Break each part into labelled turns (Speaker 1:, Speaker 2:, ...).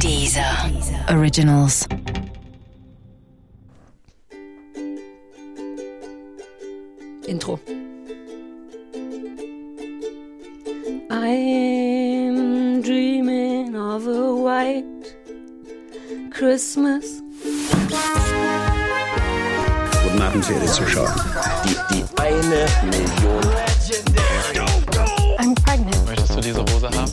Speaker 1: Dieser Originals.
Speaker 2: Intro. I'm dreaming of a white Christmas.
Speaker 3: Guten Abend, verehrte Zuschauer.
Speaker 4: Die, die eine Million.
Speaker 5: I'm pregnant.
Speaker 6: Möchtest du diese Hose haben?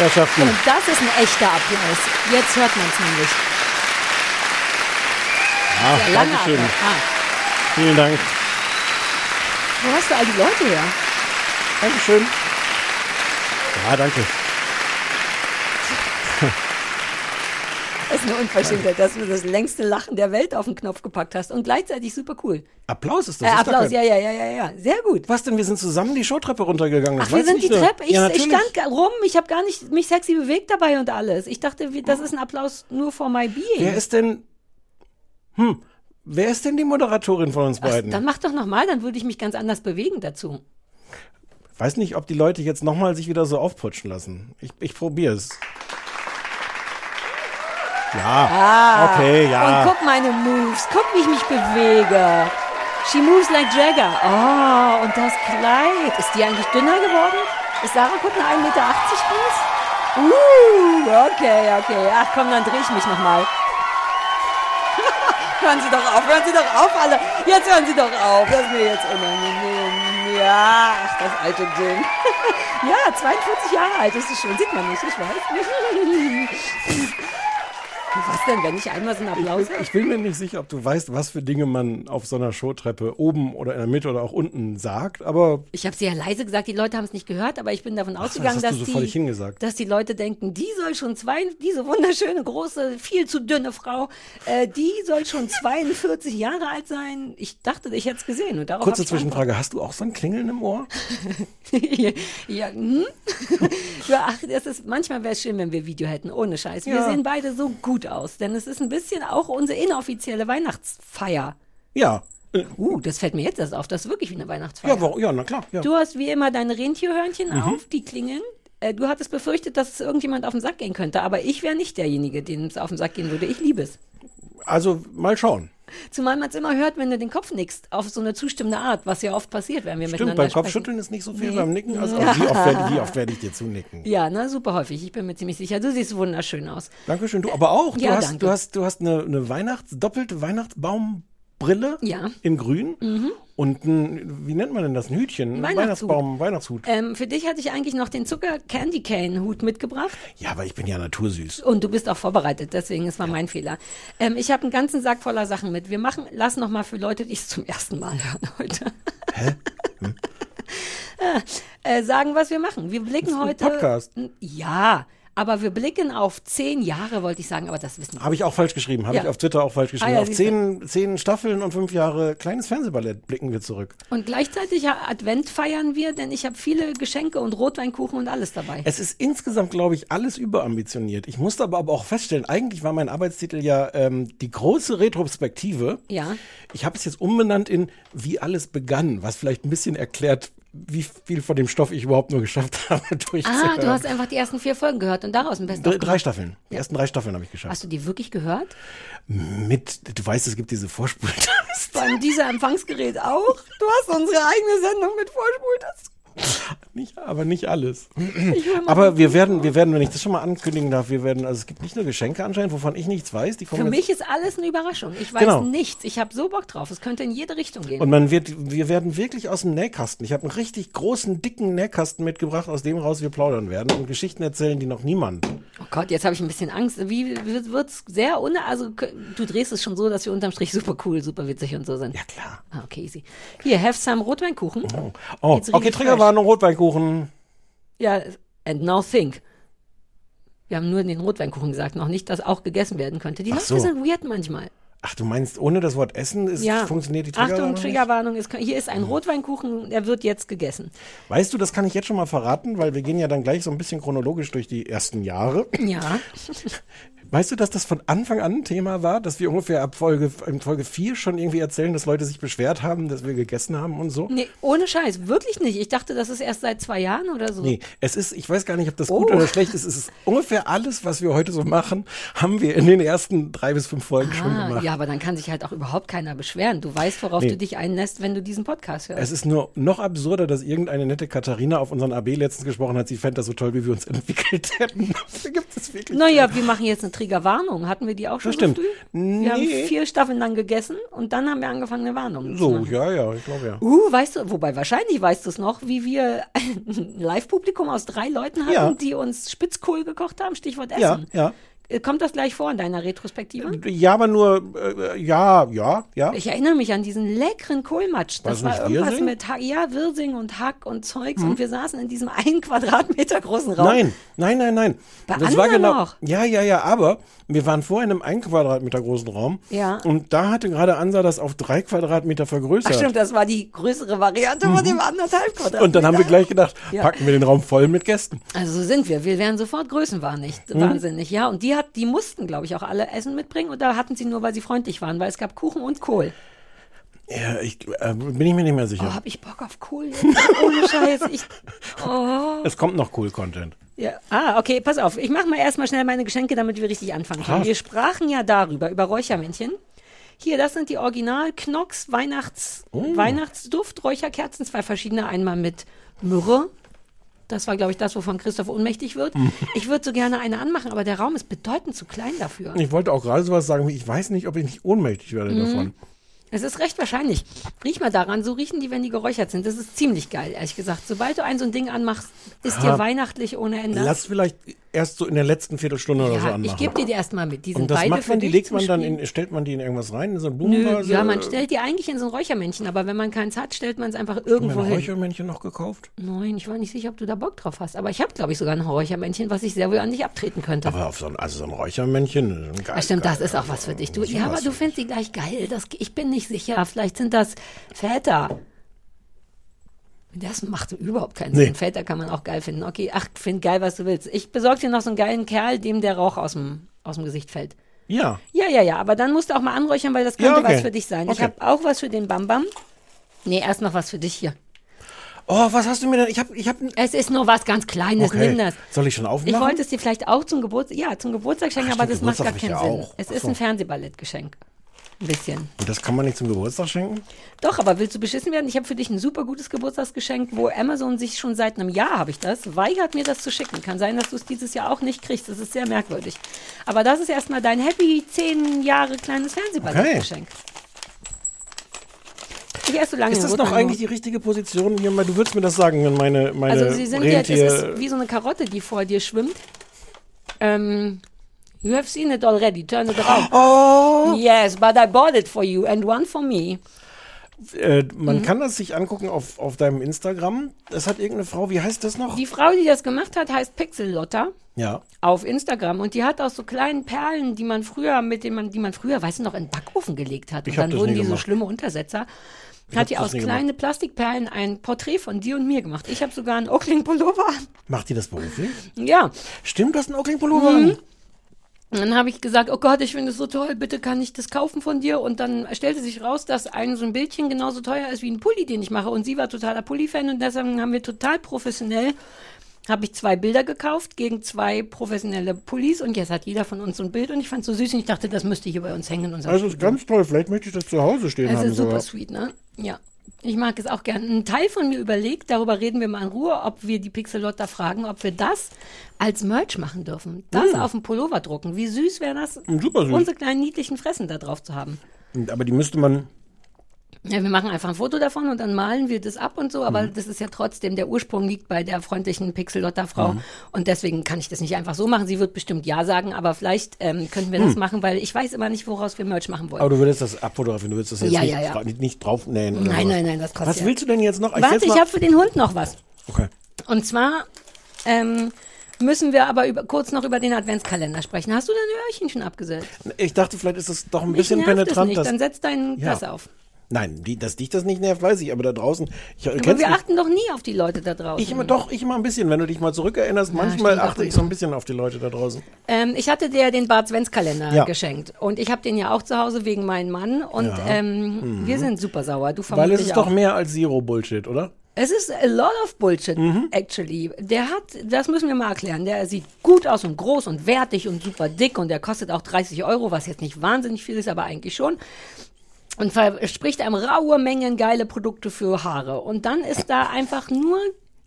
Speaker 2: Und das ist ein echter Applaus. Jetzt hört man es nämlich.
Speaker 7: Ach,
Speaker 2: Der lange
Speaker 7: Dankeschön.
Speaker 2: Applaus. Ah,
Speaker 7: Vielen Dank.
Speaker 2: wo hast du all die Leute her?
Speaker 7: Dankeschön. Ja, danke.
Speaker 2: Das ist eine Unverschämtheit, dass du das längste Lachen der Welt auf den Knopf gepackt hast und gleichzeitig super cool.
Speaker 7: Applaus ist
Speaker 2: Äh,
Speaker 7: das. ist doch
Speaker 2: Applaus,
Speaker 7: kein-
Speaker 2: ja, ja, ja, ja, ja. Sehr gut.
Speaker 7: Was denn? Wir sind zusammen die Showtreppe runtergegangen. Das
Speaker 2: Ach, wir
Speaker 7: weiß
Speaker 2: sind die
Speaker 7: ich noch.
Speaker 2: Treppe. Ich,
Speaker 7: ja,
Speaker 2: ich
Speaker 7: natürlich.
Speaker 2: stand rum, ich habe gar nicht mich sexy bewegt dabei und alles. Ich dachte, wie- das ist ein Applaus nur for my being.
Speaker 7: Wer ist denn. Hm. Wer ist denn die Moderatorin von uns
Speaker 2: Ach,
Speaker 7: beiden?
Speaker 2: dann mach doch nochmal, dann würde ich mich ganz anders bewegen dazu.
Speaker 7: Weiß nicht, ob die Leute jetzt nochmal sich wieder so aufputschen lassen. Ich, ich probiere es. Ja. okay, ja.
Speaker 2: Ah. Und guck meine Moves, guck, wie ich mich bewege. She moves like Jagger. Oh, und das Kleid. Ist die eigentlich dünner geworden? Ist Sarah Kuttner 1,80 Meter groß? Uh, okay, okay. Ach komm, dann drehe ich mich nochmal. hören Sie doch auf, hören Sie doch auf, alle. Jetzt hören Sie doch auf. Das ist mir jetzt unangenehm. Ja, ach, das alte Ding. ja, 42 Jahre alt ist es schon. Sieht man nicht, ich weiß. Was denn, wenn ich einmal so einen Applaus
Speaker 7: Ich, ich bin mir nicht sicher, ob du weißt, was für Dinge man auf so einer Showtreppe oben oder in der Mitte oder auch unten sagt, aber
Speaker 2: Ich habe sie ja leise gesagt, die Leute haben es nicht gehört, aber ich bin davon
Speaker 7: das
Speaker 2: ausgegangen,
Speaker 7: hast
Speaker 2: dass,
Speaker 7: du so vor dich
Speaker 2: die,
Speaker 7: hingesagt.
Speaker 2: dass die Leute denken, die soll schon zwei, diese wunderschöne, große, viel zu dünne Frau, äh, die soll schon 42 Jahre alt sein. Ich dachte, ich hätte es gesehen. Und darauf
Speaker 7: kurze
Speaker 2: hab ich
Speaker 7: Zwischenfrage, hast du auch so ein Klingeln im Ohr?
Speaker 2: ja, hm? ja, ach, das ist, manchmal wäre es schön, wenn wir Video hätten, ohne Scheiß. Wir
Speaker 7: Ja.
Speaker 2: sehen beide so gut aus, denn es ist ein bisschen auch unsere inoffizielle Weihnachtsfeier.
Speaker 7: Ja. Äh,
Speaker 2: Uh, das fällt mir jetzt erst auf, das ist wirklich wie eine Weihnachtsfeier.
Speaker 7: Ja, Mhm. wa- ja, na klar. Ja.
Speaker 2: Du hast wie immer deine Rentierhörnchen auf, die klingeln. Äh, Du hattest befürchtet, dass es irgendjemand auf den Sack gehen könnte, aber ich wäre nicht derjenige, dem es auf den Sack gehen würde. Ich liebe es.
Speaker 7: Also mal schauen.
Speaker 2: Zumal man es immer hört, wenn du den Kopf nickst, auf so eine zustimmende Art, was ja oft passiert, wenn wir
Speaker 7: Stimmt,
Speaker 2: miteinander
Speaker 7: beim
Speaker 2: sprechen.
Speaker 7: Kopfschütteln ist nicht so viel, beim Nicken. Also, also wie oft werde wie oft werd ich dir zunicken?
Speaker 2: Ja, na, super häufig. Ich bin mir ziemlich sicher. Du siehst wunderschön aus.
Speaker 7: Dankeschön. Du aber auch. Du
Speaker 2: Ja,
Speaker 7: hast,
Speaker 2: danke.
Speaker 7: du hast, du hast eine, eine Weihnachts-, doppelte Weihnachtsbaumbrille
Speaker 2: Ja. Mhm.
Speaker 7: in grün und ein, wie nennt man denn das? Ein Hütchen? Ein
Speaker 2: Weihnachtshut.
Speaker 7: Weihnachtsbaum, Weihnachtshut.
Speaker 2: Ähm, für dich hatte ich eigentlich noch den Zucker-Candy-Cane-Hut mitgebracht.
Speaker 7: Ja, aber ich bin ja natursüß.
Speaker 2: Und du bist auch vorbereitet, deswegen, es war mein Fehler. Ähm, ich habe einen ganzen Sack voller Sachen mit. Wir machen, lass noch mal für Leute, die es zum ersten Mal hören heute.
Speaker 7: Hm.
Speaker 2: äh, sagen, was wir machen. Wir blicken
Speaker 7: ein
Speaker 2: heute.
Speaker 7: Podcast.
Speaker 2: Ja, aber wir blicken auf zehn Jahre, wollte ich sagen, aber das wissen wir.
Speaker 7: Habe ich auch falsch geschrieben, habe
Speaker 2: Ja.
Speaker 7: ich auf Twitter auch falsch geschrieben.
Speaker 2: Ah, ja,
Speaker 7: auf
Speaker 2: siehst du.
Speaker 7: zehn, zehn Staffeln und fünf Jahre kleines Fernsehballett blicken wir zurück.
Speaker 2: Und gleichzeitig ja, Advent feiern wir, denn ich habe viele Geschenke und Rotweinkuchen und alles dabei.
Speaker 7: Es ist insgesamt, glaube ich, alles überambitioniert. Ich musste aber, aber auch feststellen, eigentlich war mein Arbeitstitel ja ähm, die große Retrospektive.
Speaker 2: Ja.
Speaker 7: Ich habe es jetzt umbenannt in Wie alles begann, was vielleicht ein bisschen erklärt, wie viel von dem Stoff ich überhaupt nur geschafft habe durchzuhören.
Speaker 2: ah, du hast Oh, einfach die ersten vier Folgen gehört und daraus ein
Speaker 7: drei,
Speaker 2: Best-of.
Speaker 7: drei Staffeln. Die ersten drei Staffeln habe ich geschafft.
Speaker 2: Hast du die wirklich gehört?
Speaker 7: Mit, du weißt, es gibt diese Vorspultaste.
Speaker 2: Beim dieser Empfangsgerät auch? Du hast unsere eigene Sendung mit Vorspultast.
Speaker 7: Nicht, aber nicht alles. Aber wir werden, wir werden, wenn ich das schon mal ankündigen darf, wir werden, also es gibt nicht nur Geschenke anscheinend, wovon ich nichts weiß, die kommen
Speaker 2: Für
Speaker 7: jetzt-
Speaker 2: mich ist alles eine Überraschung. Ich weiß
Speaker 7: Genau.
Speaker 2: nichts. Ich habe so Bock drauf. Es könnte in jede Richtung gehen.
Speaker 7: Und man wird, wir werden wirklich aus dem Nähkasten. Ich habe einen richtig großen, dicken Nähkasten mitgebracht, aus dem raus wir plaudern werden und Geschichten erzählen, die noch niemand
Speaker 2: Oh Gott, jetzt habe ich ein bisschen Angst. Wie wird- wird's sehr ohne? Also k- du drehst es schon so, dass wir unterm Strich super cool, super witzig und so sind.
Speaker 7: Ja, klar.
Speaker 2: Ah, okay, easy. Hier, have some Rotweinkuchen.
Speaker 7: Oh,
Speaker 2: Geht's richtig
Speaker 7: okay, Triggerwarnung, Rotweinkuchen.
Speaker 2: Ja, and now think. Wir haben nur den Rotweinkuchen gesagt, noch nicht, dass auch gegessen werden könnte. Die Leute
Speaker 7: so.
Speaker 2: sind weird manchmal.
Speaker 7: Ach, du meinst, ohne das Wort Essen ist,
Speaker 2: Ja.
Speaker 7: funktioniert die Triggerwarnung
Speaker 2: Achtung, Triggerwarnung. Mhm. Ist, hier ist ein Rotweinkuchen, er wird jetzt gegessen.
Speaker 7: nicht? Weißt du, das kann ich jetzt schon mal verraten, weil wir gehen ja dann gleich so ein bisschen chronologisch durch die ersten Jahre.
Speaker 2: Ja.
Speaker 7: Weißt du, dass das von Anfang an ein Thema war, dass wir ungefähr ab Folge, in Folge 4 schon irgendwie erzählen, dass Leute sich beschwert haben, dass wir gegessen haben und so?
Speaker 2: Nee, ohne Scheiß, wirklich nicht. Ich dachte, das ist erst seit zwei Jahren oder so.
Speaker 7: Nee, es ist, ich weiß gar nicht, ob das gut
Speaker 2: Oh.
Speaker 7: oder schlecht ist. Es ist ungefähr alles, was wir heute so machen, haben wir in den ersten drei bis fünf Folgen schon
Speaker 2: Ah,
Speaker 7: gemacht.
Speaker 2: ja, aber dann kann sich halt auch überhaupt keiner beschweren. Du weißt, worauf du dich einlässt, wenn du diesen Podcast hörst.
Speaker 7: Es ist nur noch absurder, dass irgendeine nette Katharina auf unseren AB letztens gesprochen hat. Sie fände das so toll, wie wir uns entwickelt hätten. Dafür gibt es wirklich.
Speaker 2: naja, wir machen jetzt eine Triggerwarnung. Hatten wir die auch schon?
Speaker 7: Das stimmt.
Speaker 2: So früh? Wir haben
Speaker 7: Nee.
Speaker 2: vier Staffeln lang gegessen und dann haben wir angefangen, eine Warnung zu
Speaker 7: So,
Speaker 2: machen.
Speaker 7: ja, ja, ich glaube ja.
Speaker 2: Uh, weißt du, wobei wahrscheinlich weißt du es noch, wie wir ein Live-Publikum aus drei Leuten hatten,
Speaker 7: Ja.
Speaker 2: die uns Spitzkohl gekocht haben, Stichwort
Speaker 7: Ja,
Speaker 2: Essen.
Speaker 7: ja.
Speaker 2: Äh, Kommt das gleich vor in deiner Retrospektive?
Speaker 7: Ja, aber nur, äh, ja, ja, ja.
Speaker 2: Ich erinnere mich an diesen leckeren Kohlmatsch. Das
Speaker 7: War's
Speaker 2: war
Speaker 7: nicht
Speaker 2: irgendwas
Speaker 7: Wirsing? Hm?
Speaker 2: mit ha ja, Wirsing und Hack und Zeugs und wir saßen in diesem einen Quadratmeter großen Raum.
Speaker 7: Nein, nein, nein, nein.
Speaker 2: Bei
Speaker 7: das war
Speaker 2: anderen
Speaker 7: genau.
Speaker 2: noch.
Speaker 7: Ja, ja, ja, aber wir waren vor in einem 1 Quadratmeter großen Raum.
Speaker 2: Ja.
Speaker 7: Und da hatte gerade Ansa das auf drei Quadratmeter vergrößert.
Speaker 2: Ach stimmt, das war die größere Variante von dem anderthalb Quadratmeter.
Speaker 7: Mhm. Und dann haben wir gleich gedacht,
Speaker 2: Ja.
Speaker 7: packen wir den Raum voll mit Gästen.
Speaker 2: Also so sind wir. Wir wären sofort größenwahnsinnig.
Speaker 7: Mhm.
Speaker 2: Wahnsinnig, ja. Und die hat, die mussten, glaube ich, auch alle Essen mitbringen. Und da hatten sie nur, weil sie freundlich waren, weil es gab Kuchen und Kohl.
Speaker 7: Ja, ich, äh, bin ich mir nicht mehr
Speaker 2: Oh,
Speaker 7: sicher.
Speaker 2: hab ich Bock auf Kohl? jetzt? Ohne Scheiß. Ich, oh.
Speaker 7: Es kommt noch cool Content.
Speaker 2: ja. Ah, okay, pass auf. Ich mache mal erstmal schnell meine Geschenke, damit wir richtig anfangen können. Wir sprachen ja darüber, über Räuchermännchen. Hier, das sind die Original Knox Weihnachts
Speaker 7: Oh.
Speaker 2: Weihnachtsduft Räucherkerzen, zwei verschiedene, einmal mit Myrrhe. Das war, glaube ich, das, wovon Christoph ohnmächtig wird.
Speaker 7: Mhm.
Speaker 2: Ich würde so gerne eine anmachen, aber der Raum ist bedeutend zu klein dafür.
Speaker 7: Ich wollte auch gerade sowas sagen, wie, ich weiß nicht, ob ich nicht ohnmächtig werde
Speaker 2: Mhm.
Speaker 7: davon.
Speaker 2: Es ist recht wahrscheinlich. Riech mal daran, so riechen die, wenn die geräuchert sind. Das ist ziemlich geil, ehrlich gesagt. Sobald du ein so ein Ding anmachst, ist dir weihnachtlich ohne Ende.
Speaker 7: Ah. Lass vielleicht erst so in der letzten Viertelstunde oder so
Speaker 2: ja, ich
Speaker 7: anmachen.
Speaker 2: gebe dir die erstmal mit. Die sind
Speaker 7: und das
Speaker 2: beide
Speaker 7: macht
Speaker 2: für
Speaker 7: man, die
Speaker 2: dich
Speaker 7: legt
Speaker 2: zum
Speaker 7: man dann
Speaker 2: Spielen.
Speaker 7: in, stellt man die in irgendwas rein, in so ein
Speaker 2: Nö,
Speaker 7: Blumenvase.
Speaker 2: ja, man stellt die eigentlich in so ein Räuchermännchen, aber wenn man keins hat, stellt man es einfach
Speaker 7: Haben
Speaker 2: irgendwo
Speaker 7: wir ein
Speaker 2: hin.
Speaker 7: Räuchermännchen noch gekauft?
Speaker 2: Nein, ich war nicht sicher, ob du da Bock drauf hast, aber ich habe, glaube ich, sogar ein Räuchermännchen, was ich sehr wohl an dich abtreten könnte.
Speaker 7: Aber auf so ein, also so ein Räuchermännchen, geil.
Speaker 2: Ah, stimmt,
Speaker 7: geil.
Speaker 2: das ist auch was für dich. Du,
Speaker 7: Das ist
Speaker 2: ja,
Speaker 7: was
Speaker 2: aber du
Speaker 7: für
Speaker 2: findest die gleich geil. Das, ich bin nicht sicher. Vielleicht sind das Väter. Das macht überhaupt keinen
Speaker 7: Nee.
Speaker 2: Sinn. Väter kann man auch geil finden. Okay, ach, find geil, was du willst. Ich besorge dir noch so einen geilen Kerl, dem der Rauch aus dem, aus dem Gesicht fällt.
Speaker 7: Ja.
Speaker 2: Ja, ja, ja, aber dann musst du auch mal anräuchern, weil das könnte
Speaker 7: okay.
Speaker 2: was für dich sein. Ich
Speaker 7: Okay.
Speaker 2: habe auch was für den Bam Bam. Nee, erst noch was für dich hier.
Speaker 7: Oh, was hast du mir denn? Ich habe, ich habe.
Speaker 2: Es ist nur was ganz Kleines, nimm das.
Speaker 7: Soll ich schon
Speaker 2: Ich
Speaker 7: aufmachen?
Speaker 2: wollte es dir vielleicht auch zum Geburtstag, ja, zum Geburtstag schenken,
Speaker 7: Ach,
Speaker 2: aber das
Speaker 7: stimmt,
Speaker 2: macht gar
Speaker 7: Geburtstag
Speaker 2: keinen
Speaker 7: hab ich ja
Speaker 2: Sinn.
Speaker 7: auch.
Speaker 2: Es
Speaker 7: Ach
Speaker 2: ist
Speaker 7: so.
Speaker 2: ein Fernsehballettgeschenk. Ein bisschen.
Speaker 7: Und das kann man nicht zum Geburtstag schenken?
Speaker 2: Doch, aber willst du beschissen werden? Ich habe für dich ein super gutes Geburtstagsgeschenk, wo Amazon sich schon seit einem Jahr, habe ich das, weigert mir das zu schicken. Kann sein, dass du es dieses Jahr auch nicht kriegst. Das ist sehr merkwürdig. Aber das ist erstmal dein happy 10 Jahre kleines Fernsehballettgeschenk. Ich esse so lange
Speaker 7: Ist das
Speaker 2: den
Speaker 7: noch
Speaker 2: Rotwein
Speaker 7: eigentlich die richtige Position hier? Weil Du würdest mir das sagen, wenn meine, meine
Speaker 2: Also sie sind jetzt,
Speaker 7: Rentier...
Speaker 2: es ist wie so eine Karotte, die vor dir schwimmt. Ähm, you have seen it already, turn it around. Oh. Yes, but I bought it for you and one for me.
Speaker 7: äh, man
Speaker 2: Mhm.
Speaker 7: kann das sich angucken auf, auf deinem Instagram. Das hat irgendeine Frau, wie heißt das noch?
Speaker 2: Die Frau, die das gemacht hat, heißt Pixel Lotta
Speaker 7: ja.
Speaker 2: auf Instagram und die hat auch so kleinen Perlen, die man früher mit denen man, die man früher, weißt du noch, in den Backofen gelegt hat und
Speaker 7: Ich hab
Speaker 2: dann
Speaker 7: das
Speaker 2: wurden
Speaker 7: nie
Speaker 2: die so
Speaker 7: gemacht.
Speaker 2: schlimme Untersetzer.
Speaker 7: hab
Speaker 2: Hat die
Speaker 7: das
Speaker 2: aus
Speaker 7: nie
Speaker 2: kleinen Plastikperlen ein Porträt von dir und mir gemacht. Ich habe sogar einen Oakling Pullover. an.
Speaker 7: Macht die das beruflich?
Speaker 2: Ja.
Speaker 7: Stimmt, das ist ein
Speaker 2: Mhm.
Speaker 7: Oakling-Pullover?
Speaker 2: Und dann habe ich gesagt, oh Gott, ich finde es so toll, bitte kann ich das kaufen von dir? Und dann stellte sich raus, dass ein so ein Bildchen genauso teuer ist wie ein Pulli, den ich mache. Und sie war totaler Pulli-Fan und deshalb haben wir total professionell, habe ich zwei Bilder gekauft gegen zwei professionelle Pullis und jetzt hat jeder von uns so ein Bild und ich fand es so süß und ich dachte, das müsste hier bei uns hängen. In unserem
Speaker 7: Also ist
Speaker 2: Studio.
Speaker 7: ganz toll. Vielleicht möchte ich das zu Hause stehen
Speaker 2: Es
Speaker 7: haben.
Speaker 2: ist super
Speaker 7: sogar.
Speaker 2: sweet, ne? Ja. Ich mag es auch gern. Ein Teil von mir überlegt, darüber reden wir mal in Ruhe, ob wir die Pixelotta fragen, ob wir das als Merch machen dürfen. Das auf dem Pullover drucken. Wie süß wäre das,
Speaker 7: Mm. super süß.
Speaker 2: unsere kleinen niedlichen Fressen da drauf zu haben.
Speaker 7: Aber die müsste man
Speaker 2: Ja, wir machen einfach ein Foto davon und dann malen wir das ab und so, aber
Speaker 7: Mm.
Speaker 2: das ist ja trotzdem, der Ursprung liegt bei der freundlichen Pixelotter-Frau
Speaker 7: Mm.
Speaker 2: und deswegen kann ich das nicht einfach so machen. Sie wird bestimmt Ja sagen, aber vielleicht ähm, könnten wir das machen, weil ich weiß immer nicht, woraus wir Merch machen wollen.
Speaker 7: Mm. Aber du würdest das abfotografieren, du würdest das jetzt
Speaker 2: Ja,
Speaker 7: nicht,
Speaker 2: ja, ja.
Speaker 7: dra- nicht, nicht draufnähen. oder
Speaker 2: nein,
Speaker 7: was.
Speaker 2: nein, nein, das kostet
Speaker 7: Was
Speaker 2: ja.
Speaker 7: willst du denn jetzt noch? setz
Speaker 2: Warte, ich
Speaker 7: mal-
Speaker 2: habe für den Hund noch was.
Speaker 7: Okay.
Speaker 2: Und zwar ähm, müssen wir aber über, kurz noch über den Adventskalender sprechen. Hast du dein Öhrchen schon abgesetzt?
Speaker 7: Ich dachte, vielleicht ist das doch ein
Speaker 2: Mich
Speaker 7: bisschen
Speaker 2: nervt das
Speaker 7: penetrant.
Speaker 2: nicht.
Speaker 7: dass-
Speaker 2: Dann setz deinen
Speaker 7: Ja.
Speaker 2: Pass auf.
Speaker 7: nein, die, dass dich das nicht nervt, weiß ich, aber da draußen. Ich,
Speaker 2: Aber
Speaker 7: kennst
Speaker 2: wir
Speaker 7: mich,
Speaker 2: achten doch nie auf die Leute da draußen.
Speaker 7: ich immer, doch, ich immer ein bisschen. Wenn du dich mal zurückerinnerst, manchmal
Speaker 2: stimmt, ab
Speaker 7: achte
Speaker 2: und
Speaker 7: ich so ein bisschen auf die Leute da draußen.
Speaker 2: Ähm, ich hatte dir den Bart Svenskalender
Speaker 7: Ja.
Speaker 2: geschenkt und ich habe den ja auch zu Hause wegen meinem Mann und ähm, wir sind super sauer. Du
Speaker 7: Weil es
Speaker 2: vermutlich
Speaker 7: ist
Speaker 2: auch.
Speaker 7: doch mehr als Zero-Bullshit, oder?
Speaker 2: es ist a lot of bullshit
Speaker 7: Mhm.
Speaker 2: actually. Der hat, das müssen wir mal erklären. Der sieht gut aus und groß und wertig und super dick und der kostet auch 30 Euro, was jetzt nicht wahnsinnig viel ist, aber eigentlich schon. Und verspricht einem raue Mengen geile Produkte für Haare. Und dann ist da einfach nur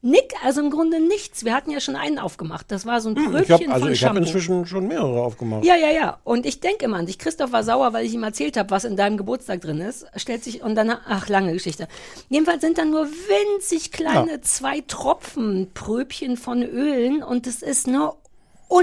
Speaker 2: Nick, also im Grunde nichts. Wir hatten ja schon einen aufgemacht. Das war so ein Brötchen
Speaker 7: Ich habe also,
Speaker 2: von
Speaker 7: ich hab
Speaker 2: Shampoo.
Speaker 7: inzwischen schon mehrere aufgemacht.
Speaker 2: Ja, ja, ja. Und ich denke immer an dich. Christoph war sauer, weil ich ihm erzählt habe, was in deinem Geburtstag drin ist. Stellt sich und dann, ach, lange Geschichte. Jedenfalls sind da nur winzig kleine zwei Tropfen Pröbchen von Ölen und das ist eine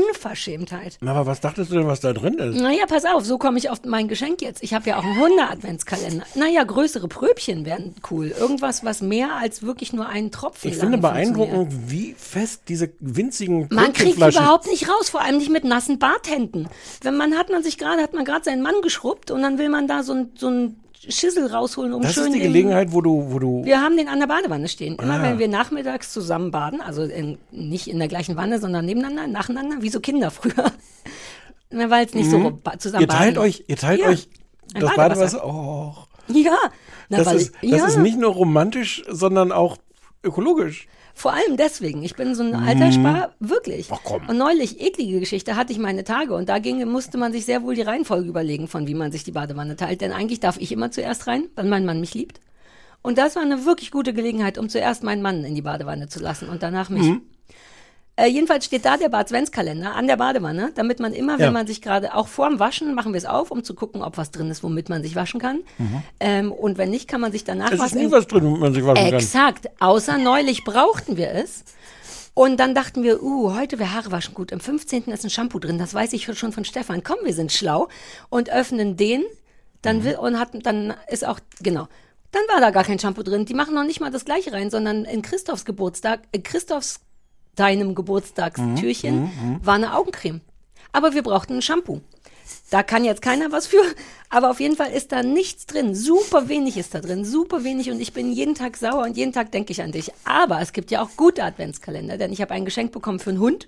Speaker 2: Unverschämtheit.
Speaker 7: Na, Aber was dachtest du denn, was da drin ist?
Speaker 2: Naja, pass auf, so komme ich auf mein Geschenk jetzt. Ich habe ja auch einen Hunde-Adventskalender. Naja, größere Pröbchen wären cool. Irgendwas, was mehr als wirklich nur einen Tropfen
Speaker 7: Ich
Speaker 2: lang
Speaker 7: finde
Speaker 2: funktioniert.
Speaker 7: beeindruckend, wie fest diese winzigen
Speaker 2: Man kriegt die
Speaker 7: Brötchenflaschen-
Speaker 2: überhaupt nicht raus, vor allem nicht mit nassen Barthänden. Wenn man hat man sich gerade, hat man gerade seinen Mann geschrubbt und dann will man da so ein, so ein Schüssel rausholen, um
Speaker 7: Das
Speaker 2: schön
Speaker 7: ist die
Speaker 2: den-
Speaker 7: Gelegenheit, Ah. wo du, wo du
Speaker 2: wir haben den an der Badewanne stehen. Immer wenn wir nachmittags zusammen baden, also in, nicht in der gleichen Wanne, sondern nebeneinander, nacheinander, wie so Kinder früher. Na, Weil es nicht so rum- ba- zusammen
Speaker 7: Mhm. Hm? Ihr teilt
Speaker 2: baden.
Speaker 7: euch, ihr teilt
Speaker 2: Ja,
Speaker 7: euch
Speaker 2: ein
Speaker 7: das
Speaker 2: Badewasser.
Speaker 7: Badewasser. Och,
Speaker 2: Ja, na,
Speaker 7: das
Speaker 2: weil,
Speaker 7: ist, das
Speaker 2: ja.
Speaker 7: ist nicht nur romantisch, sondern auch ökologisch.
Speaker 2: Vor allem deswegen. Ich bin so ein alter Spar, wirklich. Und neulich, eklige Geschichte, hatte ich meine Tage und da ging, musste man sich sehr wohl die Reihenfolge überlegen, von wie man sich die Badewanne teilt. Denn eigentlich darf ich immer zuerst rein, weil mein Mann mich liebt. Und das war eine wirklich gute Gelegenheit, um zuerst meinen Mann in die Badewanne zu lassen und danach mich. Äh, jedenfalls steht da der Bad-Svens-Kalender an der Badewanne, damit man immer, wenn
Speaker 7: Ja.
Speaker 2: man sich gerade, auch vorm Waschen machen wir es auf, um zu gucken, ob was drin ist, womit man sich waschen kann. Ähm, und wenn nicht, kann man sich danach
Speaker 7: Es ist
Speaker 2: waschen.
Speaker 7: nie was drin, womit man sich waschen kann.
Speaker 2: Exakt. Außer neulich brauchten wir es. Und dann dachten wir, uh, heute wäre Haare waschen gut. Am 15. ist ein Shampoo drin. Das weiß ich schon von Stefan. Komm, wir sind schlau. Und öffnen den. Dann will, und hat, dann ist auch, genau. Dann war da gar kein Shampoo drin. Die machen noch nicht mal das gleiche rein, sondern in Christophs Geburtstag, in Christophs, deinem
Speaker 7: Mhm,
Speaker 2: Geburtstagstürchen, war eine Augencreme. Aber wir brauchten ein Shampoo. Da kann jetzt keiner was für, aber auf jeden Fall ist da nichts drin. Super wenig ist da drin, super wenig und ich bin jeden Tag sauer und jeden Tag denke ich an dich. Aber es gibt ja auch gute Adventskalender, denn ich habe ein Geschenk bekommen für einen Hund.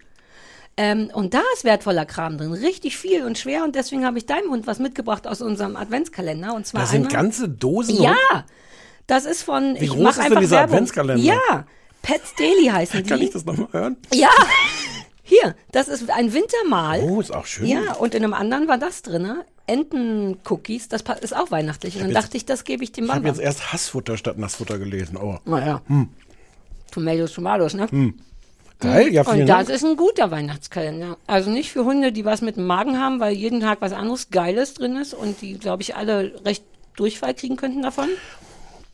Speaker 2: Ähm, und da ist wertvoller Kram drin, richtig viel und schwer und deswegen habe ich deinem Hund was mitgebracht aus unserem Adventskalender und zwar
Speaker 7: Da sind
Speaker 2: einmal-
Speaker 7: ganze Dosen.
Speaker 2: ja,
Speaker 7: rum.
Speaker 2: das ist von ich
Speaker 7: groß
Speaker 2: mach
Speaker 7: ist denn
Speaker 2: einfach
Speaker 7: dieser
Speaker 2: Werbung.
Speaker 7: Adventskalender?
Speaker 2: Ja, Pets Daily heißen die.
Speaker 7: Kann ich das nochmal hören?
Speaker 2: Ja. Hier, das ist ein Wintermahl.
Speaker 7: Oh, ist auch schön.
Speaker 2: Ja, und in einem anderen war das drin, ne? Entencookies, das pa- ist auch weihnachtlich. Und dann dachte ich, das gebe ich dem
Speaker 7: Ich
Speaker 2: Mann.
Speaker 7: habe jetzt erst Hassfutter statt Nassfutter gelesen. Oh,
Speaker 2: naja. Tomatoes, Tomatoes, ne?
Speaker 7: geil, Hm. ja, vielen
Speaker 2: Und das
Speaker 7: Dank.
Speaker 2: ist ein guter Weihnachtskalender. Also nicht für Hunde, die was mit dem Magen haben, weil jeden Tag was anderes Geiles drin ist und die, glaube ich, alle recht Durchfall kriegen könnten davon.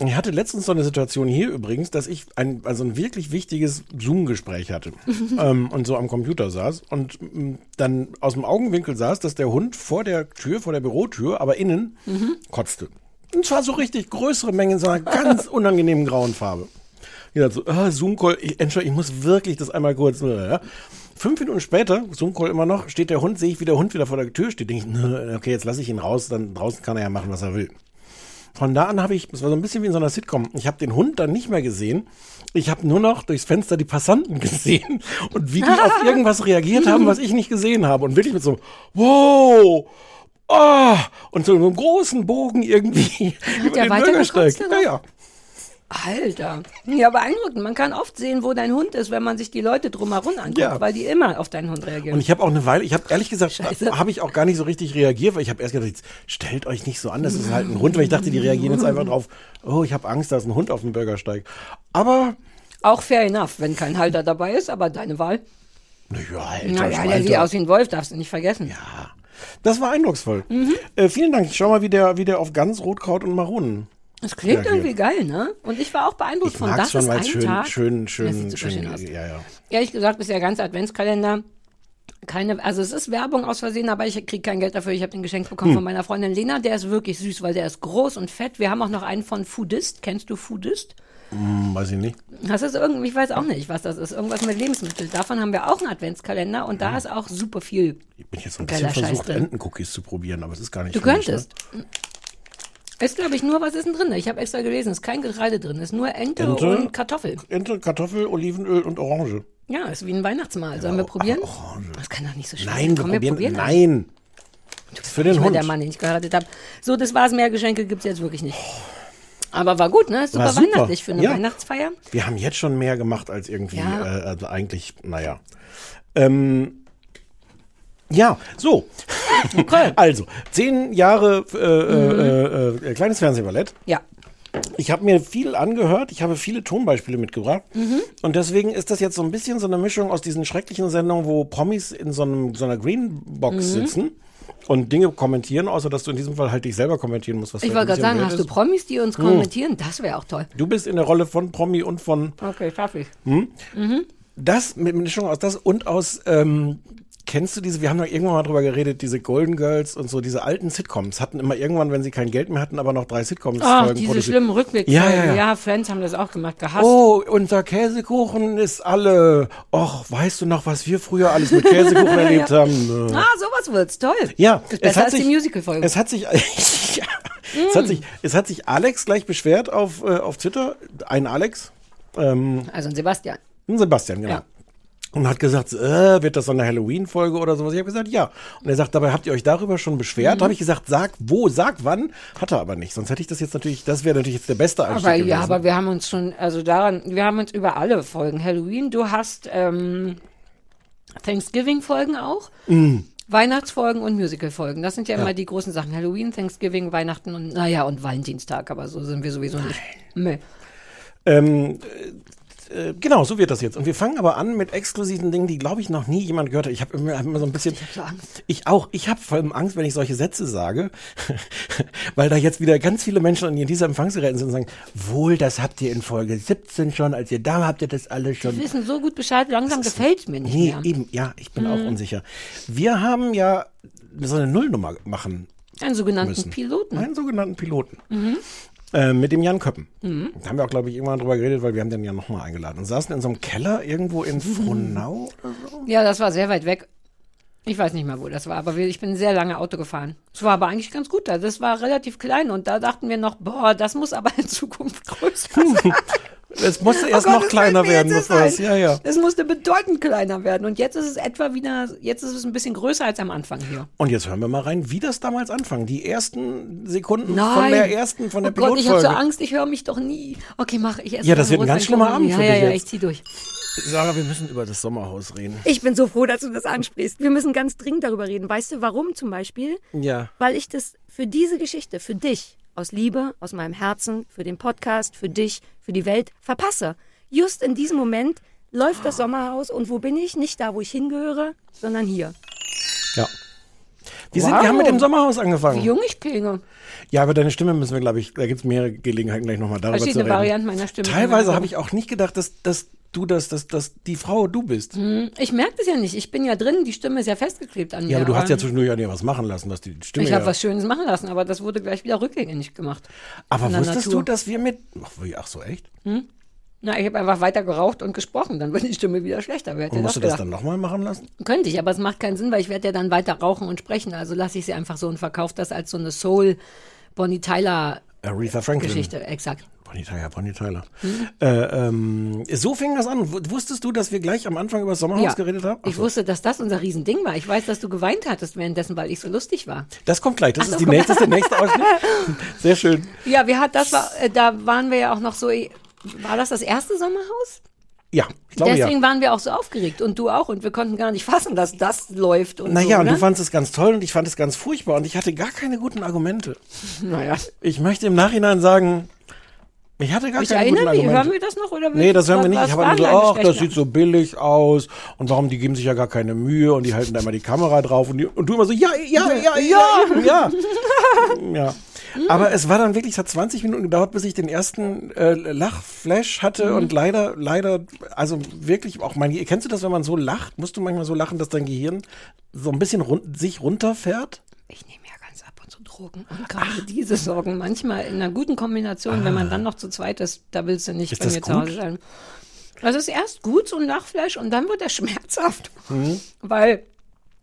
Speaker 7: Ich hatte letztens so eine Situation hier übrigens, dass ich ein, also ein wirklich wichtiges Zoom-Gespräch hatte ähm, und so am Computer saß und mm, dann aus dem Augenwinkel saß, dass der Hund vor der Tür, vor der Bürotür, aber innen kotzte. Und zwar so richtig größere Mengen in so einer ganz unangenehmen grauen Farbe. Ich dachte so, ah, Zoom-Call, ich, Entschuldigung, ich muss wirklich das einmal kurz. äh, Ja. Fünf Minuten später, Zoom-Call immer noch, steht der Hund, sehe ich, wie der Hund wieder vor der Tür steht. Denke ich, "Nö, okay, jetzt lasse ich ihn raus, dann draußen kann er ja machen, was er will. Von da an habe ich, es war so ein bisschen wie in so einer Sitcom, ich habe den Hund dann nicht mehr gesehen. Ich habe nur noch durchs Fenster die Passanten gesehen und wie die auf irgendwas reagiert haben, was ich nicht gesehen habe. Und wirklich mit so, einem wow, ah, und so einem großen Bogen irgendwie über
Speaker 2: der
Speaker 7: den
Speaker 2: weitergekotzt
Speaker 7: Bürgersteig.
Speaker 2: danach?
Speaker 7: Ja, ja.
Speaker 2: Alter. Ja, beeindruckend. Man kann oft sehen, wo dein Hund ist, wenn man sich die Leute drumherum anguckt,
Speaker 7: Ja.
Speaker 2: weil die immer auf deinen Hund reagieren.
Speaker 7: Und ich habe auch eine Weile, ich habe ehrlich gesagt, äh,
Speaker 2: Scheiße.
Speaker 7: habe ich auch gar nicht so richtig reagiert, weil ich habe erst gedacht, jetzt stellt euch nicht so an, das ist halt ein Hund, weil ich dachte, die reagieren jetzt einfach drauf, oh, ich habe Angst, da ist ein Hund auf dem Bürgersteig. Aber,
Speaker 2: Auch fair enough, wenn kein Halter dabei ist, aber deine Wahl.
Speaker 7: naja,
Speaker 2: Na
Speaker 7: alter,
Speaker 2: ja, der sieht
Speaker 7: Schwalter.
Speaker 2: aus wie ein Wolf, darfst du nicht vergessen. Mhm.
Speaker 7: Das war eindrucksvoll. Äh, vielen Dank. Ich schau mal, wie der, wie der auf Gans, Rotkraut und Maronen
Speaker 2: Das klingt
Speaker 7: reagiert.
Speaker 2: irgendwie geil, ne? Und ich war auch beeindruckt
Speaker 7: Ich
Speaker 2: von
Speaker 7: mag's
Speaker 2: das
Speaker 7: schon,
Speaker 2: ist
Speaker 7: weil
Speaker 2: ein
Speaker 7: es schön,
Speaker 2: Tag.
Speaker 7: schön,
Speaker 2: Das sieht
Speaker 7: schön,
Speaker 2: super
Speaker 7: schön,
Speaker 2: schön aus.
Speaker 7: ja, ja.
Speaker 2: Ehrlich gesagt ist der ganze Adventskalender keine, also es ist Werbung aus Versehen, aber ich kriege kein Geld dafür. Ich habe den geschenkt
Speaker 7: Hm.
Speaker 2: bekommen von meiner Freundin Lena. Der ist wirklich süß, weil der ist groß und fett. Wir haben auch noch einen von Foodist. Kennst du Foodist?
Speaker 7: Hm, weiß ich nicht.
Speaker 2: Das ist irgendwie, ich weiß auch nicht, was das ist. Irgendwas mit Lebensmitteln. Davon haben wir auch einen Adventskalender und
Speaker 7: Hm.
Speaker 2: da ist auch super viel.
Speaker 7: Ich bin jetzt so ein
Speaker 2: Geiler
Speaker 7: bisschen
Speaker 2: Scheiß
Speaker 7: versucht,
Speaker 2: drin.
Speaker 7: Entencookies zu probieren, aber es ist gar nicht
Speaker 2: Du
Speaker 7: für mich, ne?
Speaker 2: könntest. Ist, glaube ich, nur, was ist denn drin? Ich habe extra gelesen, ist kein Getreide drin, ist nur Ente,
Speaker 7: Ente?
Speaker 2: und Kartoffel.
Speaker 7: Ne? Ente, Kartoffel, Olivenöl und Orange.
Speaker 2: Ja, ist wie ein Weihnachtsmahl. Sollen wir probieren? Das kann doch nicht so schwer
Speaker 7: oh, ne. Nein, wir
Speaker 2: sein. Komm,
Speaker 7: probieren,
Speaker 2: das.
Speaker 7: nein. Für den
Speaker 2: Ich bin
Speaker 7: Hund.
Speaker 2: der Mann, den ich geheiratet habe. So, das war's. Mehr Geschenke gibt's jetzt wirklich nicht. Aber war gut, ne? Ist
Speaker 7: War
Speaker 2: super,
Speaker 7: super.
Speaker 2: weihnachtlich für eine
Speaker 7: Ja.
Speaker 2: Weihnachtsfeier.
Speaker 7: Wir haben jetzt schon mehr gemacht als irgendwie,
Speaker 2: Ja.
Speaker 7: äh, also eigentlich, naja. Ähm, ja, so. also, zehn Jahre äh,
Speaker 2: Mhm.
Speaker 7: äh, äh, äh, kleines Fernsehballett.
Speaker 2: Ja.
Speaker 7: Ich habe mir viel angehört, ich habe viele Tonbeispiele mitgebracht.
Speaker 2: Mhm.
Speaker 7: Und deswegen ist das jetzt so ein bisschen so eine Mischung aus diesen schrecklichen Sendungen, wo Promis in so, einem, so einer Greenbox
Speaker 2: Mhm.
Speaker 7: sitzen und Dinge kommentieren, außer dass du in diesem Fall halt dich selber kommentieren musst. Was halt
Speaker 2: Ich
Speaker 7: vielleicht
Speaker 2: wollte
Speaker 7: ein
Speaker 2: gerade sagen,
Speaker 7: bisschen blöd
Speaker 2: hast du Promis,
Speaker 7: ist.
Speaker 2: die
Speaker 7: Hm.
Speaker 2: uns kommentieren? Das wäre auch toll.
Speaker 7: Du bist in der Rolle von Promi und von
Speaker 2: Okay, schaff ich.
Speaker 7: das, mit mit Mischung aus das und aus, ähm, kennst du diese, wir haben da irgendwann mal drüber geredet, diese Golden Girls und so, diese alten Sitcoms, hatten immer irgendwann, wenn sie kein Geld mehr hatten, aber noch drei Sitcoms
Speaker 2: Ach, Ah, diese schlimmen Rückblicke.
Speaker 7: Ja, ja, ja.
Speaker 2: Friends haben das auch gemacht, gehasst.
Speaker 7: Oh, unser Käsekuchen ist alle. Och, weißt du noch, was wir früher alles mit Käsekuchen erlebt haben? Äh,
Speaker 2: Ah, sowas wird's, toll.
Speaker 7: Ja,
Speaker 2: Ist besser als die Musical-Folge. Mm.
Speaker 7: Es hat sich, ja, es hat sich, es hat sich Alex gleich beschwert auf, äh, auf Twitter. Ein Alex,
Speaker 2: Also ein Sebastian.
Speaker 7: ein Sebastian, genau.
Speaker 2: Ja.
Speaker 7: Und hat gesagt, äh, wird das so eine Halloween-Folge oder sowas? Ich habe gesagt, ja. Und er sagt, dabei habt ihr euch darüber schon beschwert?
Speaker 2: Mhm.
Speaker 7: Habe ich gesagt, sag wo, sag wann? Hat er aber nicht. Sonst hätte ich das jetzt natürlich, das wäre natürlich jetzt der beste Einstieg
Speaker 2: Aber ja,
Speaker 7: gewesen.
Speaker 2: aber wir haben uns schon, also daran, wir haben uns über alle Folgen. Halloween, du hast ähm, Thanksgiving-Folgen auch.
Speaker 7: Mhm.
Speaker 2: Weihnachtsfolgen und Musical-Folgen. Das sind ja, immer die großen Sachen. Halloween, Thanksgiving, Weihnachten und naja, und Valentinstag, aber so sind wir sowieso nicht. Nee.
Speaker 7: Genau, so wird das jetzt. Und wir fangen aber an mit exklusiven Dingen, die, glaube ich, noch nie jemand gehört hat. Ich habe immer, hab immer so ein bisschen. Ich habe
Speaker 2: so Angst.
Speaker 7: Ich auch. Ich habe vor allem Angst, wenn ich solche Sätze sage, weil da jetzt wieder ganz viele Menschen an dieser Empfangsgeräten sind und sagen, wohl, das habt ihr in Folge 17 schon, als ihr da habt ihr das alles schon.
Speaker 2: Wir wissen so gut Bescheid, langsam gefällt mir nicht
Speaker 7: Nee,
Speaker 2: mehr. Mhm.
Speaker 7: eben, ja, ich bin auch unsicher. Wir haben ja so eine Nullnummer machen
Speaker 2: Einen sogenannten
Speaker 7: müssen.
Speaker 2: Piloten.
Speaker 7: Einen sogenannten Piloten.
Speaker 2: Mhm.
Speaker 7: Äh, mit dem Jan Köppen. Da haben wir auch, glaube ich, irgendwann drüber geredet, weil wir haben den ja nochmal eingeladen. Und saßen in so einem Keller irgendwo
Speaker 2: Mhm.
Speaker 7: in Frohnau oder so.
Speaker 2: Ja, das war sehr weit weg. Ich weiß nicht mehr, wo das war, aber wir, ich bin sehr lange Auto gefahren. Es war aber eigentlich ganz gut da. Das war relativ klein und da dachten wir noch, boah, das muss aber in Zukunft größer sein.
Speaker 7: Es musste erst
Speaker 2: Oh Gott,
Speaker 7: noch
Speaker 2: das
Speaker 7: kleiner
Speaker 2: fällt mir
Speaker 7: werden,
Speaker 2: jetzt
Speaker 7: das
Speaker 2: erst
Speaker 7: war's.
Speaker 2: ein.
Speaker 7: Ja, ja.
Speaker 2: Es musste bedeutend kleiner werden und jetzt ist es etwa wieder, jetzt ist es ein bisschen größer als am Anfang hier.
Speaker 7: Und jetzt hören wir mal rein, wie das damals anfang. Die ersten Sekunden
Speaker 2: Nein.
Speaker 7: von der ersten, von der
Speaker 2: oh Gott, ich habe so
Speaker 7: Pilotfolge.
Speaker 2: Angst, ich höre mich doch nie. Okay, mach ich erst
Speaker 7: Ja,
Speaker 2: mal
Speaker 7: das wird ein
Speaker 2: Rotwein-
Speaker 7: ganz schlimmer Abend
Speaker 2: Ja,
Speaker 7: für
Speaker 2: ja,
Speaker 7: dich
Speaker 2: ja,
Speaker 7: jetzt. Oh.
Speaker 2: ich zieh durch.
Speaker 7: Sarah, wir müssen über das Sommerhaus reden.
Speaker 8: Ich bin so froh, dass du das ansprichst. Wir müssen ganz dringend darüber reden. Weißt du, warum zum Beispiel?
Speaker 7: Ja.
Speaker 8: Weil ich das für diese Geschichte, für dich, aus Liebe, aus meinem Herzen, für den Podcast, für dich, für die Welt verpasse. Just in diesem Moment läuft das Sommerhaus und wo bin ich? Nicht da, wo ich hingehöre, sondern hier.
Speaker 7: Ja. Wir, sind, wir haben mit dem Sommerhaus angefangen.
Speaker 2: Wie jung ich klinge.
Speaker 7: Ja, aber deine Stimme müssen wir, glaube ich, da gibt's mehrere Gelegenheiten, gleich nochmal darüber zu
Speaker 2: Verschiedene
Speaker 7: reden.
Speaker 2: Varianten meiner Stimme.
Speaker 7: Teilweise habe ich auch nicht gedacht, dass, dass du das, dass, dass die Frau du bist.
Speaker 2: Ich merke das ja nicht. Ich bin ja drin, die Stimme ist ja festgeklebt an mir.
Speaker 7: Ja, aber du hast ja
Speaker 2: ähm,
Speaker 7: zwischendurch an dir was machen lassen, dass die Stimme.
Speaker 2: Ich habe
Speaker 7: ja,
Speaker 2: was Schönes machen lassen, aber das wurde gleich wieder rückgängig gemacht.
Speaker 7: aber
Speaker 2: in der
Speaker 7: wusstest
Speaker 2: Natur.
Speaker 7: du, dass wir mit. Ach, wie, ach so, echt?
Speaker 2: Na, ich habe einfach weiter geraucht und gesprochen, dann wird die Stimme wieder schlechter. Wer hätte
Speaker 7: Und
Speaker 2: das
Speaker 7: musst du das
Speaker 2: gedacht?
Speaker 7: dann nochmal machen lassen?
Speaker 2: Könnte ich, aber es macht keinen Sinn, weil ich werde ja dann weiter rauchen und sprechen. Also lasse ich sie einfach so und verkaufe das als so eine Soul Bonnie Tyler
Speaker 7: Aretha Franklin.
Speaker 2: Geschichte. Hm. Exakt.
Speaker 7: Bonnie Tyler, Bonnie Tyler. Äh, ähm, so fing das an. W- Wusstest du, dass wir gleich am Anfang über das Sommerhaus
Speaker 2: Ja.
Speaker 7: geredet haben? Ach
Speaker 2: Ich
Speaker 7: so.
Speaker 2: wusste, dass das unser Riesending war. Ich weiß, dass du geweint hattest währenddessen, weil ich so lustig war.
Speaker 7: Das kommt gleich. Das ist die nächste, das ist der nächste Ausschnitt. Sehr schön.
Speaker 2: Ja, wir hat das war, äh, da waren wir ja auch noch so. eh, War das das erste Sommerhaus?
Speaker 7: Ja, ich glaube ja.
Speaker 2: Deswegen waren wir auch so aufgeregt und du auch und wir konnten gar nicht fassen, dass das läuft und
Speaker 7: Naja,
Speaker 2: so.
Speaker 7: und
Speaker 2: ne?
Speaker 7: du fandst es ganz toll und ich fand es ganz furchtbar und ich hatte gar keine guten Argumente.
Speaker 2: naja.
Speaker 7: Ich möchte im Nachhinein sagen, ich hatte gar
Speaker 2: Ich
Speaker 7: keine guten
Speaker 2: erinnere mich,
Speaker 7: Argumente.
Speaker 2: hören wir das noch? Oder
Speaker 7: Nee, das hören wir nicht.
Speaker 2: was
Speaker 7: Ich habe nur so,
Speaker 2: waren deine
Speaker 7: ach, das
Speaker 2: Schwächen?
Speaker 7: sieht so billig aus. Und warum, die geben sich ja gar keine Mühe und die halten da immer die Kamera drauf. Und, die, und du immer so, ja, ja, ja, ja, ja. ja. Aber es war dann wirklich, es hat 20 Minuten gedauert, bis ich den ersten äh, Lachflash
Speaker 2: Mhm.
Speaker 7: hatte und leider, leider, also wirklich auch mein, Ge- kennst du das, wenn man so lacht, musst du manchmal so lachen, dass dein Gehirn so ein bisschen run sich runterfährt?
Speaker 2: Ich nehme ja ganz ab und zu Drogen. Und gerade diese Sorgen manchmal in einer guten Kombination, wenn man dann noch zu zweit ist, da willst du nicht
Speaker 7: Ah. Ist
Speaker 2: bei
Speaker 7: das
Speaker 2: mir zu
Speaker 7: gut?
Speaker 2: Hause sein. Also es ist erst gut, so ein Nachfleisch, und dann wird er schmerzhaft.
Speaker 7: Mhm.
Speaker 2: Weil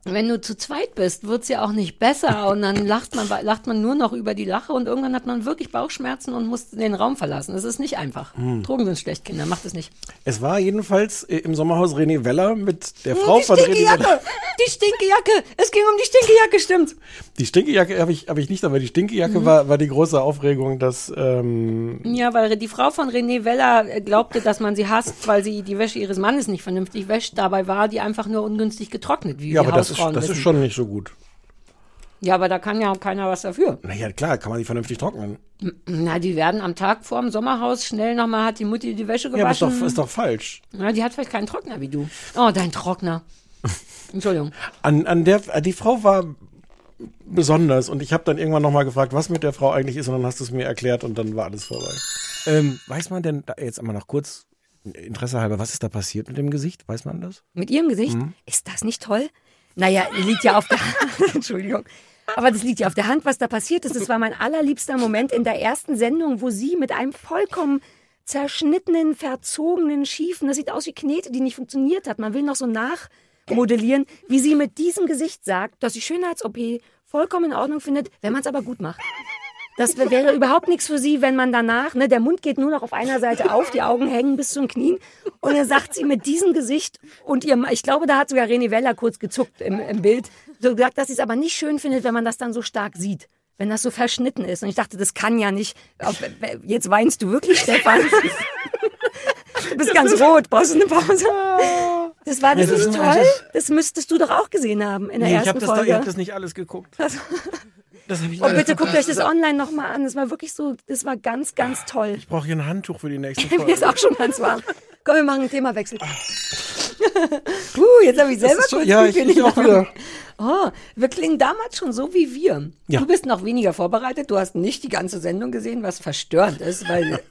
Speaker 2: wenn du zu zweit bist, wird's ja auch nicht besser und dann lacht man, lacht man nur noch über die Lache und irgendwann hat man wirklich Bauchschmerzen und muss den Raum verlassen. Es ist nicht einfach.
Speaker 7: Mhm.
Speaker 2: Drogen sind schlecht, Kinder, macht es nicht.
Speaker 7: Es war jedenfalls äh, im Sommerhaus René Weller mit der Frau
Speaker 2: die
Speaker 7: von René Weller.
Speaker 2: Stinkejacke! Die Stinkejacke! Es ging um die Stinkejacke, stimmt.
Speaker 7: Die Stinkejacke habe ich, hab ich nicht, aber die Stinkejacke war, war die große Aufregung, dass ähm,
Speaker 2: Ja, weil die Frau von René Weller äh, glaubte, dass man sie hasst, weil sie die Wäsche ihres Mannes nicht vernünftig wäscht. Dabei war die einfach nur ungünstig getrocknet, wie
Speaker 7: ja,
Speaker 2: die
Speaker 7: aber das ist,
Speaker 2: Hausfrauen
Speaker 7: das
Speaker 2: wissen.
Speaker 7: ist schon nicht so gut.
Speaker 2: Ja, aber da kann ja keiner was dafür.
Speaker 7: Naja, klar, kann man die vernünftig trocknen.
Speaker 2: Na, die werden am Tag vorm Sommerhaus schnell nochmal, hat die Mutti die Wäsche
Speaker 7: Ja, aber ist
Speaker 2: gewaschen.
Speaker 7: doch, ist doch falsch.
Speaker 2: Na, die hat vielleicht keinen Trockner wie du. Oh, dein Trockner. Entschuldigung.
Speaker 7: An, an der, äh, die Frau war besonders und ich habe dann irgendwann nochmal gefragt, was mit der Frau eigentlich ist und dann hast du es mir erklärt und dann war alles vorbei.
Speaker 9: Ähm, weiß man denn, da- jetzt einmal noch kurz, Interesse halber, was ist da passiert mit dem Gesicht? Weiß man das?
Speaker 8: Mit ihrem Gesicht? Ist das nicht toll? Naja, liegt ja auf der Hand. Entschuldigung. Aber das liegt ja auf der Hand, was da passiert ist. Das war mein allerliebster Moment in der ersten Sendung, wo sie mit einem vollkommen zerschnittenen, verzogenen, schiefen, das sieht aus wie Knete, die nicht funktioniert hat. Man will noch so nachmodellieren, wie sie mit diesem Gesicht sagt, dass sie Schönheits-OP vollkommen in Ordnung findet, wenn man es aber gut macht. Das wär- wäre überhaupt nichts für sie, wenn man danach, ne, der Mund geht nur noch auf einer Seite auf, die Augen hängen bis zu den Knien. Und dann sagt sie mit diesem Gesicht und ihrem, ich glaube, da hat sogar René Weller kurz gezuckt im, im Bild, so gesagt, dass sie es aber nicht schön findet, wenn man das dann so stark sieht. Wenn das so verschnitten ist. Und ich dachte, das kann ja nicht. Auf- Jetzt weinst du wirklich, Stefan. Du bist ganz rot, brauchst du eine Pause? Das war das nicht toll. Das müsstest du doch auch gesehen haben in der
Speaker 9: Nee, ich
Speaker 8: ersten
Speaker 9: habe das, da,
Speaker 8: Folge.
Speaker 9: ich hab das nicht alles geguckt. Oh, Das hab ich
Speaker 8: Und
Speaker 9: alles
Speaker 8: Oh, bitte guckt
Speaker 9: verpasst.
Speaker 8: euch das online nochmal an. Das war wirklich so, das war
Speaker 7: Ah,
Speaker 8: ganz, ganz toll.
Speaker 7: Ich brauche hier ein Handtuch für die nächste
Speaker 8: Mir ist
Speaker 7: Folge.
Speaker 8: auch schon ganz warm. Komm, wir machen einen Themawechsel. Puh, jetzt habe ich selber
Speaker 7: Ah. ist so-
Speaker 8: kurz
Speaker 7: ja,
Speaker 8: die
Speaker 7: ich-
Speaker 8: Pille
Speaker 7: ich auch
Speaker 8: genommen.
Speaker 7: wieder.
Speaker 2: Oh, wir klingen damals schon so wie wir.
Speaker 7: Ja.
Speaker 2: Du bist noch weniger vorbereitet. Du hast nicht die ganze Sendung gesehen, was verstörend ist, weil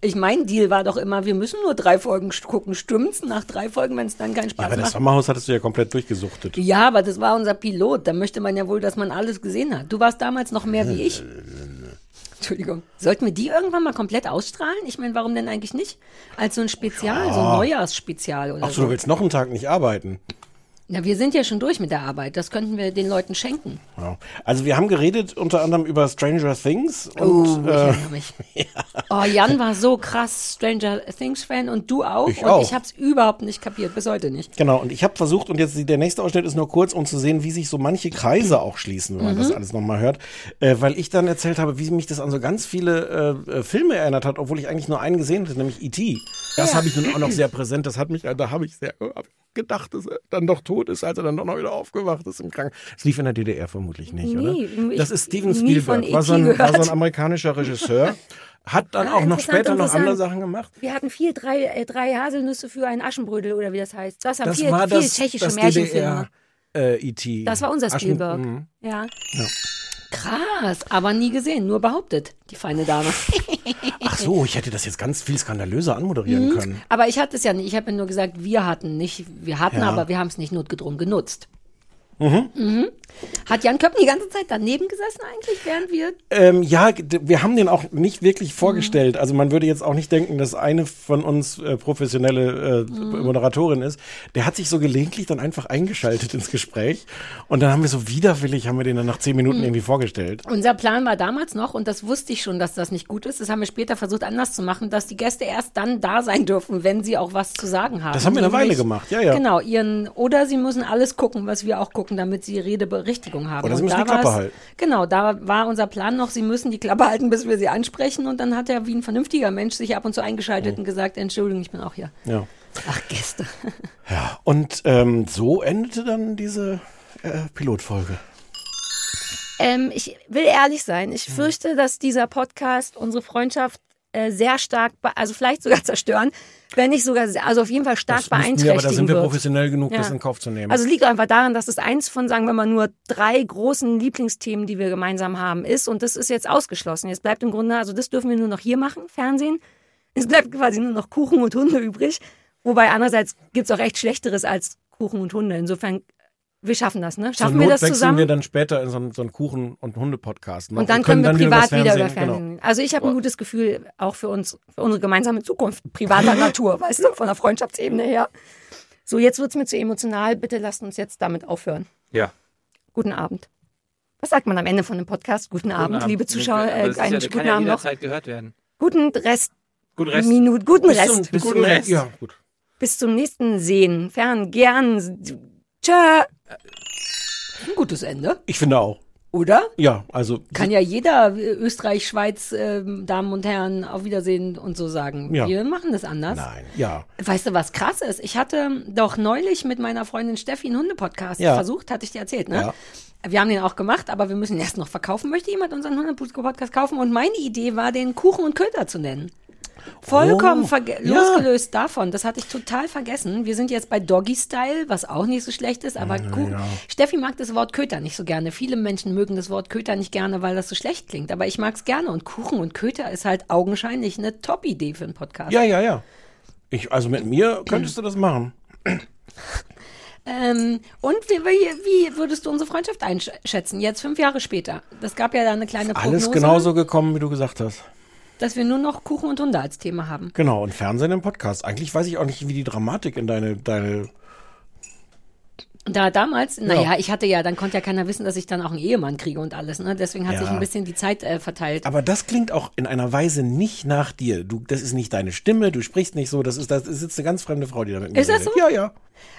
Speaker 2: ich mein Deal war doch immer, wir müssen nur drei Folgen st- gucken. Stimmt's? Nach drei Folgen, wenn es dann keinen Spaß
Speaker 7: Aber das
Speaker 2: macht.
Speaker 7: Sommerhaus hattest du ja komplett durchgesuchtet.
Speaker 2: Ja, aber das war unser Pilot. Da möchte man ja wohl, dass man alles gesehen hat. Du warst damals noch mehr wie ich. Entschuldigung. Sollten wir die irgendwann mal komplett ausstrahlen? Ich meine, warum denn eigentlich nicht? Als so ein Spezial, so ein Neujahrsspezial oder
Speaker 7: Ach so, du willst noch einen Tag nicht arbeiten.
Speaker 2: Na, wir sind ja schon durch mit der Arbeit. Das könnten wir den Leuten schenken.
Speaker 7: Ja. Also wir haben geredet unter anderem über Stranger Things und
Speaker 2: Oh, ich
Speaker 7: äh,
Speaker 2: erinnere mich. Oh, Jan war so krass Stranger Things Fan und du auch.
Speaker 7: Ich
Speaker 2: und
Speaker 7: auch.
Speaker 2: ich habe es überhaupt nicht kapiert, bis heute nicht.
Speaker 7: genau. Und ich habe versucht und jetzt die- der nächste Ausschnitt ist nur kurz, um zu sehen, wie sich so manche Kreise auch schließen, wenn man das alles nochmal hört, äh, weil ich dann erzählt habe, wie mich das an so ganz viele äh, äh, Filme erinnert hat, obwohl ich eigentlich nur einen gesehen hatte, nämlich E E.T. Das habe ich nun auch noch sehr präsent. Das hat mich, äh, da habe ich sehr hab gedacht, dass er dann doch tot ist, als er dann doch noch wieder aufgewacht ist im Krankenhaus. Das lief in der DDR vermutlich nicht,
Speaker 8: Nee,
Speaker 7: oder?
Speaker 8: ich-
Speaker 7: Das ist Steven
Speaker 8: nie von
Speaker 7: Spielberg, war so, ein,
Speaker 8: E.T.
Speaker 7: war so ein
Speaker 8: gehört.
Speaker 7: amerikanischer Regisseur. Hat dann
Speaker 8: Ah,
Speaker 7: auch noch
Speaker 8: interessant,
Speaker 7: später noch
Speaker 8: interessant.
Speaker 7: andere Sachen gemacht.
Speaker 8: Wir hatten viel drei, äh, drei Haselnüsse für einen Aschenbrödel oder wie das heißt. Das haben
Speaker 7: Das
Speaker 8: viel,
Speaker 7: war
Speaker 8: viel
Speaker 7: das,
Speaker 8: tschechische
Speaker 7: das
Speaker 8: Märchenfilme.
Speaker 7: DDR. Äh, IT.
Speaker 8: Das war unser Spielberg.
Speaker 7: mhm.
Speaker 8: Ja.
Speaker 2: Krass, aber nie gesehen, nur behauptet, die feine Dame.
Speaker 7: Ach so, ich hätte das jetzt ganz viel skandalöser anmoderieren
Speaker 8: Mhm.
Speaker 7: können.
Speaker 2: aber ich hatte es ja nicht. Ich habe ja nur gesagt, wir hatten nicht, wir hatten, aber wir haben es nicht notgedrungen genutzt. Mhm. Hat Jan Köppen die ganze Zeit daneben gesessen eigentlich, während wir
Speaker 7: Ähm, ja, d- wir haben den auch nicht wirklich
Speaker 8: Mhm.
Speaker 7: vorgestellt. Also man würde jetzt auch nicht denken, dass eine von uns äh, professionelle äh,
Speaker 8: Mhm.
Speaker 7: Moderatorin ist. Der hat sich so gelegentlich dann einfach eingeschaltet ins Gespräch. Und dann haben wir so widerwillig, haben wir den dann nach zehn Minuten
Speaker 8: Mhm.
Speaker 7: irgendwie vorgestellt.
Speaker 2: Unser Plan war damals noch, und das wusste ich schon, dass das nicht gut ist, das haben wir später versucht anders zu machen, dass die Gäste erst dann da sein dürfen, wenn sie auch was zu sagen haben.
Speaker 7: Das haben wir eine
Speaker 2: Nämlich-
Speaker 7: Weile gemacht, ja, ja.
Speaker 2: Genau, ihren, oder sie müssen alles gucken, was wir auch gucken, damit sie Redeberichtigung haben.
Speaker 7: Oder sie
Speaker 2: Und
Speaker 7: müssen
Speaker 2: da
Speaker 7: Oh, die Klappe
Speaker 2: war's-
Speaker 7: halten.
Speaker 2: Genau, da war unser Plan noch, sie müssen die Klappe halten, bis wir sie ansprechen, und dann hat er wie ein vernünftiger Mensch sich ab und zu eingeschaltet
Speaker 7: Oh.
Speaker 2: und gesagt, Entschuldigung, ich bin auch hier.
Speaker 7: Ja.
Speaker 2: Ach, Gäste.
Speaker 7: Und ähm, so endete dann diese äh, Pilotfolge.
Speaker 8: Ähm, ich will ehrlich sein. Ich fürchte, dass dieser Podcast unsere Freundschaft äh, sehr stark, be- also vielleicht sogar zerstören, wenn nicht sogar, sehr- also auf jeden Fall stark
Speaker 7: Das müssten wir,
Speaker 8: beeinträchtigen
Speaker 7: aber da sind wir
Speaker 8: wird.
Speaker 7: professionell genug,
Speaker 8: Ja.
Speaker 7: das in Kauf zu nehmen.
Speaker 8: Also es liegt einfach daran, dass es eins von, sagen wir mal, nur drei großen Lieblingsthemen, die wir gemeinsam haben, ist. Und das ist jetzt ausgeschlossen. Jetzt bleibt im Grunde, also das dürfen wir nur noch hier machen, Fernsehen. Es bleibt quasi nur noch Kuchen und Hunde übrig. Wobei andererseits gibt's auch echt Schlechteres als Kuchen und Hunde. Insofern, wir schaffen das, ne?
Speaker 7: Zur
Speaker 8: Schaffen wir
Speaker 7: Not
Speaker 8: das
Speaker 7: wechseln
Speaker 8: zusammen?
Speaker 7: wir dann später in so einen, so einen Kuchen- und Hunde-Podcast. machen
Speaker 8: und dann können, wir
Speaker 7: übers
Speaker 8: privat wieder über Fernsehen.
Speaker 7: Genau.
Speaker 8: reden. Also ich habe ein gutes Gefühl auch für uns, für unsere gemeinsame Zukunft privater Natur, weißt du, von der Freundschaftsebene her. So, jetzt wird's mir zu emotional. Bitte lasst uns jetzt damit aufhören.
Speaker 10: Ja.
Speaker 8: Guten Abend. Was sagt man am Ende von einem Podcast? Guten, Abend, liebe Zuschauer.
Speaker 10: Aber
Speaker 8: Äh,
Speaker 10: das ist
Speaker 8: einen
Speaker 10: ja, das
Speaker 8: guten
Speaker 10: kann
Speaker 8: Abend
Speaker 10: ja
Speaker 8: noch.
Speaker 10: jederzeit gehört werden.
Speaker 8: Guten Rest.
Speaker 10: Gut Rest.
Speaker 8: Minute, guten
Speaker 7: Bis
Speaker 8: Rest.
Speaker 7: zum, bis
Speaker 10: Guten
Speaker 7: zum
Speaker 10: Rest.
Speaker 7: Ja, gut.
Speaker 8: Bis zum nächsten Sehen. Fern, gern. Tschö.
Speaker 2: Ein gutes Ende,
Speaker 7: Ich finde auch.
Speaker 2: oder?
Speaker 7: Ja, also
Speaker 2: Kann ja jeder äh, Österreich, Schweiz, ähm, Damen und Herren, auf Wiedersehen und so sagen.
Speaker 7: Ja.
Speaker 2: Wir machen das anders.
Speaker 7: nein, ja.
Speaker 2: Weißt du, was krass ist? Ich hatte doch neulich mit meiner Freundin Steffi einen Hunde-Podcast
Speaker 7: Ja.
Speaker 2: versucht, hatte ich dir erzählt, ne? Wir haben den auch gemacht, aber wir müssen ihn erst noch verkaufen. Möchte jemand unseren Hunde-Podcast kaufen? Und meine Idee war, den Kuchen und Köter zu nennen. Vollkommen
Speaker 7: Oh,
Speaker 2: verge-
Speaker 7: ja.
Speaker 2: losgelöst davon. Das hatte ich total vergessen. Wir sind jetzt bei Doggy Style, was auch nicht so schlecht ist, aber Kuchen. Steffi mag das Wort Köter nicht so gerne. Viele Menschen mögen das Wort Köter nicht gerne, weil das so schlecht klingt. Aber ich mag es gerne. Und Kuchen und Köter ist halt augenscheinlich eine Top-Idee für einen Podcast.
Speaker 7: Ja, ja, ja. Ich, also mit mir könntest du das machen.
Speaker 2: Ähm, und wie, wie, wie würdest du unsere Freundschaft einschätzen, jetzt fünf Jahre später? Das gab ja da eine kleine Prognose,
Speaker 7: Alles genauso gekommen, wie du gesagt hast.
Speaker 2: dass wir nur noch Kuchen und Hunde als Thema haben.
Speaker 7: Genau, und Fernsehen im Podcast. Eigentlich weiß ich auch nicht, wie die Dramatik in deine, deine
Speaker 2: Da damals, naja, ich hatte ja, dann konnte ja keiner wissen, dass ich dann auch einen Ehemann kriege und alles. Ne? Deswegen hat
Speaker 7: Ja.
Speaker 2: sich ein bisschen die Zeit äh, verteilt.
Speaker 7: Aber das klingt auch in einer Weise nicht nach dir. Du, das ist nicht deine Stimme, du sprichst nicht so. Das ist, das ist jetzt eine ganz fremde Frau, die da mit mir
Speaker 2: Ist das
Speaker 7: redet.
Speaker 2: so?
Speaker 7: Ja, ja.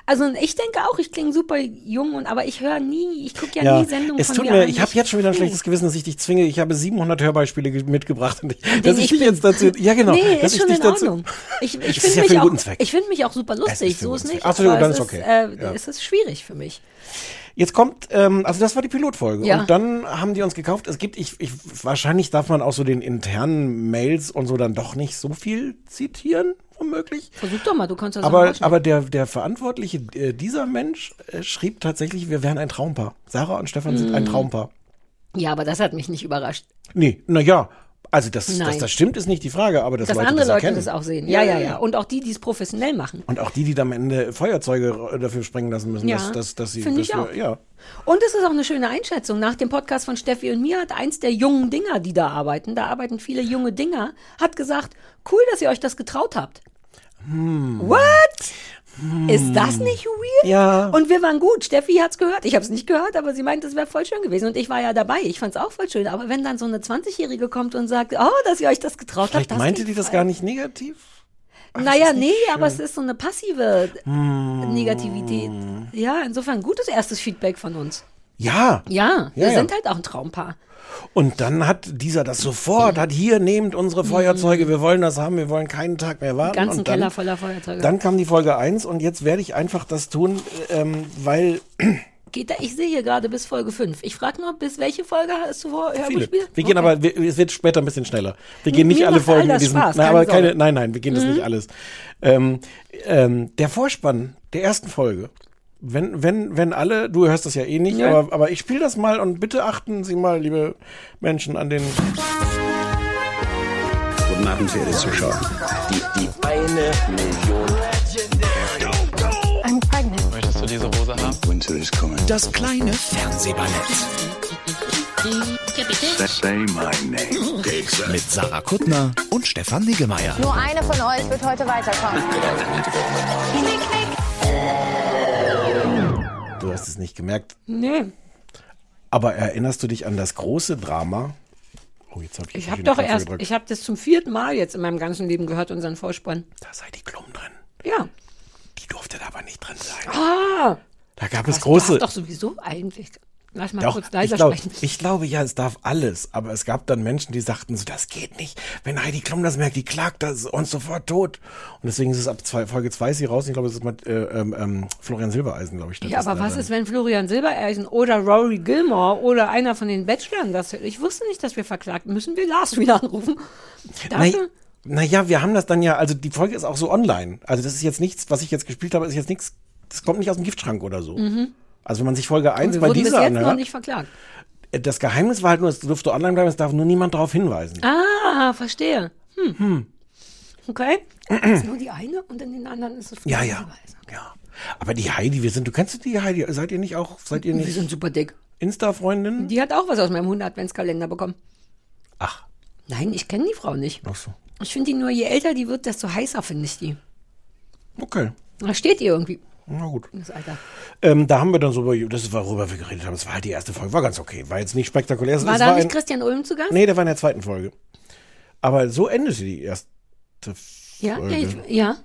Speaker 2: Also ich denke auch, ich klinge super jung, und aber ich höre nie, ich gucke ja,
Speaker 7: ja.
Speaker 2: nie Sendungen
Speaker 7: Es
Speaker 2: von
Speaker 7: tut
Speaker 2: mir
Speaker 7: mir,
Speaker 2: an.
Speaker 7: ich habe jetzt schon wieder ein schlechtes Gewissen, dass ich dich zwinge. Ich habe 700 Hörbeispiele ge- mitgebracht. Und ich, dass ich,
Speaker 2: ich
Speaker 7: dich
Speaker 2: bin.
Speaker 7: jetzt dazu. Ja, genau.
Speaker 2: Nee,
Speaker 7: dass
Speaker 2: ist
Speaker 7: ich
Speaker 2: schon
Speaker 7: dich
Speaker 2: in
Speaker 7: dazu,
Speaker 2: Ordnung. Ich, ich
Speaker 7: Das ist ja
Speaker 2: finde
Speaker 7: für
Speaker 2: mich,
Speaker 7: einen guten
Speaker 2: auch-
Speaker 7: Zweck.
Speaker 2: ich find mich auch super lustig,
Speaker 7: für
Speaker 2: so
Speaker 7: einen
Speaker 2: ist
Speaker 7: guten
Speaker 2: nicht.
Speaker 7: Zweck. Ach so,
Speaker 2: aber
Speaker 7: dann
Speaker 2: es
Speaker 7: ist okay.
Speaker 2: Äh,
Speaker 7: Ja.
Speaker 2: Es ist schwierig für mich.
Speaker 7: Jetzt kommt, ähm, also das war die Pilotfolge.
Speaker 2: Ja.
Speaker 7: Und dann haben die uns gekauft. Es gibt, ich, ich, wahrscheinlich darf man auch so den internen Mails und so dann doch nicht so viel zitieren, womöglich.
Speaker 2: Versuch doch mal, du kannst das auch
Speaker 7: Aber,
Speaker 2: machen.
Speaker 7: aber der, der Verantwortliche, äh, dieser Mensch, äh, schrieb tatsächlich, wir wären ein Traumpaar. Sarah und Stefan sind ein
Speaker 2: Hm.
Speaker 7: Traumpaar.
Speaker 2: Ja, aber das hat mich nicht überrascht.
Speaker 7: Nee, naja, also dass, dass
Speaker 2: Nein.
Speaker 7: das stimmt, ist nicht die Frage, aber dass,
Speaker 2: Dass
Speaker 7: Leute
Speaker 2: andere
Speaker 7: das
Speaker 2: Leute
Speaker 7: erkennen.
Speaker 2: das auch sehen. Ja, ja, ja. Und auch die, die es professionell machen.
Speaker 7: Und auch die, die dann am Ende Feuerzeuge r- dafür sprengen lassen müssen,
Speaker 2: Ja,
Speaker 7: dass, dass, dass sie...
Speaker 2: finde
Speaker 7: dass
Speaker 2: ich
Speaker 7: wir,
Speaker 2: auch.
Speaker 7: Ja.
Speaker 2: Und es ist auch eine schöne Einschätzung. Nach dem Podcast von Steffi und mir hat eins der jungen Dinger, die da arbeiten, da arbeiten viele junge Dinger, hat gesagt, cool, dass ihr euch das getraut habt. What? Ist das nicht weird?
Speaker 7: Hm. Ja.
Speaker 2: Und wir waren gut. Steffi hat's gehört. Ich habe es nicht gehört, aber sie meint, es wäre voll schön gewesen. Und ich war ja dabei. Ich fand's auch voll schön. Aber wenn dann so eine 20-Jährige kommt und sagt, oh, dass ihr euch das getraut habt,
Speaker 7: Vielleicht
Speaker 2: das
Speaker 7: meinte
Speaker 2: klingt
Speaker 7: die das
Speaker 2: voll-
Speaker 7: gar nicht negativ.
Speaker 2: Naja, nee, aber es ist so eine passive
Speaker 7: Hm.
Speaker 2: Negativität. Ja, insofern gutes erstes Feedback von uns.
Speaker 7: Ja.
Speaker 2: Ja, wir
Speaker 7: Ja, ja.
Speaker 2: sind halt auch ein Traumpaar.
Speaker 7: Und dann hat dieser das sofort, hat hier, nehmt unsere Feuerzeuge, wir wollen das haben, wir wollen keinen Tag mehr warten.
Speaker 2: Mhm. Ganzen
Speaker 7: und dann,
Speaker 2: Keller voller Feuerzeuge.
Speaker 7: Dann kam die Folge 1 und jetzt werde ich einfach das tun, ähm, weil
Speaker 2: Geht da, ich sehe hier gerade bis Folge 5. Ich frage nur, bis welche Folge hast du vor
Speaker 7: Viele.
Speaker 2: Hörspiel?
Speaker 7: Wir gehen aber, wir, es wird später ein bisschen schneller. Wir gehen nicht
Speaker 2: mir
Speaker 7: alle
Speaker 2: macht
Speaker 7: Folgen
Speaker 2: all
Speaker 7: in
Speaker 2: das
Speaker 7: diesem.
Speaker 2: Spaß,
Speaker 7: nein,
Speaker 2: keine
Speaker 7: aber keine,
Speaker 2: Sorge. Mhm.
Speaker 7: nein, nein, wir gehen das nicht alles. Ähm, ähm, der Vorspann der ersten Folge. Wenn, wenn, wenn alle, du hörst das ja eh nicht, aber, aber ich spiele das mal und bitte achten Sie mal, liebe Menschen, an den.
Speaker 11: Guten Abend, verehrte Zuschauer.
Speaker 12: Die, die eine Million.
Speaker 11: Winter is coming.
Speaker 13: Das kleine Fernsehballett.
Speaker 11: Say my name.
Speaker 13: Mit Sarah Kuttner und Stefan Niggemeier.
Speaker 14: Nur eine von euch wird heute weiterkommen.
Speaker 7: Du hast es nicht gemerkt.
Speaker 2: Nee,
Speaker 7: Aber erinnerst du dich an das große Drama? Oh, jetzt habe ich,
Speaker 2: ich
Speaker 7: hab
Speaker 2: habe doch erst, ich habe das zum vierten Mal jetzt in meinem ganzen Leben gehört, unseren Vorspann.
Speaker 7: Da sei die Klum drin.
Speaker 2: Ja.
Speaker 7: Die durfte da aber nicht drin sein.
Speaker 2: Ah,
Speaker 7: Da gab es
Speaker 2: das
Speaker 7: große.
Speaker 2: darf doch sowieso eigentlich. Lass mal
Speaker 7: Doch,
Speaker 2: kurz leiser
Speaker 7: ich, glaub,
Speaker 2: sprechen.
Speaker 7: ich glaube ja, es darf alles, aber es gab dann Menschen, die sagten so, das geht nicht. Wenn Heidi Klum das merkt, die klagt das uns sofort tot. Und deswegen ist es ab zwei, Folge 2 ist sie raus. Ich glaube, es ist mit äh, ähm, ähm, Florian Silbereisen, glaube ich.
Speaker 2: Ja, aber was ist,
Speaker 7: ist
Speaker 2: wenn Florian Silbereisen oder Rory Gilmore oder einer von den Bachelorn das hört? Ich wusste nicht, dass wir verklagt. Müssen wir Lars wieder anrufen?
Speaker 7: Nein,
Speaker 2: Dafür?
Speaker 7: Naja, wir haben das dann ja, also die Folge ist auch so online. Also das ist jetzt nichts, was ich jetzt gespielt habe, ist jetzt nichts, das kommt nicht aus dem Giftschrank oder so. Also wenn man sich Folge 1
Speaker 2: Mhm. Wir
Speaker 7: bei
Speaker 2: wurden bis
Speaker 7: dieser
Speaker 2: jetzt noch
Speaker 7: anhört,
Speaker 2: nicht verklagt.
Speaker 7: äh, das Geheimnis war halt nur, es dürfte online bleiben, es darf nur niemand darauf hinweisen.
Speaker 2: Ah, verstehe. Hm. Okay. ist nur die eine und in den anderen ist es
Speaker 7: ja, ja, ja. Aber die Heidi, wir sind, du kennst die Heidi, seid ihr nicht auch, seid ihr
Speaker 2: Die
Speaker 7: nicht
Speaker 2: sind super dick.
Speaker 7: Insta-Freundinnen?
Speaker 2: Die hat auch was aus meinem 100-Adventskalender bekommen.
Speaker 7: Ach,
Speaker 2: Nein, ich kenne die Frau nicht.
Speaker 7: ach so.
Speaker 2: Ich finde die nur, je älter die wird, desto heißer finde ich die.
Speaker 7: Okay,
Speaker 2: Da steht ihr irgendwie.
Speaker 7: na gut.
Speaker 2: Das Alter.
Speaker 7: Ähm, da haben wir dann so, über, das ist, worüber wir geredet haben. Es war halt die erste Folge, war ganz okay. War jetzt nicht spektakulär. Es-
Speaker 2: War
Speaker 7: es
Speaker 2: da
Speaker 7: war
Speaker 2: nicht
Speaker 7: ein-
Speaker 2: Christian Ulm zu Gast?
Speaker 7: Nee, der war in der zweiten Folge. Aber so endete die erste.
Speaker 2: ja, ja,
Speaker 7: Folge.
Speaker 2: ich, ja.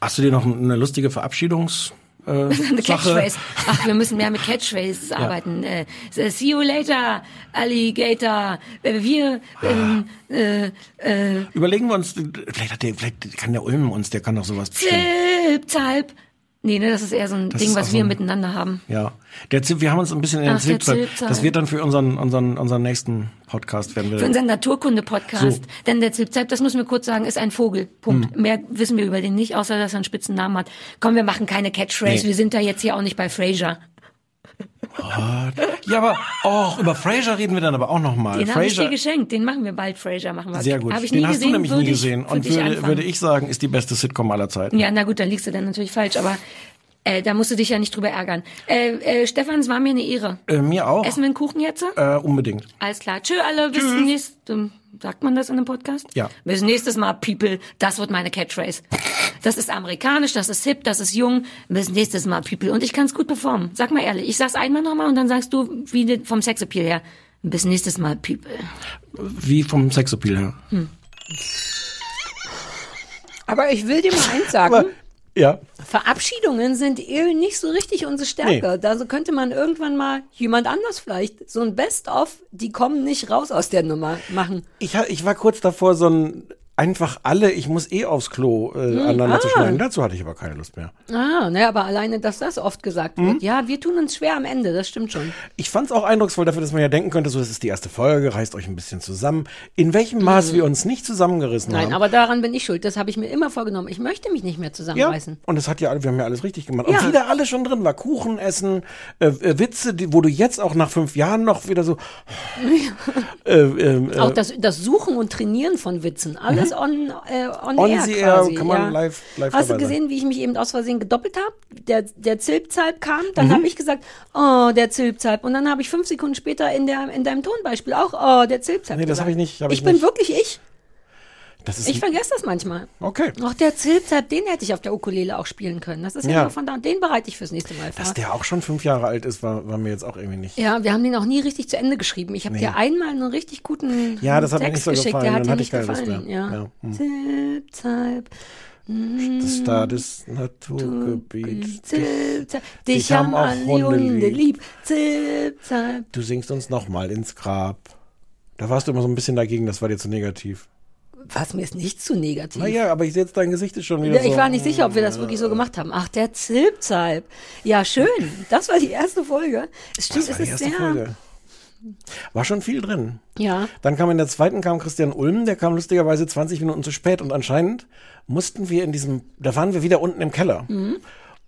Speaker 15: Hast du dir noch eine lustige Verabschiedungs... äh,
Speaker 2: Eine Catchphrase. Ach, wir müssen mehr mit Catchphrases arbeiten. Äh, see you later, Alligator. Äh, Wir, ähm, äh, äh,
Speaker 15: Überlegen wir uns, vielleicht, hat der, vielleicht kann der Ulm uns, der kann doch sowas bestimmen.
Speaker 2: zip, zalp. Nee, ne, das ist eher so ein Ding,
Speaker 15: ist
Speaker 2: was
Speaker 15: auch
Speaker 2: wir
Speaker 15: so ein-
Speaker 2: miteinander haben.
Speaker 15: Ja, der Zip, wir haben uns ein bisschen in
Speaker 2: Ach,
Speaker 15: den
Speaker 2: der
Speaker 15: Zip, ver-
Speaker 2: Zip,
Speaker 15: das
Speaker 2: ja.
Speaker 15: wird dann für unseren unseren unseren nächsten Podcast werden wir.
Speaker 2: Für unseren Naturkunde-Podcast.
Speaker 15: So. Hm.
Speaker 2: Denn der Zipzap, das müssen wir kurz sagen, ist ein Vogel. Punkt. Mehr wissen wir über den nicht, außer dass er einen spitzen Namen hat. Komm, wir machen keine Catchphrase.
Speaker 15: Nee.
Speaker 2: Wir sind da jetzt hier auch nicht bei Fraser.
Speaker 15: ja, aber auch über Fraser reden wir dann aber auch noch mal.
Speaker 2: Den habe ich dir
Speaker 15: Fraser,
Speaker 2: geschenkt. Den machen wir bald. Fraser machen wir.
Speaker 15: sehr gut.
Speaker 2: Hab ich
Speaker 15: den
Speaker 2: nie
Speaker 15: hast
Speaker 2: gesehen,
Speaker 15: du nämlich
Speaker 2: würde
Speaker 15: nie gesehen
Speaker 2: Ich,
Speaker 15: und
Speaker 2: ich
Speaker 15: würde,
Speaker 2: anfangen.
Speaker 15: würde ich sagen, ist die beste Sitcom aller Zeiten.
Speaker 2: Ja, na gut, dann liegst du dann natürlich falsch, aber äh, da musst du dich ja nicht drüber ärgern. Äh, äh, Stefan, es war mir eine Ehre.
Speaker 15: Äh, mir auch.
Speaker 2: Essen wir einen Kuchen jetzt?
Speaker 15: Äh, unbedingt.
Speaker 2: Alles klar. Tschö, alle. Bis zum nächsten. Sagt man das in einem Podcast?
Speaker 15: Ja.
Speaker 2: Bis nächstes Mal, People. Das wird meine Catchphrase. Das ist amerikanisch, das ist hip, das ist jung. Bis nächstes Mal, People. Und ich kann es gut performen. Sag mal ehrlich. Ich sag's einmal nochmal und dann sagst du, wie de- vom Sexappeal her. Bis nächstes Mal, People.
Speaker 15: Wie vom Sexappeal her.
Speaker 16: Aber ich will dir mal eins sagen.
Speaker 7: Ja.
Speaker 2: Verabschiedungen sind eh nicht so richtig unsere Stärke. Da so könnte man irgendwann mal jemand anders vielleicht so ein Best-of, die kommen nicht raus aus der Nummer machen.
Speaker 7: Ich, ha- ich war kurz davor, so ein einfach alle, ich muss eh aufs Klo
Speaker 2: Hm,
Speaker 7: äh, aneinander zu schneiden. Dazu hatte ich aber keine Lust mehr.
Speaker 2: Ah, ne, aber alleine, dass das oft gesagt wird. Ja, wir tun uns schwer am Ende, das stimmt schon.
Speaker 7: Ich fand es auch eindrucksvoll dafür, dass man ja denken könnte, so, das ist die erste Folge, reißt euch ein bisschen zusammen. In welchem Maß wir uns nicht zusammengerissen
Speaker 2: Hm. Nein,
Speaker 7: haben.
Speaker 2: aber daran bin ich schuld. Das habe ich mir immer vorgenommen. Ich möchte mich nicht mehr
Speaker 7: ja,
Speaker 2: zusammenreißen.
Speaker 7: und es hat ja, alle- wir haben ja alles richtig gemacht.
Speaker 2: Ja.
Speaker 7: Und wieder alles schon drin war. Kuchen essen, äh, äh, Witze, die, wo du jetzt auch nach fünf Jahren noch wieder so. äh, ähm, äh, Mhm.
Speaker 2: Auch das, das Suchen und Trainieren von Witzen, alles on, äh, on,
Speaker 7: On
Speaker 2: air
Speaker 7: the air,
Speaker 2: quasi.
Speaker 7: kann man
Speaker 2: ja.
Speaker 7: live- live
Speaker 2: Hast du
Speaker 7: dabei sein.
Speaker 2: gesehen, wie ich mich eben aus Versehen gedoppelt habe? Der, der Zilpzalp kam, dann
Speaker 7: Mhm.
Speaker 2: habe ich gesagt, oh, der Zilpzalp. Und dann habe ich fünf Sekunden später in, der, in deinem Tonbeispiel auch, oh, der Zilpzalp.
Speaker 7: Nee, das
Speaker 2: gesagt.
Speaker 7: habe ich nicht, habe
Speaker 2: ich
Speaker 7: ich
Speaker 2: bin
Speaker 7: nicht. Hm.
Speaker 2: wirklich ich.
Speaker 7: das ist
Speaker 2: Ich Oh vergesse das manchmal.
Speaker 7: okay.
Speaker 2: Auch der Zilpzalp, den hätte ich auf der Ukulele auch spielen können. Das ist ja,
Speaker 7: Ja.
Speaker 2: nur von da. Den bereite ich fürs nächste Mal vor.
Speaker 7: Dass der auch schon fünf Jahre alt ist, war, war mir jetzt auch irgendwie nicht.
Speaker 2: Ja, wir haben den auch nie richtig zu Ende geschrieben. Ich habe dir einmal einen richtig guten
Speaker 7: Ja, das hat mir
Speaker 2: Text
Speaker 7: nicht so
Speaker 2: geschickt,
Speaker 7: gefallen.
Speaker 2: der hat
Speaker 7: Dann
Speaker 2: dir
Speaker 7: hatte
Speaker 2: nicht
Speaker 7: ich keine Lust
Speaker 2: gefallen.
Speaker 7: mehr.
Speaker 2: Ja.
Speaker 7: Ja, hm.
Speaker 2: Zip, zap, Mm.
Speaker 7: Das da des Naturgebiet.
Speaker 2: zip, zap. Dich haben auch Hunde, lieb. Zip, zap.
Speaker 7: Du singst uns nochmal ins Grab. Da warst du immer so ein bisschen dagegen, das war dir zu negativ.
Speaker 2: Was mir ist nicht zu negativ.
Speaker 7: Naja, aber ich sehe jetzt dein Gesicht ist schon wieder so.
Speaker 2: Ich war nicht sicher, ob wir das wirklich so gemacht haben. Ach, der Zilpzalp. Ja, schön. Das war die erste Folge. Es stimmt, es
Speaker 7: Das war die
Speaker 2: ist
Speaker 7: erste
Speaker 2: sehr.
Speaker 7: Folge. War schon viel drin.
Speaker 2: Ja.
Speaker 7: Dann kam in der zweiten kam Christian Ulm, der kam lustigerweise 20 Minuten zu spät und anscheinend mussten wir in diesem, da waren wir wieder unten im Keller.
Speaker 2: Mhm.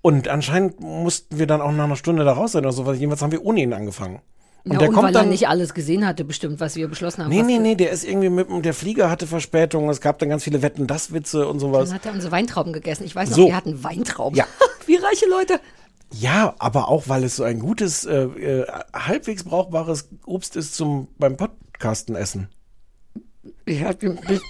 Speaker 7: Und anscheinend mussten wir dann auch nach einer Stunde da raus sein oder so, weil jedenfalls haben wir ohne ihn angefangen.
Speaker 2: ja, und weil er nicht alles gesehen hatte, bestimmt, was wir beschlossen haben.
Speaker 7: Nee,
Speaker 2: was
Speaker 7: nee, nee, der ist irgendwie mit dem, der Flieger hatte Verspätung, es gab dann ganz viele Wetten, das Witze und sowas.
Speaker 2: Dann hat er unsere Weintrauben gegessen. Ich weiß noch,
Speaker 7: So.
Speaker 2: wir hatten Weintrauben.
Speaker 7: Ja.
Speaker 2: Wie reiche Leute.
Speaker 7: Ja, aber auch, weil es so ein gutes, äh, äh, halbwegs brauchbares Obst ist zum, beim Podcasten essen.
Speaker 2: Ich hab den, bis-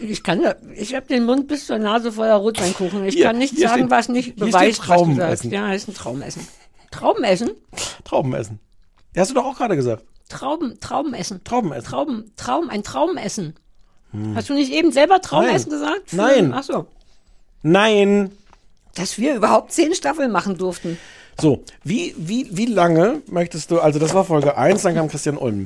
Speaker 2: ich kann, da- ich habe den Mund bis zur Nase voller Rotweinkuchen. Ich
Speaker 7: Hier,
Speaker 2: kann nicht
Speaker 7: hier
Speaker 2: sagen,
Speaker 7: steht-
Speaker 2: was nicht
Speaker 7: hier steht
Speaker 2: beweist, was du sagst.
Speaker 7: Traubenessen.
Speaker 2: Ja, ist ein Traumessen. Traumessen?
Speaker 7: Trauben essen. Hast du doch auch gerade gesagt.
Speaker 2: Trauben, Traumessen.
Speaker 7: Trauben essen.
Speaker 2: Trauben, Traum, ein Traumessen. Hast du nicht eben selber Traumessen
Speaker 7: Hm. Nein.
Speaker 2: gesagt?
Speaker 7: Nein.
Speaker 2: Ach so.
Speaker 7: Nein!
Speaker 2: Dass wir überhaupt zehn Staffeln machen durften.
Speaker 7: So, wie, wie, wie lange möchtest du, also das war Folge 1, dann kam Christian Ulm.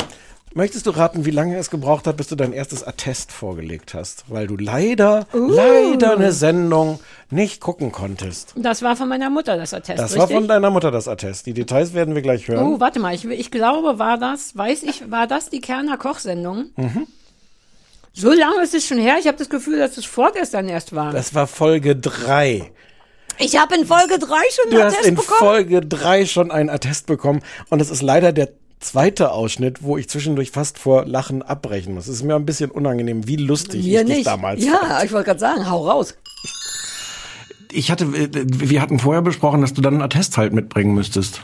Speaker 7: Möchtest du raten, wie lange es gebraucht hat, bis du dein erstes Attest vorgelegt hast? Weil du leider,
Speaker 2: Uh.
Speaker 7: leider eine Sendung nicht gucken konntest.
Speaker 2: Das war von meiner Mutter, das Attest,
Speaker 7: Das
Speaker 2: richtig?
Speaker 7: war von deiner Mutter das Attest. Die Details werden wir gleich hören.
Speaker 2: Oh,
Speaker 17: Mhm.
Speaker 2: warte mal, ich, ich glaube, war das, weiß ich, war das die Kerner Kochsendung? So lange ist es schon her. Ich habe das Gefühl, dass es vorgestern erst war.
Speaker 17: Das war Folge 3.
Speaker 2: ich habe in Folge 3 schon
Speaker 17: Du
Speaker 2: einen
Speaker 17: hast
Speaker 2: Attest
Speaker 17: in
Speaker 2: bekommen.
Speaker 17: Folge 3 schon einen Attest bekommen und das ist leider der zweite Ausschnitt, wo ich zwischendurch fast vor Lachen abbrechen muss. Es ist mir ein bisschen unangenehm, wie lustig
Speaker 2: Mir
Speaker 17: ich dich
Speaker 2: nicht.
Speaker 17: damals
Speaker 2: ja, ich wollte gerade sagen, hau raus.
Speaker 7: Ich hatte, äh, wir hatten vorher besprochen, dass du dann einen Attest halt mitbringen müsstest.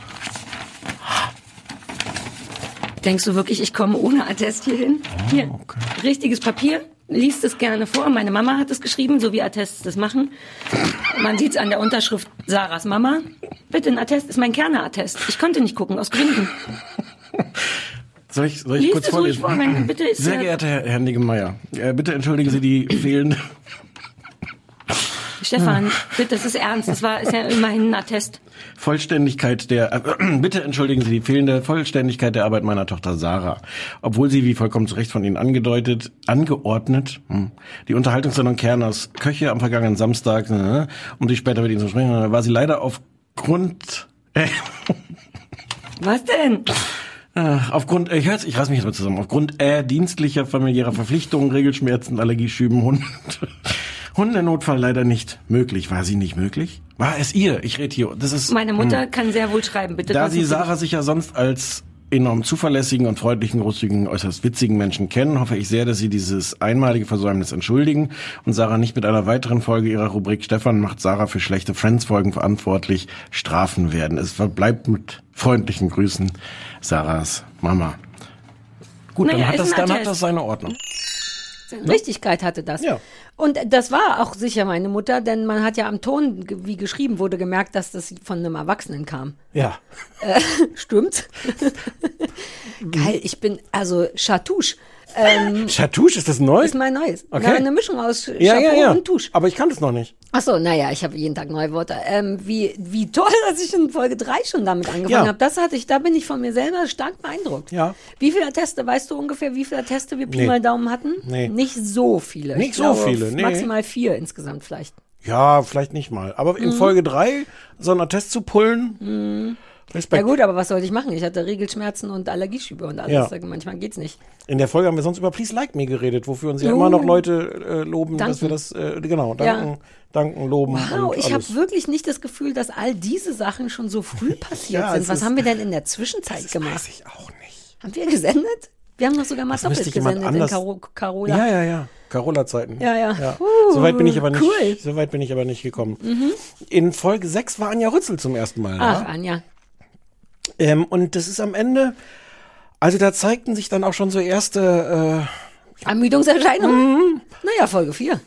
Speaker 15: Denkst du wirklich, ich komme ohne Attest hier hin?
Speaker 7: Oh,
Speaker 15: Hier, richtiges Papier. Liest es gerne vor. Meine Mama hat es geschrieben, so wie Attests das machen. Man sieht es an der Unterschrift Sarahs Mama. Bitte, ein Attest ist mein Kerner-Attest. Ich konnte nicht gucken, aus Gründen.
Speaker 7: Soll ich, soll ich
Speaker 15: Lies
Speaker 7: kurz
Speaker 15: es ruhig
Speaker 7: vorlesen?
Speaker 15: vor, wenn- bitte ist
Speaker 7: Sehr
Speaker 15: ja-
Speaker 7: geehrter Herr, Herr Niggemeier, äh, bitte entschuldigen Sie die fehlende...
Speaker 15: Stefan, bitte, das ist ernst. Das war, ist ja immerhin ein Attest.
Speaker 7: Vollständigkeit der, äh, bitte entschuldigen Sie die fehlende Vollständigkeit der Arbeit meiner Tochter Sarah. Obwohl sie, wie vollkommen zu Recht von Ihnen angedeutet, angeordnet, hm, die Unterhaltungssendung Kerners Köche am vergangenen Samstag, äh, um sich später mit Ihnen zu sprechen, war sie leider aufgrund, äh,
Speaker 15: Was denn?
Speaker 7: äh, aufgrund, äh, ich hör's, ich reiß mich jetzt mal zusammen, aufgrund äh, dienstlicher familiärer Verpflichtungen, Regelschmerzen, Allergieschüben, Hund, Hundenotfall leider nicht möglich. War sie nicht möglich? War es ihr? Ich rede hier, das ist...
Speaker 15: Meine Mutter kann sehr wohl schreiben, bitte.
Speaker 7: Hm. Da
Speaker 15: das
Speaker 7: Sie
Speaker 15: ist-
Speaker 7: Sarah sich ja sonst als enorm zuverlässigen und freundlichen, großzügigen, äußerst witzigen Menschen kennen, hoffe ich sehr, dass Sie dieses einmalige Versäumnis entschuldigen und Sarah nicht mit einer weiteren Folge Ihrer Rubrik Stefan macht Sarah für schlechte Friends-Folgen verantwortlich strafen werden. Es verbleibt mit freundlichen Grüßen Sarahs Mama. Gut,
Speaker 15: Naja,
Speaker 7: dann, hat
Speaker 15: ist
Speaker 7: das,
Speaker 15: ein
Speaker 7: dann hat
Speaker 15: Attest.
Speaker 7: das seine Ordnung.
Speaker 15: Richtigkeit hatte das.
Speaker 17: Ne? Ja.
Speaker 2: Und das war auch sicher meine Mutter, denn man hat ja am Ton, ge- wie geschrieben wurde, gemerkt, dass das von einem Erwachsenen kam.
Speaker 17: Ja.
Speaker 2: Stimmt. Geil, ich bin, also Chatouche ähm,
Speaker 17: Chatouche ist das neu?
Speaker 2: ist mein neues.
Speaker 17: Okay.
Speaker 2: Na, eine Mischung aus Chapeau
Speaker 17: ja, ja, ja.
Speaker 2: und Touche.
Speaker 17: Aber ich kannte es noch nicht.
Speaker 2: Achso, naja, ich habe jeden Tag neue Worte. Ähm, wie, wie toll, dass ich in Folge 3 schon damit angefangen
Speaker 17: Ja.
Speaker 2: habe. Das hatte ich, da bin ich von mir selber stark beeindruckt.
Speaker 17: Ja.
Speaker 2: Wie viele Atteste, weißt du ungefähr, wie viele Atteste wir Pi
Speaker 17: Nee.
Speaker 2: mal Daumen hatten?
Speaker 17: Nee.
Speaker 2: Nicht so viele.
Speaker 17: Nicht
Speaker 2: Ich
Speaker 17: so
Speaker 2: glaube,
Speaker 17: viele, nee.
Speaker 2: Maximal vier insgesamt vielleicht.
Speaker 17: Ja, vielleicht nicht mal. Aber
Speaker 2: Mhm.
Speaker 17: in Folge 3 so einen Attest zu pullen,
Speaker 2: Ja
Speaker 17: Respekt.
Speaker 2: gut, aber was sollte ich machen? Ich hatte Regelschmerzen und Allergieschübe und alles.
Speaker 17: Ja.
Speaker 2: Manchmal geht's nicht.
Speaker 17: In der Folge haben wir sonst über Please Like Me geredet, wofür uns ja immer noch Leute äh, loben, dass wir
Speaker 2: Uh. Danken.
Speaker 17: das, äh, genau, danken, danken, loben.
Speaker 2: Wow,
Speaker 17: und
Speaker 2: ich habe
Speaker 17: alles.
Speaker 2: wirklich nicht das Gefühl, dass all diese Sachen schon so früh passiert
Speaker 17: Ja, es
Speaker 2: sind. Was
Speaker 17: ist-
Speaker 2: haben wir denn in der Zwischenzeit gemacht?
Speaker 17: Weiß ich auch nicht.
Speaker 2: Haben wir gesendet? Wir haben doch sogar mal
Speaker 17: Das Also müsste
Speaker 2: doppelt
Speaker 17: jemand
Speaker 2: gesendet in
Speaker 17: anders-
Speaker 2: Karo Carola.
Speaker 17: Ja, ja, ja. Carola-Zeiten.
Speaker 2: Ja, ja.
Speaker 17: so weit bin ich aber nicht,
Speaker 2: cool. Mhm.
Speaker 17: so weit bin ich aber nicht gekommen. In Folge 6 war Anja Rützel zum ersten Mal. da.
Speaker 2: Ach, Anja.
Speaker 17: Ähm, und das ist am Ende, also da zeigten sich dann auch schon so erste, äh,
Speaker 2: Ermüdungserscheinung?
Speaker 17: Mhm.
Speaker 2: Naja, Folge 4.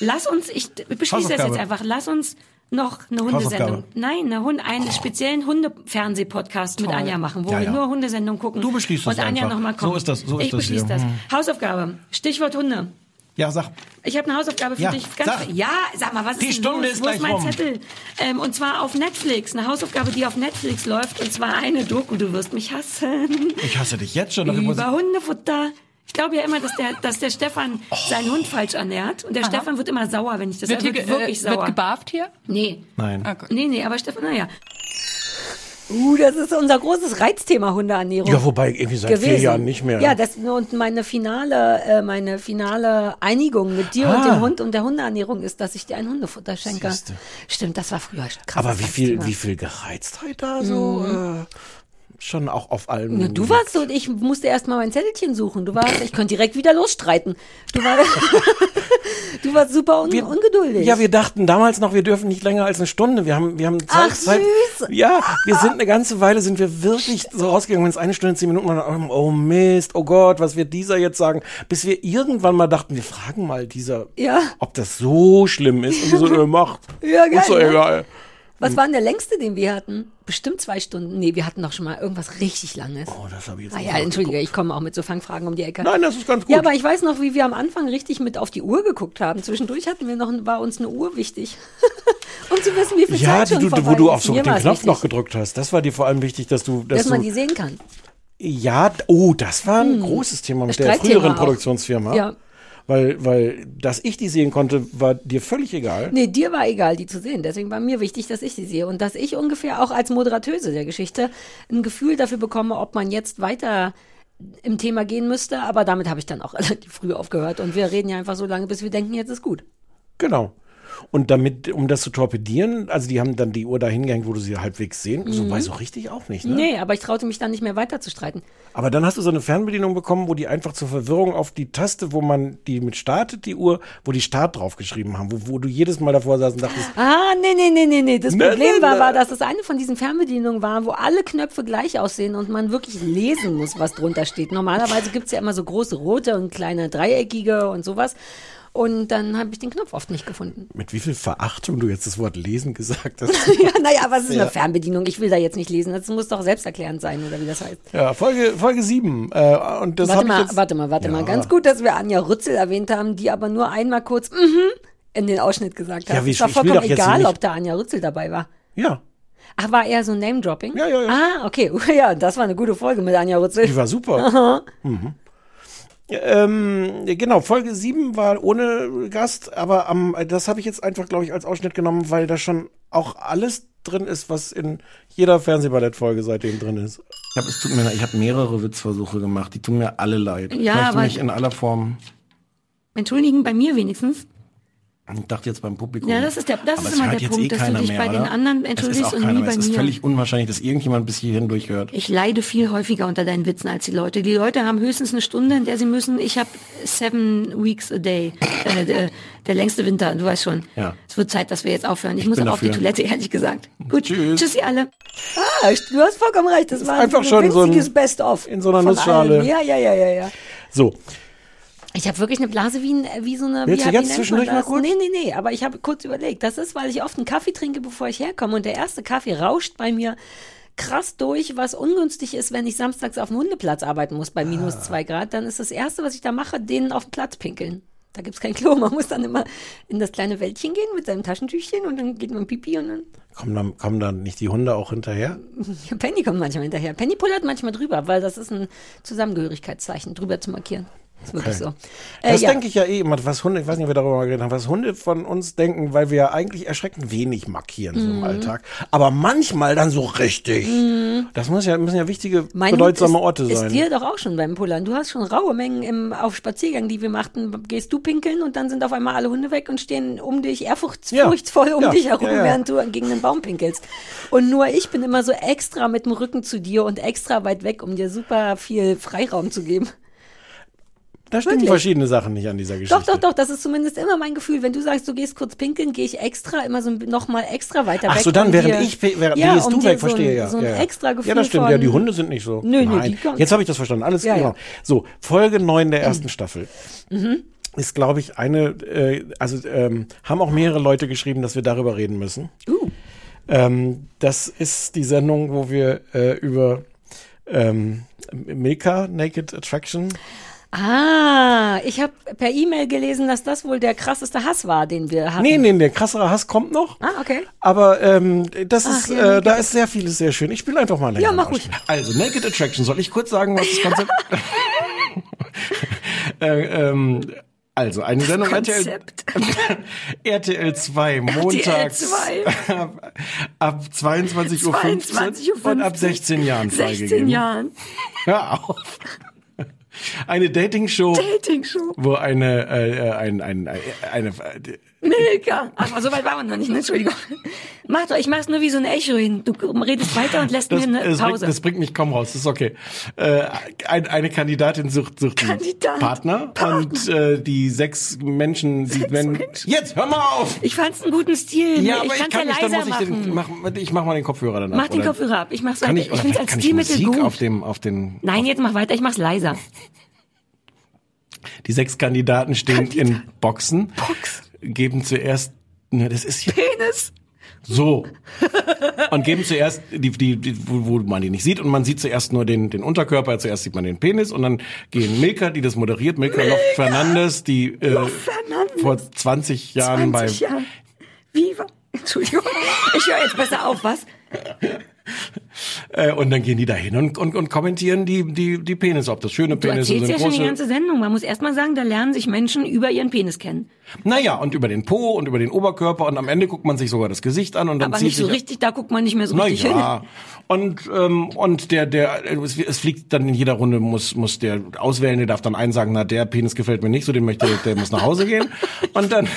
Speaker 15: Lass uns, ich beschließe das jetzt
Speaker 7: Hausaufgabe.
Speaker 15: einfach, lass uns noch eine Hundesendung.
Speaker 7: Hausaufgabe.
Speaker 15: Nein, eine Hund, einen speziellen Hundefernsehpodcast mit Anja machen, wo
Speaker 7: Ja, ja.
Speaker 15: wir nur Hundesendungen gucken.
Speaker 7: Du beschließt das
Speaker 15: Und Anja
Speaker 7: einfach.
Speaker 15: nochmal
Speaker 7: So
Speaker 15: kommt.
Speaker 7: ist das- so ist
Speaker 15: ich
Speaker 7: das
Speaker 15: beschließe
Speaker 7: hier. Mhm.
Speaker 15: das. Hausaufgabe. Stichwort Hunde.
Speaker 7: Ja, sag.
Speaker 15: Ich habe eine Hausaufgabe für
Speaker 7: Ja,
Speaker 15: dich. Ganz
Speaker 7: sag.
Speaker 15: Ja, sag mal, was
Speaker 7: Die
Speaker 15: ist denn
Speaker 7: Stunde
Speaker 15: los?
Speaker 7: ist
Speaker 15: Wo
Speaker 7: gleich
Speaker 15: ist mein
Speaker 7: rum.
Speaker 15: Zettel? Ähm, und zwar auf Netflix. Eine Hausaufgabe, die auf Netflix läuft. Und zwar eine Doku. Du wirst mich hassen.
Speaker 7: Ich hasse dich jetzt schon. dafür muss ich-
Speaker 15: Über Hundefutter. Ich glaube ja immer, dass der, dass der Stefan seinen Hund falsch ernährt. Und der Stefan wird immer sauer, wenn ich das
Speaker 18: Wird,
Speaker 15: er
Speaker 18: hier
Speaker 15: wird
Speaker 18: ge
Speaker 15: wirklich
Speaker 18: äh, wird
Speaker 15: sauer.
Speaker 18: gebarft hier? Ah,
Speaker 15: nee.
Speaker 7: Nein.
Speaker 15: Nee, nee, aber Stefan, naja.
Speaker 2: Uh, das ist unser großes Reizthema Hundeernährung.
Speaker 17: ja, wobei irgendwie seit vier
Speaker 2: gewesen.
Speaker 17: Jahren nicht mehr.
Speaker 2: Ja, das und meine finale, äh, meine finale Einigung mit dir und
Speaker 17: Ah.
Speaker 2: dem Hund und der Hundeernährung ist, dass ich dir ein Hundefutter schenke.
Speaker 17: Siehste.
Speaker 2: Stimmt, das war früher krass.
Speaker 17: aber wie viel, wie viel Gereiztheit da so, äh, schon auch auf allen.
Speaker 2: Ja, Mhm. du warst so, und ich musste erst mal mein Zettelchen suchen. Du warst, ich konnte direkt wieder losstreiten. Du warst, du warst super un ungeduldig.
Speaker 17: Ja, wir dachten damals noch, wir dürfen nicht länger als eine Stunde. Wir haben, wir haben Zeit.
Speaker 2: Ach,
Speaker 17: Zeit.
Speaker 2: süß.
Speaker 17: Ja, wir sind eine ganze Weile, sind wir wirklich so rausgegangen, wenn es eine Stunde, zehn Minuten war, oh Mist, oh Gott, was wird dieser jetzt sagen? Bis wir irgendwann mal dachten, wir fragen mal dieser,
Speaker 2: Ja.
Speaker 17: ob das so schlimm ist. Und die so, äh, macht.
Speaker 2: Ja, geil,
Speaker 17: Ist doch
Speaker 2: ne?
Speaker 17: egal.
Speaker 2: Was war denn der längste, den wir hatten? Bestimmt zwei Stunden. Nee, wir hatten doch schon mal irgendwas richtig Langes.
Speaker 17: Oh, das habe ich jetzt
Speaker 2: Ah
Speaker 17: nicht
Speaker 2: ja, entschuldige, ich komme auch mit so Fangfragen um die Ecke.
Speaker 17: Nein, das ist ganz gut.
Speaker 2: Ja, aber ich weiß noch, wie wir am Anfang richtig mit auf die Uhr geguckt haben. Zwischendurch hatten wir noch, war uns eine Uhr wichtig, um zu wissen, wie viel
Speaker 17: ja,
Speaker 2: Zeit
Speaker 17: die,
Speaker 2: schon
Speaker 17: du,
Speaker 2: vorbei
Speaker 17: wo du
Speaker 2: ist.
Speaker 17: auf so
Speaker 2: Mir
Speaker 17: den
Speaker 2: war es
Speaker 17: Knopf
Speaker 2: wichtig,
Speaker 17: noch gedrückt hast. Das war dir vor allem wichtig, dass du, dass,
Speaker 2: dass man
Speaker 17: du,
Speaker 2: die sehen kann.
Speaker 17: ja, oh, das war ein großes Thema mit der
Speaker 2: Streitthema
Speaker 17: früheren
Speaker 2: auch.
Speaker 17: Produktionsfirma.
Speaker 2: Ja.
Speaker 17: Weil, weil, dass ich die sehen konnte, war dir völlig egal.
Speaker 2: Nee, dir war egal, die zu sehen. Deswegen war mir wichtig, dass ich sie sehe und dass ich ungefähr auch als Moderatöse der Geschichte ein Gefühl dafür bekomme, ob man jetzt weiter im Thema gehen müsste, aber damit habe ich dann auch relativ früh aufgehört und wir reden ja einfach so lange, bis wir denken, jetzt ist gut.
Speaker 17: Genau. Und damit, um das zu torpedieren, also die haben dann die Uhr dahin gehängt, wo du sie halbwegs sehen.
Speaker 2: Mhm.
Speaker 17: So weiß so richtig auch nicht, ne?
Speaker 2: Nee, aber ich traute mich dann nicht mehr weiter zu streiten.
Speaker 17: Aber dann hast du so eine Fernbedienung bekommen, wo die einfach zur Verwirrung auf die Taste, wo man die mit startet, die Uhr, wo die Start draufgeschrieben haben, wo, wo du jedes Mal davor saß und dachtest,
Speaker 2: Ah, nee, nee, nee, nee, nee. Das
Speaker 17: Nee,
Speaker 2: Problem
Speaker 17: nee,
Speaker 2: war,
Speaker 17: nee.
Speaker 2: war, dass es eine von diesen Fernbedienungen war, wo alle Knöpfe gleich aussehen und man wirklich lesen muss, was drunter steht. Normalerweise gibt's ja immer so große rote und kleine dreieckige und sowas. Und dann habe ich den Knopf oft nicht gefunden.
Speaker 17: mit wie viel Verachtung du jetzt das Wort lesen gesagt hast.
Speaker 2: ja, naja, was ist eine Fernbedienung? Ich will da jetzt nicht lesen. Das muss doch selbsterklärend sein, oder wie das heißt.
Speaker 17: ja, Folge, Folge 7. Äh, und das
Speaker 2: Warte
Speaker 17: habe ich
Speaker 2: mal,
Speaker 17: jetzt.
Speaker 2: warte mal, warte mal. Ganz gut, dass wir Anja Rützel erwähnt haben, die aber nur einmal kurz mhm in den Ausschnitt gesagt hat.
Speaker 17: Ja, wie-
Speaker 2: es war
Speaker 17: ich will
Speaker 2: vollkommen
Speaker 17: doch jetzt
Speaker 2: egal,
Speaker 17: nicht-
Speaker 2: ob da Anja Rützel dabei war.
Speaker 17: Ja,
Speaker 2: Ach, war eher so ein Name-Dropping?
Speaker 17: Ja, ja, ja.
Speaker 2: Ah, okay. Ja, das war eine gute Folge mit Anja
Speaker 17: die
Speaker 2: Rützel.
Speaker 17: war super. Mhm. Ähm, genau, Folge 7 war ohne Gast, aber am, das habe ich jetzt einfach, glaube ich, als Ausschnitt genommen, weil da schon auch alles drin ist, was in jeder Fernsehballett-Folge seitdem drin ist.
Speaker 7: Ich habe es tut mir leid, ich habe mehrere Witzversuche gemacht, die tun mir alle leid.
Speaker 15: Ja,
Speaker 7: ich möchte
Speaker 15: aber-
Speaker 7: mich in aller Form
Speaker 15: Entschuldigen, bei mir wenigstens.
Speaker 7: ich dachte jetzt beim Publikum.
Speaker 15: Ja, das ist der- das
Speaker 7: aber
Speaker 15: ist
Speaker 7: es
Speaker 15: immer
Speaker 7: hört
Speaker 15: der
Speaker 7: jetzt
Speaker 15: Punkt,
Speaker 7: eh
Speaker 15: dass du
Speaker 7: keiner
Speaker 15: dich
Speaker 7: mehr,
Speaker 15: bei den
Speaker 7: oder?
Speaker 15: anderen
Speaker 7: es ist
Speaker 15: entschuldigst
Speaker 7: auch
Speaker 15: und
Speaker 7: keiner
Speaker 15: nie
Speaker 7: mehr.
Speaker 15: bei
Speaker 7: es ist
Speaker 15: mir.
Speaker 7: völlig unwahrscheinlich, dass irgendjemand bis hierhin durchhört.
Speaker 15: Ich leide viel häufiger unter deinen Witzen als die Leute. Die Leute haben höchstens eine Stunde, in der sie müssen. Ich habe seven weeks a day. Äh, der, der längste Winter, du weißt schon.
Speaker 7: Ja.
Speaker 15: Es wird Zeit, dass wir jetzt aufhören. Ich, muss
Speaker 7: bin
Speaker 15: auch auf die
Speaker 7: dafür.
Speaker 15: Toilette, ehrlich gesagt. Gut,
Speaker 7: Tschüss.
Speaker 15: Tschüssi alle.
Speaker 2: Ah, du hast vollkommen recht. Das war
Speaker 17: einfach
Speaker 2: ein
Speaker 17: schon so ein-
Speaker 2: winziges Best-of.
Speaker 17: in so einer
Speaker 2: von
Speaker 17: Nussschale.
Speaker 2: allem. Ja, ja, ja, ja, ja.
Speaker 17: So,
Speaker 2: Ich habe wirklich eine Blase wie, ein, äh, wie so eine...
Speaker 17: Willst
Speaker 2: wie, wie
Speaker 17: du jetzt
Speaker 2: nennt man
Speaker 17: zwischendurch
Speaker 2: das?
Speaker 17: mal kurz?
Speaker 2: Nee, nee, nee. Aber ich habe kurz überlegt. Das ist, weil ich oft einen Kaffee trinke, bevor ich herkomme. Und der erste Kaffee rauscht bei mir krass durch, was ungünstig ist, wenn ich samstags auf dem Hundeplatz arbeiten muss bei
Speaker 17: Ah.
Speaker 2: minus zwei Grad. Dann ist das Erste, was ich da mache, denen auf den Platz pinkeln. Da gibt's kein Klo. Man muss dann immer in das kleine Wäldchen gehen mit seinem Taschentüchchen und dann geht man pipi und dann...
Speaker 17: kommen dann, kommen dann nicht die Hunde auch hinterher?
Speaker 2: Ja, Penny kommt manchmal hinterher. Penny pullert manchmal drüber, weil das ist ein Zusammengehörigkeitszeichen, drüber zu markieren. Ist wirklich so. Äh,
Speaker 17: Das
Speaker 2: ja.
Speaker 17: denke ich ja eh immer, was Hunde, ich weiß nicht, ob wir darüber mal geredet haben, was Hunde von uns denken, weil wir ja eigentlich erschreckend wenig markieren so
Speaker 2: Mhm.
Speaker 17: im Alltag. Aber manchmal dann so richtig. Das muss ja, müssen ja wichtige,
Speaker 2: Mhm. Mein
Speaker 17: bedeutsame
Speaker 2: Hund
Speaker 17: Orte
Speaker 2: ist,
Speaker 17: sein.
Speaker 2: Ist dir doch auch schon beim Pullern. Du hast schon raue Mengen im, auf Spaziergängen, die wir machten. Gehst du pinkeln und dann sind auf einmal alle Hunde weg und stehen um dich,
Speaker 17: Ja.
Speaker 2: ehrfurchtsvoll um
Speaker 17: Ja.
Speaker 2: dich herum,
Speaker 17: Ja, ja.
Speaker 2: während du gegen den Baum pinkelst. Und nur ich bin immer so extra mit dem Rücken zu dir und extra weit weg, um dir super viel Freiraum zu geben.
Speaker 17: Da stimmen
Speaker 2: Wirklich?
Speaker 17: verschiedene Sachen nicht an dieser Geschichte.
Speaker 2: Doch, doch, doch, das ist zumindest immer mein Gefühl. Wenn du sagst, du gehst kurz pinkeln, gehe ich extra immer so nochmal extra weiter
Speaker 17: Ach
Speaker 2: weg.
Speaker 17: so, dann,
Speaker 2: um
Speaker 17: während
Speaker 2: dir-
Speaker 17: ich, pe- während
Speaker 2: ja,
Speaker 17: gehst
Speaker 2: um
Speaker 17: du
Speaker 2: dir
Speaker 17: weg, verstehe,
Speaker 2: so ein,
Speaker 17: ja.
Speaker 2: So ein
Speaker 17: ja.
Speaker 2: extra Gefühl
Speaker 17: Ja, das stimmt,
Speaker 2: von,
Speaker 17: ja, die Hunde sind nicht so.
Speaker 2: Nö, nö,
Speaker 17: Nein.
Speaker 2: die kommen-
Speaker 17: Jetzt habe ich das verstanden, alles
Speaker 2: Ja,
Speaker 17: genau.
Speaker 2: ja.
Speaker 17: So, Folge 9 der ersten Staffel.
Speaker 2: Mhm.
Speaker 17: Ist, glaube ich, eine, äh, also ähm, haben auch mehrere Leute geschrieben, dass wir darüber reden müssen.
Speaker 2: Uh.
Speaker 17: Ähm, das ist die Sendung, wo wir äh, über ähm, Milka Naked Attraction.
Speaker 2: Ah, ich habe per E-Mail gelesen, dass das wohl der krasseste Hass war, den wir hatten.
Speaker 17: Nee, nee, nee, krasserer Hass kommt noch.
Speaker 2: Ah, okay.
Speaker 17: Aber ähm, das ist,
Speaker 2: ja, Milka.
Speaker 17: äh, da ist sehr vieles sehr schön. Ich spiele einfach mal länger.
Speaker 2: Ja, mach ruhig.
Speaker 7: Also, Naked Attraction, soll ich kurz sagen, was das Konzept... äh, ähm, also, eine Sendung
Speaker 15: Konzept.
Speaker 7: RTL, RTL 2, montags ab, ab 22.15 Uhr
Speaker 15: 22.15 Uhr
Speaker 7: und ab 16 Jahren
Speaker 15: 16
Speaker 7: freigegeben.
Speaker 15: Jahren.
Speaker 7: Hör auf. Eine Dating-Show,
Speaker 15: Dating-Show.
Speaker 7: wo eine, äh, äh, ein, ein, ein, eine, äh,
Speaker 15: Milka. Ach, so weit waren wir noch nicht, ne? Entschuldigung. Mach doch, ich mach's nur wie so ein Echo hin. Du redest weiter und lässt
Speaker 7: das,
Speaker 15: mir eine
Speaker 7: das, bringt,
Speaker 15: Pause.
Speaker 7: das bringt mich kaum raus, das ist okay. Äh, ein, eine Kandidatin sucht, sucht einen
Speaker 15: Kandidat.
Speaker 7: Partner, und äh, die sechs Menschen, die wenn, jetzt hör mal auf!
Speaker 15: ich fand's einen guten Stil.
Speaker 7: Ja,
Speaker 15: ich
Speaker 7: aber ich
Speaker 15: kann's
Speaker 7: kann
Speaker 15: ja
Speaker 7: nicht, dann
Speaker 15: leiser
Speaker 7: muss ich den,
Speaker 15: machen.
Speaker 7: mach, ich mach mal den Kopfhörer danach.
Speaker 15: Mach den
Speaker 7: oder?
Speaker 15: Kopfhörer ab. Ich mach's
Speaker 7: Kann
Speaker 15: weiter.
Speaker 7: ich,
Speaker 15: Ich,
Speaker 7: oder
Speaker 15: find's
Speaker 7: kann
Speaker 15: als
Speaker 7: ich
Speaker 15: Stilmittel
Speaker 7: Musik
Speaker 15: gut.
Speaker 7: auf dem, auf den,
Speaker 15: Nein, jetzt mach weiter, ich mach's leiser.
Speaker 7: Die sechs Kandidaten stehen in
Speaker 15: Kandidaten.
Speaker 7: Boxen,
Speaker 15: Box.
Speaker 7: geben zuerst, ne, das ist ja
Speaker 15: Penis.
Speaker 7: so. Und geben zuerst, die, die, die, wo, wo man die nicht sieht, und man sieht zuerst nur den, den Unterkörper, zuerst sieht man den Penis, und dann gehen Milka, die das moderiert, Milka, Loft Fernandes, die äh,
Speaker 15: Fernandes.
Speaker 7: vor 20 Jahren
Speaker 15: 20
Speaker 7: bei...
Speaker 15: Jahren. Wie war? Entschuldigung. Ich höre jetzt besser auf, was?
Speaker 7: Äh, und dann gehen die da hin und, und, und kommentieren die, die, die Penis, ob das schöne
Speaker 15: Du
Speaker 7: Penisse
Speaker 15: erzählst
Speaker 7: sind,
Speaker 15: ja schon die
Speaker 7: große.
Speaker 15: ganze Sendung. Man muss erst mal sagen, da lernen sich Menschen über ihren Penis kennen.
Speaker 7: Naja, und über den Po und über den Oberkörper und am Ende guckt man sich sogar das Gesicht an und dann
Speaker 15: Aber
Speaker 7: zieht
Speaker 15: nicht so
Speaker 7: sich
Speaker 15: richtig, da guckt man nicht mehr so
Speaker 7: Na
Speaker 15: richtig hin.
Speaker 7: ja. Und ähm, und der der es, es fliegt dann in jeder Runde muss muss der auswählen, der darf dann einen sagen, na der Penis gefällt mir nicht, so den möchte der muss nach Hause gehen und dann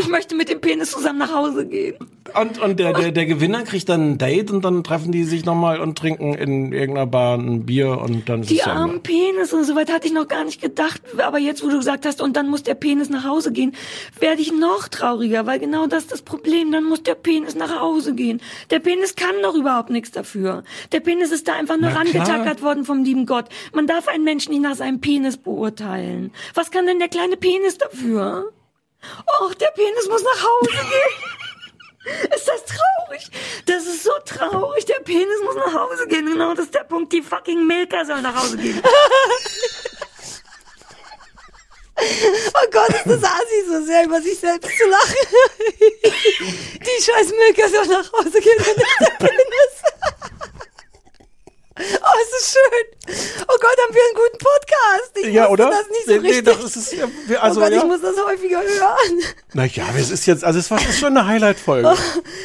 Speaker 15: Ich möchte mit dem Penis zusammen nach Hause gehen.
Speaker 7: und und der der der Gewinner kriegt dann ein Date und dann treffen die sich nochmal und trinken in irgendeiner Bar ein Bier und dann ist
Speaker 15: Die
Speaker 7: es zu Ende.
Speaker 15: armen Penis und so weit hatte ich noch gar nicht gedacht. Aber jetzt, wo du gesagt hast, und dann muss der Penis nach Hause gehen, werde ich noch trauriger, weil genau das ist das Problem. Dann muss der Penis nach Hause gehen. Der Penis kann doch überhaupt nichts dafür. Der Penis ist da einfach nur
Speaker 7: Na klar.
Speaker 15: rangetackert worden vom lieben Gott. Man darf einen Menschen nicht nach seinem Penis beurteilen. Was kann denn der kleine Penis dafür? Och, der Penis muss nach Hause gehen. Ist das traurig? Das ist so traurig. Der Penis muss nach Hause gehen. Genau das ist der Punkt. Die fucking Milka soll nach Hause gehen.
Speaker 2: Oh Gott, ist das Asi so sehr über sich selbst zu lachen. Die scheiß Milka soll nach Hause gehen und nicht der Penis. Oh, es ist schön. Oh Gott, haben wir einen guten Podcast. Ich
Speaker 17: Ja,
Speaker 2: wusste
Speaker 17: oder?
Speaker 2: das nicht so richtig.
Speaker 17: doch ist es, ja, wir- also,
Speaker 2: oh Gott,
Speaker 17: ja.
Speaker 2: ich muss das häufiger hören.
Speaker 17: naja, es ist jetzt, also es war schon eine
Speaker 2: Oh.
Speaker 17: Highlight-Folge.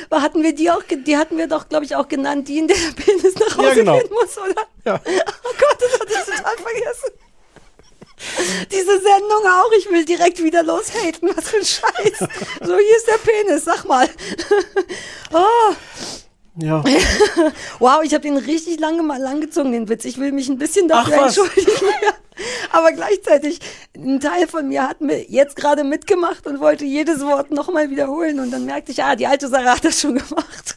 Speaker 2: Aber hatten wir die auch, ge- die hatten wir doch, glaube ich, auch genannt, die in der der Penis nach Hause
Speaker 17: Ja, genau.
Speaker 2: gehen muss, oder?
Speaker 17: Ja.
Speaker 2: Oh Gott, das hatte ich total vergessen. Diese Sendung auch, ich will direkt wieder loshaten, was für ein Scheiß. So, hier ist der Penis, sag mal. Oh,
Speaker 17: Ja.
Speaker 2: wow, ich habe den richtig lange mal langgezogen, den Witz. Ich will mich ein bisschen dafür
Speaker 17: Ach, was?
Speaker 2: entschuldigen. Ja. Aber gleichzeitig, ein Teil von mir hat mir jetzt gerade mitgemacht und wollte jedes Wort nochmal wiederholen. Und dann merkte ich, ah, die alte Sarah hat das schon gemacht.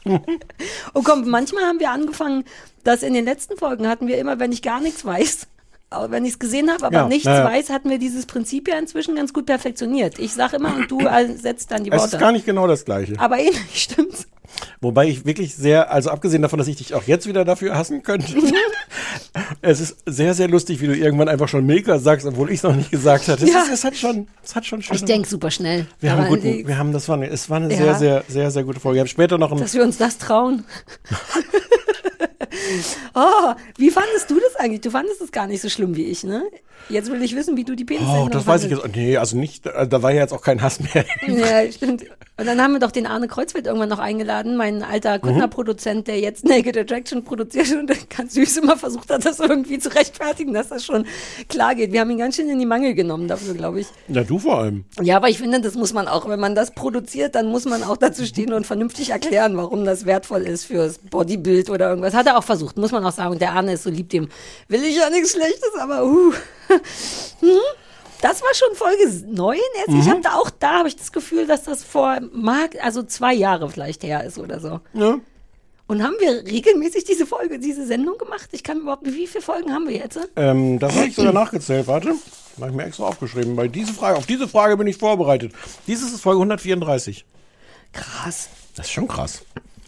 Speaker 2: und komm, manchmal haben wir angefangen, dass in den letzten Folgen hatten wir immer, wenn ich gar nichts weiß. Aber wenn ich es gesehen habe, aber
Speaker 17: Ja,
Speaker 2: nichts
Speaker 17: naja.
Speaker 2: weiß, hatten wir dieses Prinzip ja inzwischen ganz gut perfektioniert. Ich sage immer und du äh, setzt dann die
Speaker 17: Es ist
Speaker 2: Worte.
Speaker 17: gar nicht genau das Gleiche.
Speaker 2: Aber ähnlich, stimmt's?
Speaker 17: Wobei ich wirklich sehr, also abgesehen davon, dass ich dich auch jetzt wieder dafür hassen könnte, es ist sehr, sehr lustig, wie du irgendwann einfach schon Milka sagst, obwohl ich es noch nicht gesagt hatte. Es,
Speaker 2: Ja.
Speaker 17: ist, es hat schon, es hat schon schön.
Speaker 15: Ich denk super schnell.
Speaker 17: wir haben
Speaker 15: Aber
Speaker 17: guten,
Speaker 15: die-
Speaker 17: wir haben, das war eine, es war eine
Speaker 2: Ja.
Speaker 17: sehr, sehr, sehr, sehr gute Folge. Ich habe später noch ein,
Speaker 2: dass wir uns das trauen. oh, wie fandest du das eigentlich? Du fandest es gar nicht so schlimm wie ich, ne? Jetzt will ich wissen, wie du die Penis
Speaker 17: oh, das weiß ich jetzt, nee, also nicht, äh, da war ja jetzt auch kein Hass mehr.
Speaker 2: Ja, stimmt. Und dann haben wir doch den Arne Kreuzfeld irgendwann noch eingeladen, mein alter
Speaker 17: Mhm.
Speaker 2: Kuttner-Produzent, der jetzt Naked Attraction produziert und ganz süß immer versucht hat, das irgendwie zu rechtfertigen, dass das schon klar geht. Wir haben ihn ganz schön in die Mangel genommen dafür, glaube ich.
Speaker 17: Na, du vor allem.
Speaker 2: Ja, aber ich finde, das muss man auch, wenn man das produziert, dann muss man auch dazu stehen und vernünftig erklären, warum das wertvoll ist fürs Bodybuild oder irgendwas. Hat er auch versucht, muss man auch sagen. Und der Arne ist so lieb, dem will ich ja nichts Schlechtes, aber uh. Hm? Das war schon Folge 9 jetzt. Ich
Speaker 17: Mhm.
Speaker 2: habe da auch da habe ich das Gefühl, dass das vor mag also zwei Jahre vielleicht her ist oder so.
Speaker 17: Ja.
Speaker 2: Und haben wir regelmäßig diese Folge, diese Sendung gemacht? Ich kann überhaupt nicht, wie viele Folgen haben wir jetzt? äh?
Speaker 17: Ähm, das habe ich sogar nachgezählt, warte. Habe ich mir extra aufgeschrieben, weil diese Frage, auf diese Frage bin ich vorbereitet. Dieses ist Folge 134.
Speaker 2: Krass.
Speaker 17: Das ist schon krass.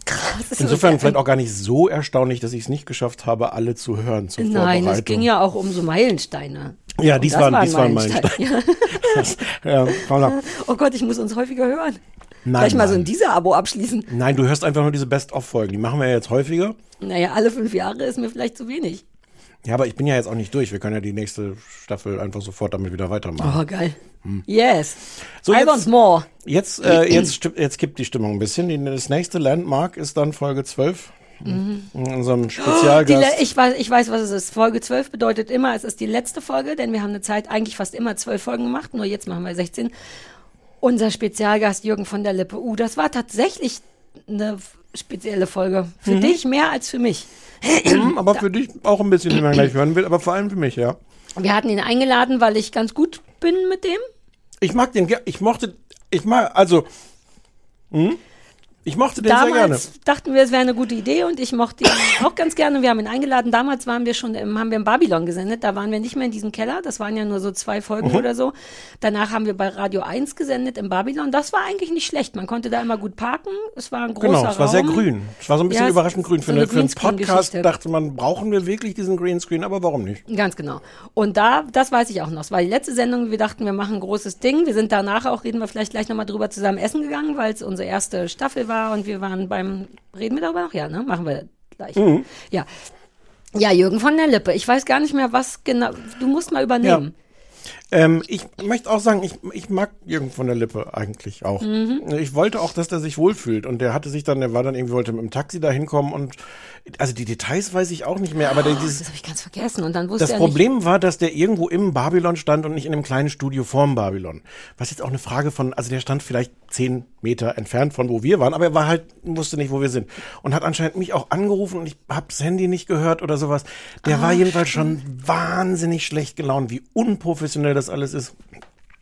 Speaker 2: Krass. Das ist
Speaker 17: Insofern
Speaker 2: wirklich-
Speaker 17: vielleicht auch gar nicht so erstaunlich, dass ich es nicht geschafft habe, alle zu hören zur
Speaker 2: Nein, es
Speaker 17: Vorbereitung.
Speaker 2: ging ja auch um so Meilensteine.
Speaker 17: Ja,
Speaker 2: Und
Speaker 17: dies
Speaker 2: das
Speaker 17: waren,
Speaker 2: war ein
Speaker 17: dies waren meine.
Speaker 2: Meilenstein.
Speaker 17: Das- ja, Paula,
Speaker 2: Oh Gott, ich muss uns häufiger hören.
Speaker 17: Nein,
Speaker 2: Gleich mal so
Speaker 17: nein.
Speaker 2: ein dieser Abo abschließen.
Speaker 17: nein, du hörst einfach nur diese Best-of-Folgen. Die machen wir ja jetzt häufiger.
Speaker 2: Naja, alle fünf Jahre ist mir vielleicht zu wenig.
Speaker 17: Ja, aber ich bin ja jetzt auch nicht durch. Wir können ja die nächste Staffel einfach sofort damit wieder weitermachen.
Speaker 2: Oh, geil. Yes.
Speaker 17: Hm. So,
Speaker 2: I
Speaker 17: jetzt-
Speaker 2: want more.
Speaker 17: Jetzt, äh, jetzt, sti- jetzt kippt die Stimmung ein bisschen. Die- Das nächste Landmark ist dann Folge 12. In unserem
Speaker 2: Mhm. Die
Speaker 17: Spezialgast.
Speaker 2: le- ich, weiß, ich weiß, was es ist. Folge 12 bedeutet immer, es ist die letzte Folge, denn wir haben eine Zeit eigentlich fast immer zwölf Folgen gemacht, nur jetzt machen wir 16. Unser Spezialgast Jürgen von der Lippe. Uh, das war tatsächlich eine f- spezielle Folge. Für dich mehr als für mich.
Speaker 17: Mhm, aber für dich auch ein bisschen, wenn man gleich hören will. Aber vor allem für mich, ja.
Speaker 2: Wir hatten ihn eingeladen, weil ich ganz gut bin mit dem.
Speaker 17: Ich mag den, ge- ich mochte, ich mag, also, hm? ich mochte den sehr gerne.
Speaker 2: Damals dachten wir, es wäre eine gute Idee und ich mochte ihn auch ganz gerne. Wir haben ihn eingeladen. Damals waren wir schon im, haben wir in Babylon gesendet. Da waren wir nicht mehr in diesem Keller. Das waren ja nur so zwei Folgen
Speaker 17: Mhm.
Speaker 2: oder so. Danach haben wir bei Radio 1 gesendet in Babylon. Das war eigentlich nicht schlecht. Man konnte da immer gut parken. Es war ein großer
Speaker 17: Genau, es war
Speaker 2: Raum.
Speaker 17: sehr grün. Es war so ein bisschen
Speaker 2: Ja, es-
Speaker 17: überraschend grün. Für,
Speaker 2: so eine
Speaker 17: eine, für einen
Speaker 2: Greenscreen-Geschichte.
Speaker 17: Podcast dachte man, brauchen wir wirklich diesen Greenscreen, aber warum nicht?
Speaker 2: Ganz genau. Und da, das weiß ich auch noch. Es war die letzte Sendung. Wir dachten, wir machen ein großes Ding. Wir sind danach auch, reden wir vielleicht gleich nochmal drüber, zusammen essen gegangen, weil es unsere erste Staffel war und wir waren beim, reden wir darüber noch? Ja, ne? Machen wir gleich.
Speaker 17: Mhm.
Speaker 2: Ja. Ja, Jürgen von der Lippe. Ich weiß gar nicht mehr, was genau. Du musst mal übernehmen.
Speaker 17: Ähm, ich möchte auch sagen, ich, ich mag Jürgen von der Lippe eigentlich auch. Ich wollte auch, dass der sich wohlfühlt. Und der hatte sich dann, der war dann irgendwie, wollte mit dem Taxi da hinkommen und also die Details weiß ich auch nicht mehr, aber der, dieses,
Speaker 2: Das habe ich ganz vergessen. Und dann wusste
Speaker 17: das
Speaker 2: er
Speaker 17: Problem war, dass der irgendwo im Babylon stand und nicht in einem kleinen Studio vorm Babylon. Was jetzt auch eine Frage von, also der stand vielleicht zehn Meter entfernt von wo wir waren, aber er war halt, wusste nicht, wo wir sind. Und hat anscheinend mich auch angerufen und ich habe das Handy nicht gehört oder sowas. Der war jedenfalls schon wahnsinnig schlecht gelaunt, wie unprofessionell das alles ist.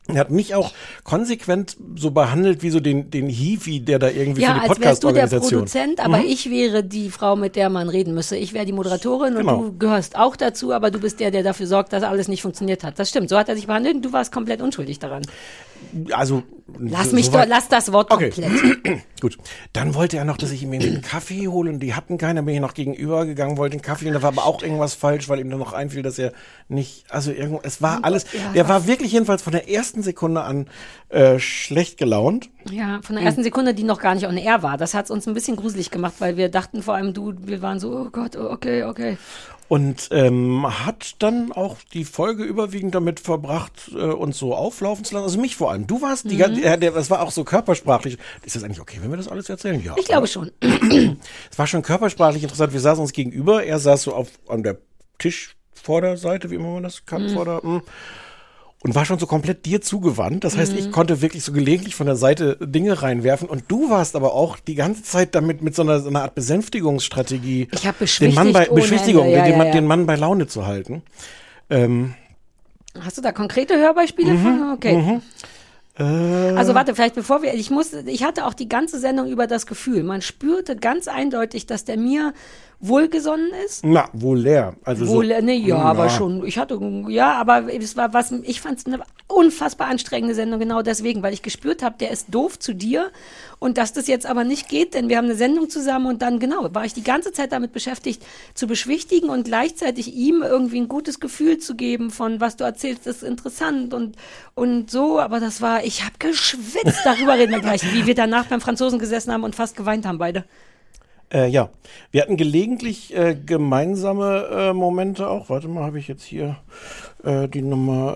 Speaker 17: Er hat mich auch konsequent so behandelt wie so den, den Hifi, der da irgendwie
Speaker 2: nicht. Ja,
Speaker 17: für die
Speaker 2: als wärst du der
Speaker 17: Podcast-Organisation.
Speaker 2: Produzent, aber
Speaker 17: Mhm.
Speaker 2: ich wäre die Frau, mit der man reden müsse. Ich wäre die Moderatorin
Speaker 17: Genau.
Speaker 2: und du gehörst auch dazu, aber du bist der, der dafür sorgt, dass alles nicht funktioniert hat. Das stimmt. So hat er sich behandelt und du warst komplett unschuldig daran.
Speaker 17: Also
Speaker 2: Lass
Speaker 17: so-
Speaker 2: mich
Speaker 17: so weit-
Speaker 2: doch, lass das Wort
Speaker 17: Okay.
Speaker 2: komplett.
Speaker 17: Gut. Dann wollte er noch, dass ich ihm irgendwie einen Kaffee hole und die hatten keinen. Dann bin ich noch gegenüber gegangen, wollte einen Kaffee und da war aber auch irgendwas falsch, weil ihm dann noch einfiel, dass er nicht, also irgendwo, es war alles, der war wirklich jedenfalls von der ersten Sekunde an äh, schlecht gelaunt.
Speaker 2: Ja, von der ersten Sekunde, die noch gar nicht on air war. Das hat's uns ein bisschen gruselig gemacht, weil wir dachten vor allem du, wir waren so, oh Gott, oh, okay, okay.
Speaker 17: Und ähm, hat dann auch die Folge überwiegend damit verbracht, äh, uns so auflaufen zu lassen. Also mich vor allem. Du warst die ganze, äh, der, das war auch so körpersprachlich. Ist das eigentlich okay, wenn wir das alles erzählen? Ja.
Speaker 2: Ich glaube schon.
Speaker 17: Es war schon körpersprachlich interessant. Wir saßen uns gegenüber. Er saß so auf, an der Tischvorderseite, wie immer man das kann, vorder. mm. Und war schon so komplett dir zugewandt. Das heißt, ich
Speaker 2: Mhm.
Speaker 17: konnte wirklich so gelegentlich von der Seite Dinge reinwerfen. Und du warst aber auch die ganze Zeit damit mit so einer, so einer Art Besänftigungsstrategie.
Speaker 2: Ich hab
Speaker 17: den Mann bei
Speaker 2: beschwichtigt ohne
Speaker 17: Beschwichtigung,
Speaker 2: Ende. Ja,
Speaker 17: den,
Speaker 2: ja,
Speaker 17: Mann-
Speaker 2: ja.
Speaker 17: den Mann bei Laune zu halten.
Speaker 2: Hast du da konkrete Hörbeispiele
Speaker 17: Mhm,
Speaker 2: von? Okay.
Speaker 17: Äh.
Speaker 2: Also warte, vielleicht bevor wir, ich musste, ich hatte auch die ganze Sendung über das Gefühl, man spürte ganz eindeutig, dass der mir wohlgesonnen ist.
Speaker 17: Na, wohl leer. Also
Speaker 2: Wohl,
Speaker 17: so,
Speaker 2: ne, ja,
Speaker 17: Na.
Speaker 2: aber schon, ich hatte, ja, aber es war was, ich fand es eine unfassbar anstrengende Sendung, genau deswegen, weil ich gespürt habe, der ist doof zu dir und dass das jetzt aber nicht geht, denn wir haben eine Sendung zusammen und dann, genau, war ich die ganze Zeit damit beschäftigt, zu beschwichtigen und gleichzeitig ihm irgendwie ein gutes Gefühl zu geben von, was du erzählst, ist interessant und, und so, aber das war, ich habe geschwitzt, darüber reden wir gleich, wie wir danach beim Franzosen gesessen haben und fast geweint haben beide.
Speaker 17: Äh, ja, wir hatten gelegentlich äh, gemeinsame äh, Momente auch. Warte mal, habe ich jetzt hier äh, die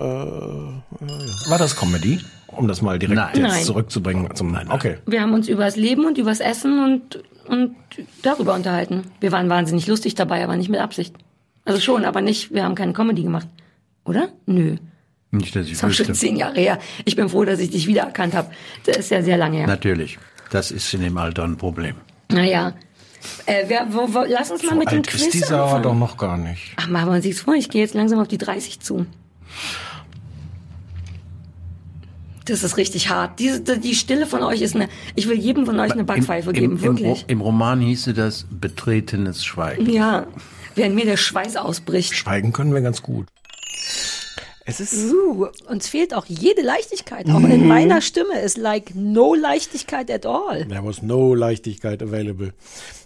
Speaker 17: Nummer. Äh,
Speaker 7: War das Comedy? Um das mal direkt jetzt
Speaker 2: Nein.
Speaker 7: zurückzubringen zum Nein. Okay.
Speaker 2: Wir haben uns über das Leben und über das Essen und, und darüber unterhalten. Wir waren wahnsinnig lustig dabei, aber nicht mit Absicht. Also schon, aber nicht, wir haben keine Comedy gemacht. Oder? Nö.
Speaker 10: Nicht, dass ich
Speaker 2: Das war schon
Speaker 10: wüsste.
Speaker 2: zehn Jahre her. Ich bin froh, dass ich dich wiedererkannt habe. Das ist ja sehr lange her.
Speaker 10: Natürlich. Das ist in dem Alter ein Problem.
Speaker 2: Naja. Äh, wer, wo, wo, lass uns mal mit dem
Speaker 7: Alt
Speaker 2: Quiz
Speaker 7: ist dieser aber
Speaker 2: anfangen.
Speaker 7: doch noch gar nicht.
Speaker 2: Ach, machen wir uns nichts vor. Ich gehe jetzt langsam auf die 30 zu. Das ist richtig hart. Diese, die Stille von euch ist eine... Ich will jedem von euch eine Backpfeife
Speaker 10: Im,
Speaker 2: geben,
Speaker 10: im, im,
Speaker 2: wirklich.
Speaker 10: Ro- Im Roman hieße das betretenes Schweigen.
Speaker 2: Ja, während mir der Schweiß ausbricht.
Speaker 7: Schweigen können wir ganz gut.
Speaker 17: es ist.
Speaker 2: Uh, uns fehlt auch jede Leichtigkeit. Auch
Speaker 17: Mhm.
Speaker 2: in meiner Stimme ist like no Leichtigkeit at all.
Speaker 17: There was no Leichtigkeit available.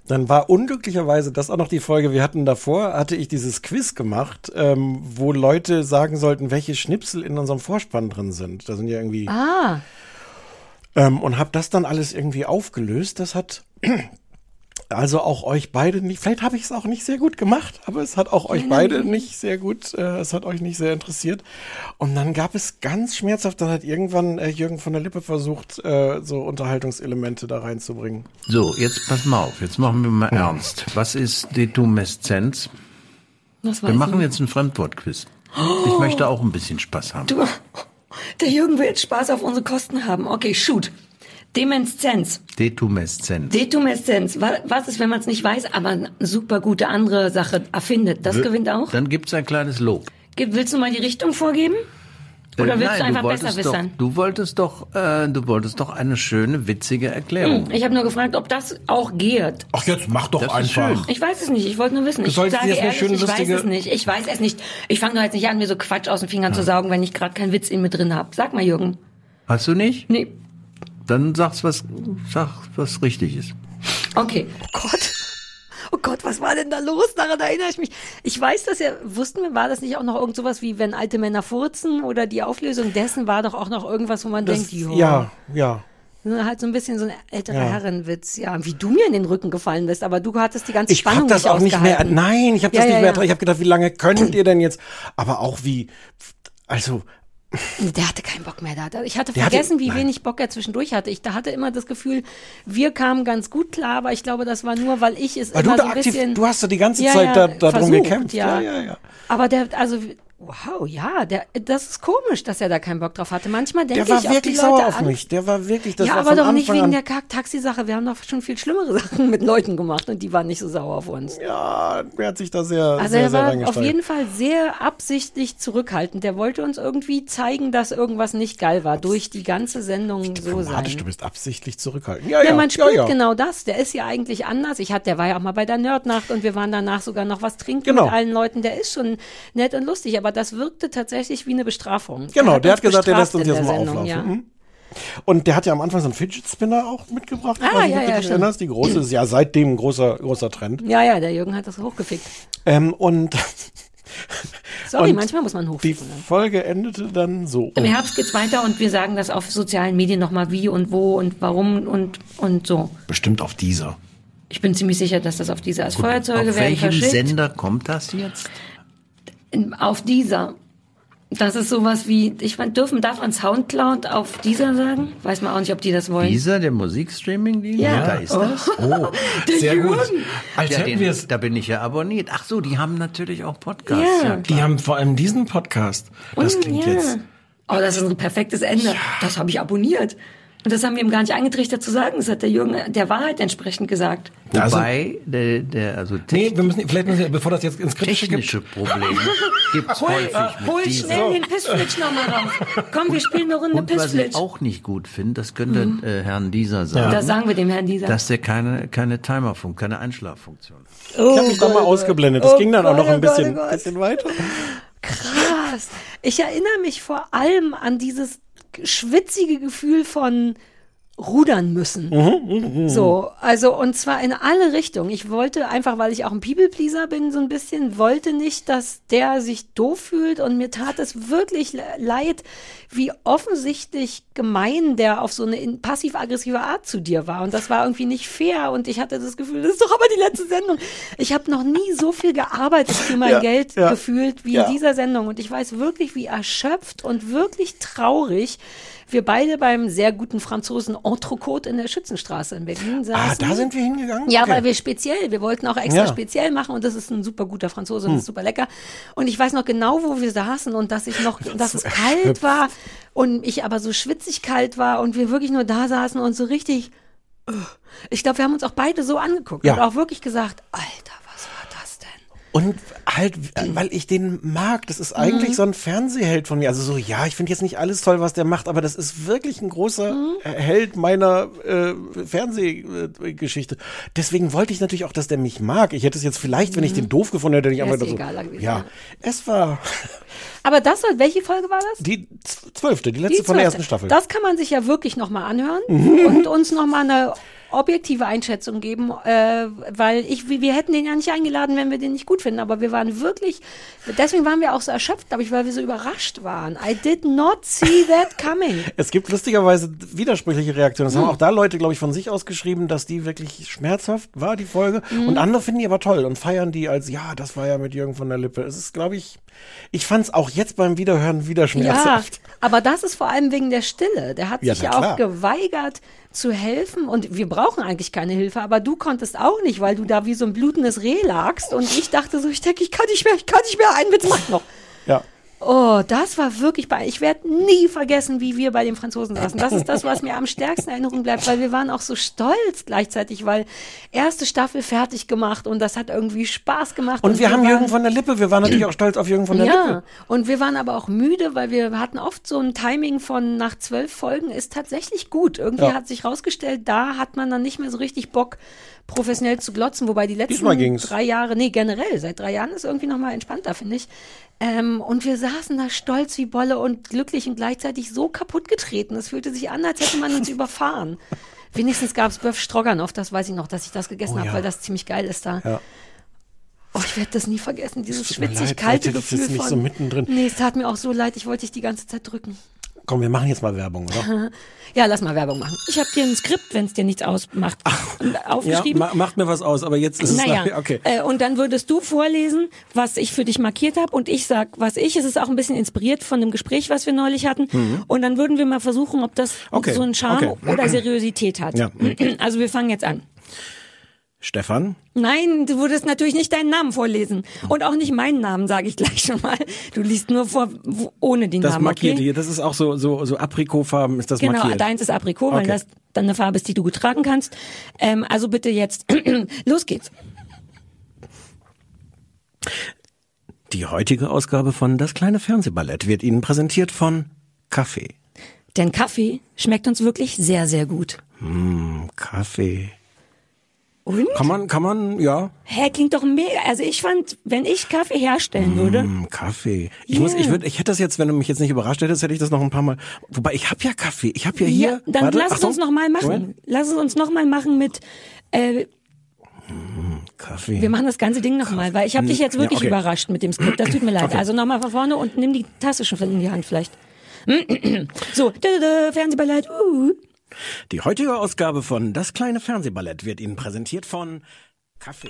Speaker 17: Dann war unglücklicherweise das auch noch die Folge, wir hatten davor, hatte ich dieses Quiz gemacht, ähm, wo Leute sagen sollten, welche Schnipsel in unserem Vorspann drin sind. Da sind ja irgendwie. Ah. Ähm, und habe das dann alles irgendwie aufgelöst. Das hat. Also auch euch beide nicht, vielleicht habe ich es auch nicht sehr gut gemacht, aber es hat auch euch beide nicht sehr gut, äh, es hat euch nicht sehr interessiert. Und dann gab es ganz schmerzhaft, dann hat irgendwann äh, Jürgen von der Lippe versucht, äh, so Unterhaltungselemente da reinzubringen.
Speaker 10: So, jetzt pass mal auf. Jetzt machen wir mal ernst. Was ist Detumeszenz?
Speaker 2: Das
Speaker 10: Wir machen jetzt ein Fremdwortquiz. Ich möchte auch ein bisschen Spaß haben.
Speaker 2: Du, der Jürgen will jetzt Spaß auf unsere Kosten haben. Okay, shoot. Demenszenz,
Speaker 10: Detumeszenz.
Speaker 2: Detumeszenz. Wa- Was ist, wenn man es nicht weiß, aber eine super gute andere Sache erfindet? Das gewinnt auch.
Speaker 10: Dann gibt's ein kleines Lob.
Speaker 2: Ge- Willst du mal die Richtung vorgeben?
Speaker 10: Äh,
Speaker 2: Oder willst du einfach
Speaker 10: wolltest
Speaker 2: besser
Speaker 10: doch,
Speaker 2: wissen?
Speaker 10: Du wolltest doch, äh, du wolltest doch eine schöne, witzige Erklärung.
Speaker 2: Hm, Ich habe nur gefragt, ob das auch geht.
Speaker 7: Ach, jetzt mach doch
Speaker 10: Das ist
Speaker 7: einfach.
Speaker 2: Ich weiß es nicht, ich wollte nur wissen. Ich
Speaker 7: solltest
Speaker 2: sage
Speaker 7: jetzt eine
Speaker 2: ehrlich,
Speaker 7: schöne,
Speaker 2: ich weiß
Speaker 7: lustige-
Speaker 2: es nicht. Ich weiß es nicht. Ich fange doch jetzt nicht an, mir so Quatsch aus den Fingern zu saugen, wenn ich gerade keinen Witz in mir drin habe. Sag mal, Jürgen.
Speaker 10: Hast du nicht?
Speaker 2: Nee.
Speaker 10: Dann sag's was, sag was richtig ist.
Speaker 2: Okay. Oh Gott. Oh Gott, was war denn da los? Daran erinnere ich mich. Ich weiß, dass ja, wussten wir, war das nicht auch noch irgend sowas wie, wenn alte Männer furzen oder die Auflösung dessen war doch auch noch irgendwas, wo man denkt, jo.
Speaker 17: ja, ja.
Speaker 2: Nur Halt so ein bisschen so ein älterer
Speaker 17: Ja.
Speaker 2: Herrenwitz, ja, wie du mir in den Rücken gefallen bist, aber du hattest die ganze
Speaker 17: Ich
Speaker 2: Spannung
Speaker 17: habe das
Speaker 2: nicht
Speaker 17: auch nicht mehr.
Speaker 2: ausgehalten.
Speaker 17: Nein, ich habe
Speaker 2: Ja,
Speaker 17: das
Speaker 2: ja,
Speaker 17: nicht mehr.
Speaker 2: ja.
Speaker 17: ertragen. Ich habe gedacht, wie lange könnt ihr denn jetzt? Aber auch wie, also
Speaker 2: Der hatte keinen Bock mehr da. Ich hatte
Speaker 17: Der hatte-
Speaker 2: vergessen, wie
Speaker 17: nein.
Speaker 2: wenig Bock er zwischendurch hatte. Ich da hatte immer das Gefühl, wir kamen ganz gut klar, aber ich glaube, das war nur, weil ich es
Speaker 17: Weil du
Speaker 2: immer
Speaker 17: da
Speaker 2: so ein
Speaker 17: aktiv-
Speaker 2: bisschen.
Speaker 17: du hast so die ganze Zeit da- da drum gekämpft. Ja, ja, ja.
Speaker 2: Aber der, also wow, ja, der, das ist komisch, dass er da keinen Bock drauf hatte. Manchmal denke
Speaker 17: der
Speaker 2: ich,
Speaker 17: war
Speaker 2: auch die
Speaker 17: wirklich
Speaker 2: Leute
Speaker 17: sauer auf
Speaker 2: an-
Speaker 17: mich. Der war wirklich, das
Speaker 2: ja,
Speaker 17: war
Speaker 2: aber
Speaker 17: von
Speaker 2: doch
Speaker 17: Anfang
Speaker 2: nicht wegen
Speaker 17: an.
Speaker 2: der Taxi-Sache. Wir haben doch schon viel schlimmere Sachen mit Leuten gemacht und die waren nicht so sauer auf uns.
Speaker 17: Ja, der hat sich da sehr,
Speaker 2: Also
Speaker 17: sehr,
Speaker 2: er
Speaker 17: sehr
Speaker 2: war auf
Speaker 17: reingesteigert.
Speaker 2: jeden Fall sehr absichtlich zurückhaltend. Der wollte uns irgendwie zeigen, dass irgendwas nicht geil war, durch die ganze Sendung so sein.
Speaker 17: Diplomatisch, du bist absichtlich zurückhaltend.
Speaker 2: Ja,
Speaker 17: Ja, ja,
Speaker 2: man spürt
Speaker 17: ja, ja.
Speaker 2: genau das. Der ist ja eigentlich anders. Ich hatte, der war ja auch mal bei der Nerdnacht und wir waren danach sogar noch was trinken
Speaker 17: Genau.
Speaker 2: mit allen Leuten. Der ist schon nett und lustig, aber das wirkte tatsächlich wie eine Bestrafung.
Speaker 17: Genau, der
Speaker 2: uns
Speaker 17: hat gesagt, der lässt
Speaker 2: bestraft
Speaker 17: uns
Speaker 2: in
Speaker 17: jetzt
Speaker 2: der
Speaker 17: mal
Speaker 2: Sendung,
Speaker 17: auflaufen.
Speaker 2: Ja.
Speaker 17: Mhm. Und der hat ja am Anfang so einen Fidget Spinner auch mitgebracht.
Speaker 2: Ah,
Speaker 17: Ich weiß nicht,
Speaker 2: ja,
Speaker 17: ob du
Speaker 2: ja,
Speaker 17: dich
Speaker 2: stimmt.
Speaker 17: erinnerst. Die große ist ja seitdem ein großer, großer Trend.
Speaker 2: ja, ja, der Jürgen hat das hochgefickt.
Speaker 17: Ähm, und
Speaker 2: Sorry,
Speaker 17: Und
Speaker 2: manchmal muss man
Speaker 17: die
Speaker 2: hochficken. ne?
Speaker 17: Folge endete dann so.
Speaker 2: Im Herbst geht's weiter und wir sagen das auf sozialen Medien nochmal, wie und wo und warum und, und so.
Speaker 10: Bestimmt auf dieser.
Speaker 2: Ich bin ziemlich sicher, dass das auf dieser ist.
Speaker 10: Gut,
Speaker 2: Feuerzeuge werden
Speaker 10: auf welchem
Speaker 2: verschickt.
Speaker 10: Sender kommt das jetzt?
Speaker 2: Auf dieser. Das ist sowas wie, ich meine, dürfen, darf man Soundcloud auf dieser sagen? Weiß man auch nicht, ob die das wollen.
Speaker 10: Dieser, der Musikstreaming-Dienst?
Speaker 2: Ja.
Speaker 10: Da ist
Speaker 2: Oh.
Speaker 10: das. Oh,
Speaker 2: Der
Speaker 10: sehr
Speaker 2: Jürgen.
Speaker 10: gut. Als
Speaker 7: Ja,
Speaker 10: hätten
Speaker 7: den-
Speaker 10: wir es. Da bin ich ja abonniert. Ach so, die haben natürlich auch Podcasts.
Speaker 2: Ja.
Speaker 10: Ja.
Speaker 7: Die haben vor allem diesen Podcast. Das
Speaker 2: Und-
Speaker 7: klingt
Speaker 2: ja.
Speaker 7: jetzt.
Speaker 2: Oh, das ist ein perfektes Ende. Das habe ich abonniert. Und das haben wir ihm gar nicht eingetrichtert zu sagen. Das hat der Jürgen der Wahrheit entsprechend gesagt.
Speaker 10: Wobei, der, der, also
Speaker 7: Nee, wir müssen, vielleicht müssen wir, bevor das jetzt ins Kritische
Speaker 10: technische
Speaker 7: gibt. äh,
Speaker 10: Probleme gibt es
Speaker 2: Hol,
Speaker 10: häufig mit
Speaker 2: hol
Speaker 10: dieser.
Speaker 2: schnell den Pissflitsch nochmal raus. Komm, wir spielen eine Runde
Speaker 10: Und was ich
Speaker 2: Pissflitsch.
Speaker 10: auch nicht gut finde, das könnte äh, Herrn Dieser sagen,
Speaker 2: Mhm. Das sagen wir dem Herrn Dieser.
Speaker 10: dass der keine, keine Timerfunktion, keine Einschlaffunktion hat.
Speaker 17: ich habe mich
Speaker 2: Oh
Speaker 17: da mal ausgeblendet. Das ging dann auch noch ein bisschen, bisschen weiter.
Speaker 2: Krass. Ich erinnere mich vor allem an dieses schwitzige Gefühl von rudern müssen.
Speaker 17: Hm.
Speaker 2: So, also und zwar in alle Richtungen. Ich wollte einfach, weil ich auch ein People-Pleaser bin, so ein bisschen, wollte nicht, dass der sich doof fühlt und mir tat es wirklich le- leid, wie offensichtlich gemein der auf so eine in- passiv-aggressive Art zu dir war. Und das war irgendwie nicht fair und ich hatte das Gefühl, das ist doch aber die letzte Sendung. Ich habe noch nie so viel gearbeitet für mein
Speaker 17: Ja,
Speaker 2: Geld
Speaker 17: ja.
Speaker 2: gefühlt wie
Speaker 17: Ja.
Speaker 2: in dieser Sendung. Und ich weiß wirklich, wie erschöpft und wirklich traurig wir beide beim sehr guten Franzosen Entrecôte in der Schützenstraße in Berlin saßen.
Speaker 17: Ah, da sind wir hingegangen?
Speaker 2: Ja,
Speaker 17: Okay.
Speaker 2: weil wir speziell, wir wollten auch extra
Speaker 17: Ja. Hm.
Speaker 2: speziell machen und das ist ein super guter Franzose und das ist super lecker. Und ich weiß noch genau, wo wir saßen und dass ich noch, dass es kalt war und ich aber so schwitzig kalt war und wir wirklich nur da saßen und so richtig, äh. ich glaube, wir haben uns auch beide so angeguckt
Speaker 17: Ja.
Speaker 2: und auch wirklich gesagt, Alter, was war das denn?
Speaker 17: Und halt,
Speaker 2: Hm.
Speaker 17: äh, weil ich den mag. Das ist eigentlich so ein Fernsehheld von mir. Also so, ja, ich finde jetzt nicht alles toll, was der macht, aber das ist wirklich ein großer
Speaker 2: Hm.
Speaker 17: äh, Held meiner äh, Fernsehgeschichte. Deswegen wollte ich natürlich auch, dass der mich mag. Ich hätte es jetzt vielleicht, wenn ich den doof gefunden hätte, hätte ich
Speaker 2: Wär's
Speaker 17: einfach
Speaker 2: dir
Speaker 17: so.
Speaker 2: egaler gewesen, Hm. ja.
Speaker 17: ja, es war
Speaker 2: Aber das, war- welche Folge war das?
Speaker 17: die z- zwölfte, die letzte von
Speaker 2: zwölfte.
Speaker 17: der ersten Staffel. Mhm.
Speaker 2: Das kann man sich ja wirklich nochmal anhören und uns nochmal eine objektive Einschätzung geben, äh, weil ich, wir wir hätten den ja nicht eingeladen, wenn wir den nicht gut finden, aber wir waren wirklich, deswegen waren wir auch so erschöpft, glaube ich, weil wir so überrascht waren. I did not see that coming.
Speaker 17: Es gibt lustigerweise widersprüchliche Reaktionen. Das haben auch da Leute, glaube ich, von sich aus geschrieben, dass die wirklich schmerzhaft war, die Folge. Und andere finden die aber toll und feiern die als, ja, das war ja mit Jürgen von der Lippe. Es ist, glaube ich, ich fand es auch jetzt beim Wiederhören wieder
Speaker 2: Ja,
Speaker 17: schmerzhaft.
Speaker 2: aber das ist vor allem wegen der Stille. Der hat
Speaker 17: Ja,
Speaker 2: sich
Speaker 17: na
Speaker 2: ja auch
Speaker 17: klar.
Speaker 2: geweigert zu helfen und wir brauchen eigentlich keine Hilfe, aber du konntest auch nicht, weil du da wie so ein blutendes Reh lagst und ich dachte so, ich denke, ich kann nicht mehr, ich kann nicht mehr, einen Witz mach ich noch.
Speaker 17: Ja.
Speaker 2: Oh, das war wirklich bei. Ich werde nie vergessen, wie wir bei den Franzosen saßen. Das ist das, was mir am stärksten in Erinnerung bleibt, weil wir waren auch so stolz gleichzeitig, weil erste Staffel fertig gemacht und das hat irgendwie Spaß gemacht.
Speaker 17: Und wir haben
Speaker 2: waren-
Speaker 17: Jürgen von der Lippe. Wir waren natürlich auch stolz auf Jürgen von der Lippe.
Speaker 2: ja, ne? und wir waren aber auch müde, weil wir hatten oft so ein Timing von nach zwölf Folgen ist tatsächlich gut. Irgendwie
Speaker 17: Ja.
Speaker 2: hat sich rausgestellt, da hat man dann nicht mehr so richtig Bock, professionell zu glotzen. Wobei die letzten
Speaker 17: Diesmal ging's.
Speaker 2: drei Jahre, nee, generell, seit drei Jahren ist irgendwie nochmal entspannter, finde ich. Ähm, und wir saßen da stolz wie Bolle und glücklich und gleichzeitig so kaputt getreten. Es fühlte sich an, als hätte man uns überfahren. Wenigstens gab es Böff Stroganoff, das weiß ich noch, dass ich das gegessen
Speaker 17: Oh
Speaker 2: habe,
Speaker 17: ja.
Speaker 2: weil das ziemlich geil ist da.
Speaker 17: Ja.
Speaker 2: Oh, ich werde das nie vergessen, dieses
Speaker 17: tut mir leid,
Speaker 2: schwitzig kalte
Speaker 17: Leute, das ist
Speaker 2: Gefühl
Speaker 17: nicht
Speaker 2: von.
Speaker 17: so mittendrin.
Speaker 2: Nee, es tat mir auch so leid, ich wollte dich die ganze Zeit drücken.
Speaker 17: Komm, wir machen jetzt mal Werbung, oder?
Speaker 15: ja, lass mal Werbung machen. Ich habe dir ein Skript, wenn es dir nichts ausmacht, aufgeschrieben.
Speaker 17: ma macht mir was aus, aber jetzt ist
Speaker 15: naja,
Speaker 17: es okay.
Speaker 15: äh, und dann würdest du vorlesen, was ich für dich markiert habe und ich sag, was ich. Es ist auch ein bisschen inspiriert von dem Gespräch, was wir neulich hatten.
Speaker 17: Mhm.
Speaker 15: Und dann würden wir mal versuchen, ob das
Speaker 17: Okay,
Speaker 15: so einen Charme
Speaker 17: okay.
Speaker 15: oder Seriosität hat.
Speaker 17: Ja.
Speaker 15: Also wir fangen jetzt an.
Speaker 17: Stefan,
Speaker 15: Nein, du würdest natürlich nicht deinen Namen vorlesen. Und auch nicht meinen Namen, sage ich gleich schon mal. Du liest nur vor, wo- ohne den
Speaker 17: das
Speaker 15: Namen.
Speaker 17: markiert
Speaker 15: okay?
Speaker 17: hier. Das ist auch so, so, so Aprikotfarben ist das
Speaker 15: Genau,
Speaker 17: markiert.
Speaker 15: deins ist Aprikot, weil
Speaker 17: Okay.
Speaker 15: das dann eine Farbe ist, die du gut tragen kannst. Ähm, also bitte jetzt, los geht's.
Speaker 17: Die heutige Ausgabe von Das kleine Fernsehballett wird Ihnen präsentiert von Kaffee.
Speaker 15: Denn Kaffee schmeckt uns wirklich sehr, sehr gut.
Speaker 17: Hm, Kaffee.
Speaker 15: Und?
Speaker 17: Kann man, kann man, ja.
Speaker 15: Hä, klingt doch mega. Also ich fand, wenn ich Kaffee herstellen würde,
Speaker 17: Hm, Kaffee. Ich
Speaker 15: Ja.
Speaker 17: muss, ich würde, ich hätte das jetzt, wenn du mich jetzt nicht überrascht hättest, hätte ich das noch ein paar Mal. Wobei ich habe ja Kaffee. Ich habe ja hier.
Speaker 15: ja, dann
Speaker 17: warte,
Speaker 15: lass es
Speaker 17: Achtung.
Speaker 15: uns nochmal machen.
Speaker 17: Moment.
Speaker 15: Lass es uns nochmal machen mit, äh,
Speaker 17: Kaffee.
Speaker 15: wir machen das ganze Ding nochmal, weil ich habe dich jetzt
Speaker 17: Mhm. Ja,
Speaker 15: wirklich
Speaker 17: okay.
Speaker 15: überrascht mit dem Skript. Das tut mir leid.
Speaker 17: Okay.
Speaker 15: Also nochmal von vorne und nimm die Tasse schon in die Hand vielleicht. so, dödödö, Fernsehballett. Uh.
Speaker 17: Die heutige Ausgabe von Das kleine Fernsehballett wird Ihnen präsentiert von Kaffee.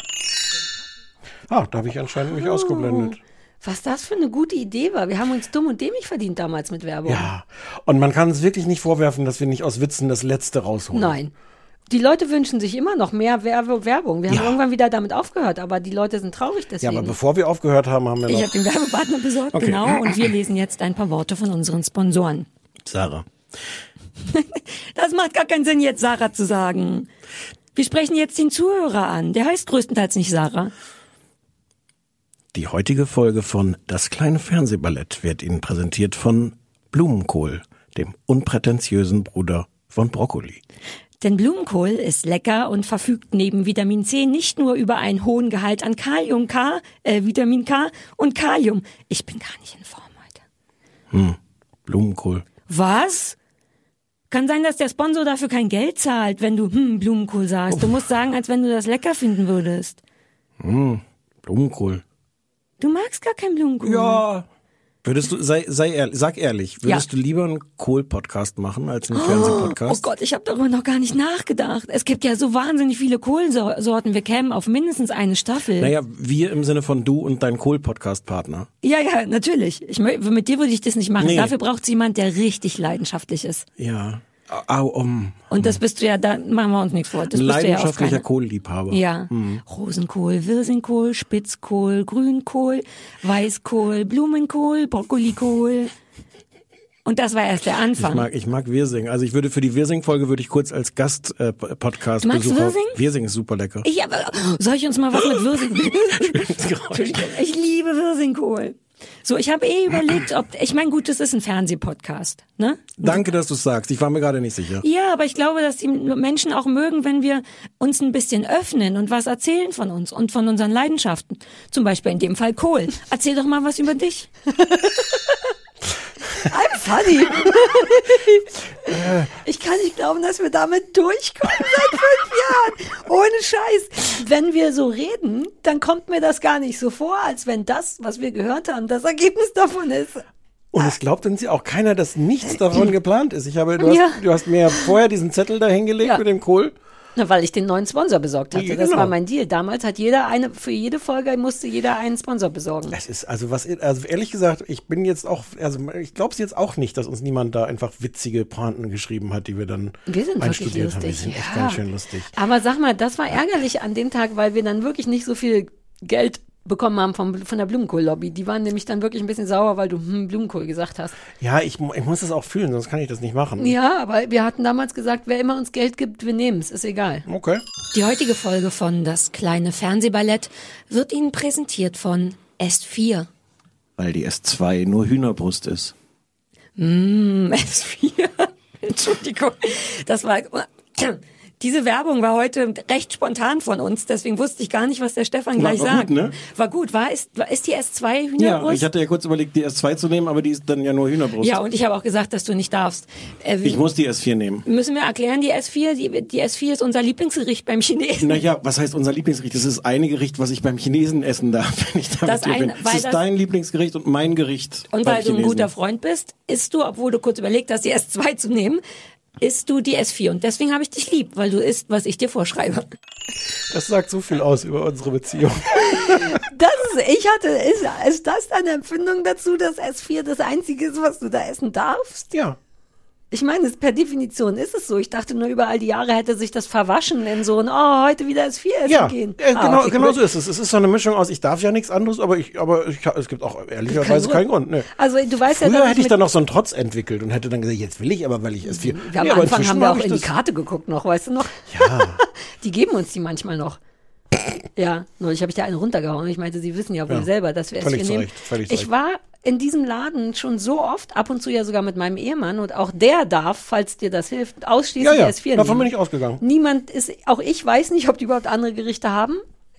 Speaker 17: Ah, da habe ich anscheinend mich ausgeblendet.
Speaker 15: Was das für eine gute Idee war. Wir haben uns dumm und dämlich verdient damals mit Werbung.
Speaker 17: Ja, Ah. und man kann es wirklich nicht vorwerfen, dass wir nicht aus Witzen das Letzte rausholen.
Speaker 15: Nein. Die Leute wünschen sich immer noch mehr Werbe Werbung. Wir haben
Speaker 17: Ja.
Speaker 15: irgendwann wieder damit aufgehört, aber die Leute sind traurig
Speaker 17: Ja,
Speaker 15: deswegen.
Speaker 17: aber bevor wir aufgehört haben, haben wir
Speaker 15: ich
Speaker 17: noch
Speaker 15: habe den Werbepartner besorgt,
Speaker 17: Okay.
Speaker 15: genau. Und wir lesen jetzt ein paar Worte von unseren Sponsoren.
Speaker 17: Sarah.
Speaker 15: Das macht gar keinen Sinn, jetzt Sarah zu sagen. Wir sprechen jetzt den Zuhörer an. Der heißt größtenteils nicht Sarah.
Speaker 17: Die heutige Folge von Das kleine Fernsehballett wird Ihnen präsentiert von Blumenkohl, dem unprätentiösen Bruder von Brokkoli.
Speaker 15: Denn Blumenkohl ist lecker und verfügt neben Vitamin C nicht nur über einen hohen Gehalt an Kalium K, äh, Vitamin K und Kalium. Ich bin gar nicht in Form heute.
Speaker 17: Blumenkohl.
Speaker 15: Was? Kann sein, dass der Sponsor dafür kein Geld zahlt, wenn du hm, Blumenkohl sagst. Du musst sagen, als wenn du das lecker finden würdest.
Speaker 17: Blumenkohl.
Speaker 15: Du magst gar keinen Blumenkohl.
Speaker 17: Ja. Würdest du, sei, sei ehrlich, sag ehrlich, würdest
Speaker 15: Ja.
Speaker 17: du lieber einen Kohl-Podcast machen als einen
Speaker 15: Oh
Speaker 17: Fernsehpodcast?
Speaker 15: Gott, ich habe darüber noch gar nicht nachgedacht. Es gibt ja so wahnsinnig viele Kohlsorten. Wir kämen auf mindestens eine Staffel.
Speaker 17: Naja, wir im Sinne von du und dein Kohl-Podcast-Partner.
Speaker 15: Ja, ja, natürlich. Ich, mö- mit dir würde ich das nicht machen.
Speaker 17: Nee.
Speaker 15: Dafür braucht es jemand, der richtig leidenschaftlich ist.
Speaker 17: Ja. Au, um.
Speaker 15: Und das bist du ja, da machen wir uns nichts vor. Das bist du ja auf
Speaker 17: Leidenschaftlicher Hm.
Speaker 15: keiner.
Speaker 17: Kohl-Liebhaber.
Speaker 15: Ja, Rosenkohl, Wirsingkohl, Spitzkohl, Grünkohl, Weißkohl, Blumenkohl, Brokkolikohl. Und das war erst der
Speaker 17: Ich
Speaker 15: Anfang.
Speaker 17: mag, ich mag Wirsing. Also ich würde für die Wirsing-Folge würde ich kurz als Gast-Podcast
Speaker 15: Du magst
Speaker 17: Besucher.
Speaker 15: Wirsing?
Speaker 17: Wirsing ist super lecker.
Speaker 15: Ich aber, soll ich uns mal was mit Wirsing? Entschuldigung, ich liebe Wirsingkohl. So, ich habe eh überlegt, ob ich meine, gut, das ist ein Fernsehpodcast, ne?
Speaker 17: Danke, dass du es sagst. Ich war mir gerade nicht sicher.
Speaker 15: Ja, aber ich glaube, dass die Menschen auch mögen, wenn wir uns ein bisschen öffnen und was erzählen von uns und von unseren Leidenschaften. Zum Beispiel in dem Fall Kohl. Erzähl doch mal was über dich. I'm funny. Ich kann nicht glauben, dass wir damit durchkommen seit fünf Jahren. Ohne Scheiß. Wenn wir so reden, dann kommt mir das gar nicht so vor, als wenn das, was wir gehört haben, das Ergebnis davon ist.
Speaker 17: Und es glaubt uns ja auch keiner, dass nichts davon geplant ist. Ich habe, du hast,
Speaker 15: Ja.
Speaker 17: du hast mir ja vorher diesen Zettel da hingelegt
Speaker 15: Ja.
Speaker 17: mit dem Kohl.
Speaker 15: Na, weil ich den neuen Sponsor besorgt hatte.
Speaker 17: Ja,
Speaker 15: Das
Speaker 17: genau.
Speaker 15: war mein Deal. Damals hat jeder eine, für jede Folge musste jeder einen Sponsor besorgen.
Speaker 17: Das ist also was, also ehrlich gesagt, ich bin jetzt auch, also ich glaube es jetzt auch nicht, dass uns niemand da einfach witzige Pointen geschrieben hat, die wir dann
Speaker 15: Wir sind wirklich
Speaker 17: einstudiert haben. Wir
Speaker 15: lustig.
Speaker 17: sind echt
Speaker 15: ja.
Speaker 17: ganz schön lustig.
Speaker 15: Aber sag mal, das war ärgerlich an dem Tag, weil wir dann wirklich nicht so viel Geld bekommen haben vom, von der Blumenkohl-Lobby. Die waren nämlich dann wirklich ein bisschen sauer, weil du hm, Blumenkohl gesagt hast.
Speaker 17: Ja, ich, mu- ich muss es auch fühlen, sonst kann ich das nicht machen.
Speaker 15: Ja, aber wir hatten damals gesagt, wer immer uns Geld gibt, wir nehmen es. Ist egal.
Speaker 17: Okay.
Speaker 15: Die heutige Folge von Das kleine Fernsehballett wird Ihnen präsentiert von S4.
Speaker 19: Weil die S2 nur Hühnerbrust ist.
Speaker 15: Mm, S4. Entschuldigung. Das war.
Speaker 8: Diese Werbung war heute recht spontan von uns, deswegen wusste ich gar nicht, was der Stefan
Speaker 20: War-
Speaker 8: gleich
Speaker 20: war gut,
Speaker 8: sagt.
Speaker 20: ne?
Speaker 8: War gut, war ist, war, ist die S2
Speaker 20: Ja,
Speaker 8: Hühnerbrust?
Speaker 20: ich hatte ja kurz überlegt, die S2 zu nehmen, aber die ist dann ja nur Hühnerbrust.
Speaker 8: Ja, und ich habe auch gesagt, dass du nicht darfst. Äh,
Speaker 20: ich muss die S4 nehmen.
Speaker 8: müssen wir erklären, die S4, die, die S4 ist unser Lieblingsgericht beim Chinesen.
Speaker 20: Naja, was heißt unser Lieblingsgericht? Das ist eine Gericht, was ich beim Chinesen essen darf, wenn ich da
Speaker 8: Das
Speaker 20: mit dir
Speaker 8: eine-
Speaker 20: bin.
Speaker 8: weil
Speaker 20: Das ist
Speaker 8: das-
Speaker 20: dein Lieblingsgericht und mein Gericht.
Speaker 8: Und
Speaker 20: beim
Speaker 8: weil du ein
Speaker 20: Chinesen.
Speaker 8: guter Freund bist, isst du, obwohl du kurz überlegt hast, die S2 zu nehmen, isst du die S4. Und deswegen habe ich dich lieb, weil du isst, was ich dir vorschreibe.
Speaker 17: Das sagt so viel aus über unsere Beziehung.
Speaker 2: Das ist, ich hatte, ist, ist das deine Empfindung dazu, dass S4 das einzige ist, was du da essen darfst?
Speaker 17: Ja.
Speaker 2: Ich meine, es- per Definition ist es so. Ich dachte nur, über all die Jahre hätte sich das verwaschen in so ein, oh, heute wieder S4 essen
Speaker 17: Ja,
Speaker 2: gehen.
Speaker 17: äh,
Speaker 2: Ah,
Speaker 17: genau,
Speaker 2: okay,
Speaker 17: genau
Speaker 2: gut.
Speaker 17: so ist es. Es ist so eine Mischung aus, ich darf ja nichts anderes, aber ich, aber ich, kann- es gibt auch ehrlicherweise
Speaker 2: Kein
Speaker 17: keinen
Speaker 2: Grund.
Speaker 17: Grund. Nee.
Speaker 2: Also, du weißt ja,
Speaker 17: Früher
Speaker 2: dass ich
Speaker 17: hätte ich
Speaker 2: mit-
Speaker 17: dann noch so einen Trotz entwickelt und hätte dann gesagt, jetzt will ich aber, weil ich es viel.
Speaker 2: Ja, am
Speaker 17: aber
Speaker 2: Anfang
Speaker 17: inzwischen
Speaker 2: haben wir
Speaker 17: hab
Speaker 2: auch
Speaker 17: ich
Speaker 2: in die
Speaker 17: das-
Speaker 2: Karte geguckt noch, weißt du noch?
Speaker 17: Ja.
Speaker 2: die geben uns die manchmal noch. Ja, neulich habe ich da einen runtergehauen. Ich meinte, sie wissen ja wohl
Speaker 17: Ja,
Speaker 2: selber, dass wir es
Speaker 17: völlig
Speaker 2: hier
Speaker 17: zu
Speaker 2: nehmen.
Speaker 17: Recht, völlig zu
Speaker 2: ich
Speaker 17: Recht.
Speaker 2: war in diesem Laden schon so oft, ab und zu ja sogar mit meinem Ehemann und auch der darf, falls dir das hilft,
Speaker 17: Ja,
Speaker 2: ausschließlich
Speaker 17: ja,
Speaker 2: S4
Speaker 17: davon bin
Speaker 2: nehmen.
Speaker 17: ich ausgegangen.
Speaker 2: Niemand ist, auch ich weiß nicht, ob die überhaupt andere Gerichte haben.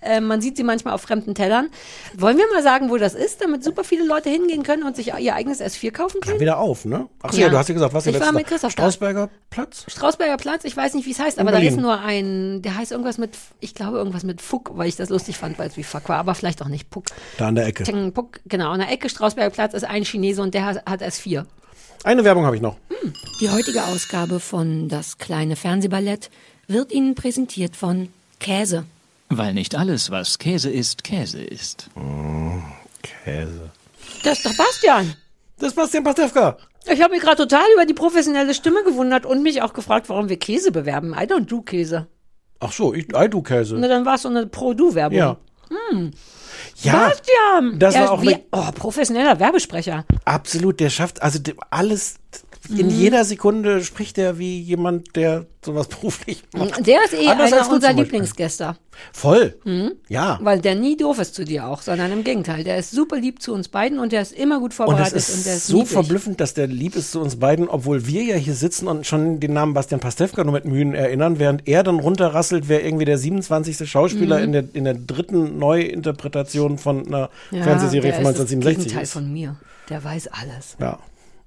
Speaker 2: Äh, man sieht sie manchmal auf fremden Tellern. Wollen wir mal sagen, wo das ist, damit super viele Leute hingehen können und sich ihr eigenes S4 kaufen können?
Speaker 17: Dann wieder auf, ne? Ach so, ja.
Speaker 2: Ja.
Speaker 17: du hast ja gesagt, was
Speaker 2: Ich war mit Christoph da. Hm?
Speaker 17: Strausberger Platz?
Speaker 2: Strausberger Platz, ich weiß nicht, wie es heißt,
Speaker 17: In
Speaker 2: aber da
Speaker 17: Berlin.
Speaker 2: ist nur ein, der heißt irgendwas mit, ich glaube irgendwas mit Fuck, weil ich das lustig fand, weil es wie Fuck war, aber vielleicht auch nicht Puck.
Speaker 17: Da an der Ecke.
Speaker 2: Teng, Puck, genau, an der Ecke Strausberger Platz ist ein Chinese und der hat, hat S4.
Speaker 17: Eine Werbung habe ich noch.
Speaker 8: Die heutige Ausgabe von Das kleine Fernsehballett wird Ihnen präsentiert von Käse.
Speaker 15: Weil nicht alles, was Käse ist, Käse ist.
Speaker 17: Käse.
Speaker 2: Das ist doch Bastian.
Speaker 17: Das ist Bastian Pastewka.
Speaker 2: Ich habe mich gerade total über die professionelle Stimme gewundert und mich auch gefragt, warum wir Käse bewerben. I don't do Käse.
Speaker 17: Ach so, ich, I do Käse.
Speaker 2: Na, dann war es so eine Pro-Du-Werbung.
Speaker 17: Ja.
Speaker 2: Ne, Hm.
Speaker 17: Ja,
Speaker 2: Bastian!
Speaker 17: das
Speaker 2: Er
Speaker 17: war
Speaker 2: ist
Speaker 17: auch
Speaker 2: wie,
Speaker 17: eine-
Speaker 2: oh, professioneller Werbesprecher.
Speaker 17: Absolut, der schafft, also de- alles, in
Speaker 2: Mhm.
Speaker 17: jeder Sekunde spricht er wie jemand, der sowas beruflich macht.
Speaker 2: Der ist eh
Speaker 17: Anders als
Speaker 2: einer
Speaker 17: du
Speaker 2: unserer
Speaker 17: zum Beispiel.
Speaker 2: Lieblingsgäste.
Speaker 17: Voll.
Speaker 2: Hm?
Speaker 17: Ja.
Speaker 2: Weil der nie doof ist zu dir auch, sondern im Gegenteil. Der ist super lieb zu uns beiden und der ist immer gut
Speaker 17: Und es
Speaker 2: vorbereitet und,
Speaker 17: ist,
Speaker 2: der ist
Speaker 17: so
Speaker 2: niedlich.
Speaker 17: verblüffend, dass der lieb ist zu uns beiden, obwohl wir ja hier sitzen und schon den Namen Bastian Pastewka nur mit Mühen erinnern, während er dann runterrasselt, wer irgendwie der 27. Schauspieler
Speaker 2: Mhm.
Speaker 17: in, der, in der dritten Neuinterpretation von einer
Speaker 2: Ja,
Speaker 17: Fernsehserie
Speaker 2: der
Speaker 17: von
Speaker 2: ist das
Speaker 17: 1967
Speaker 2: Gegenteil
Speaker 17: ist.
Speaker 2: von mir. Der weiß alles.
Speaker 17: Ja.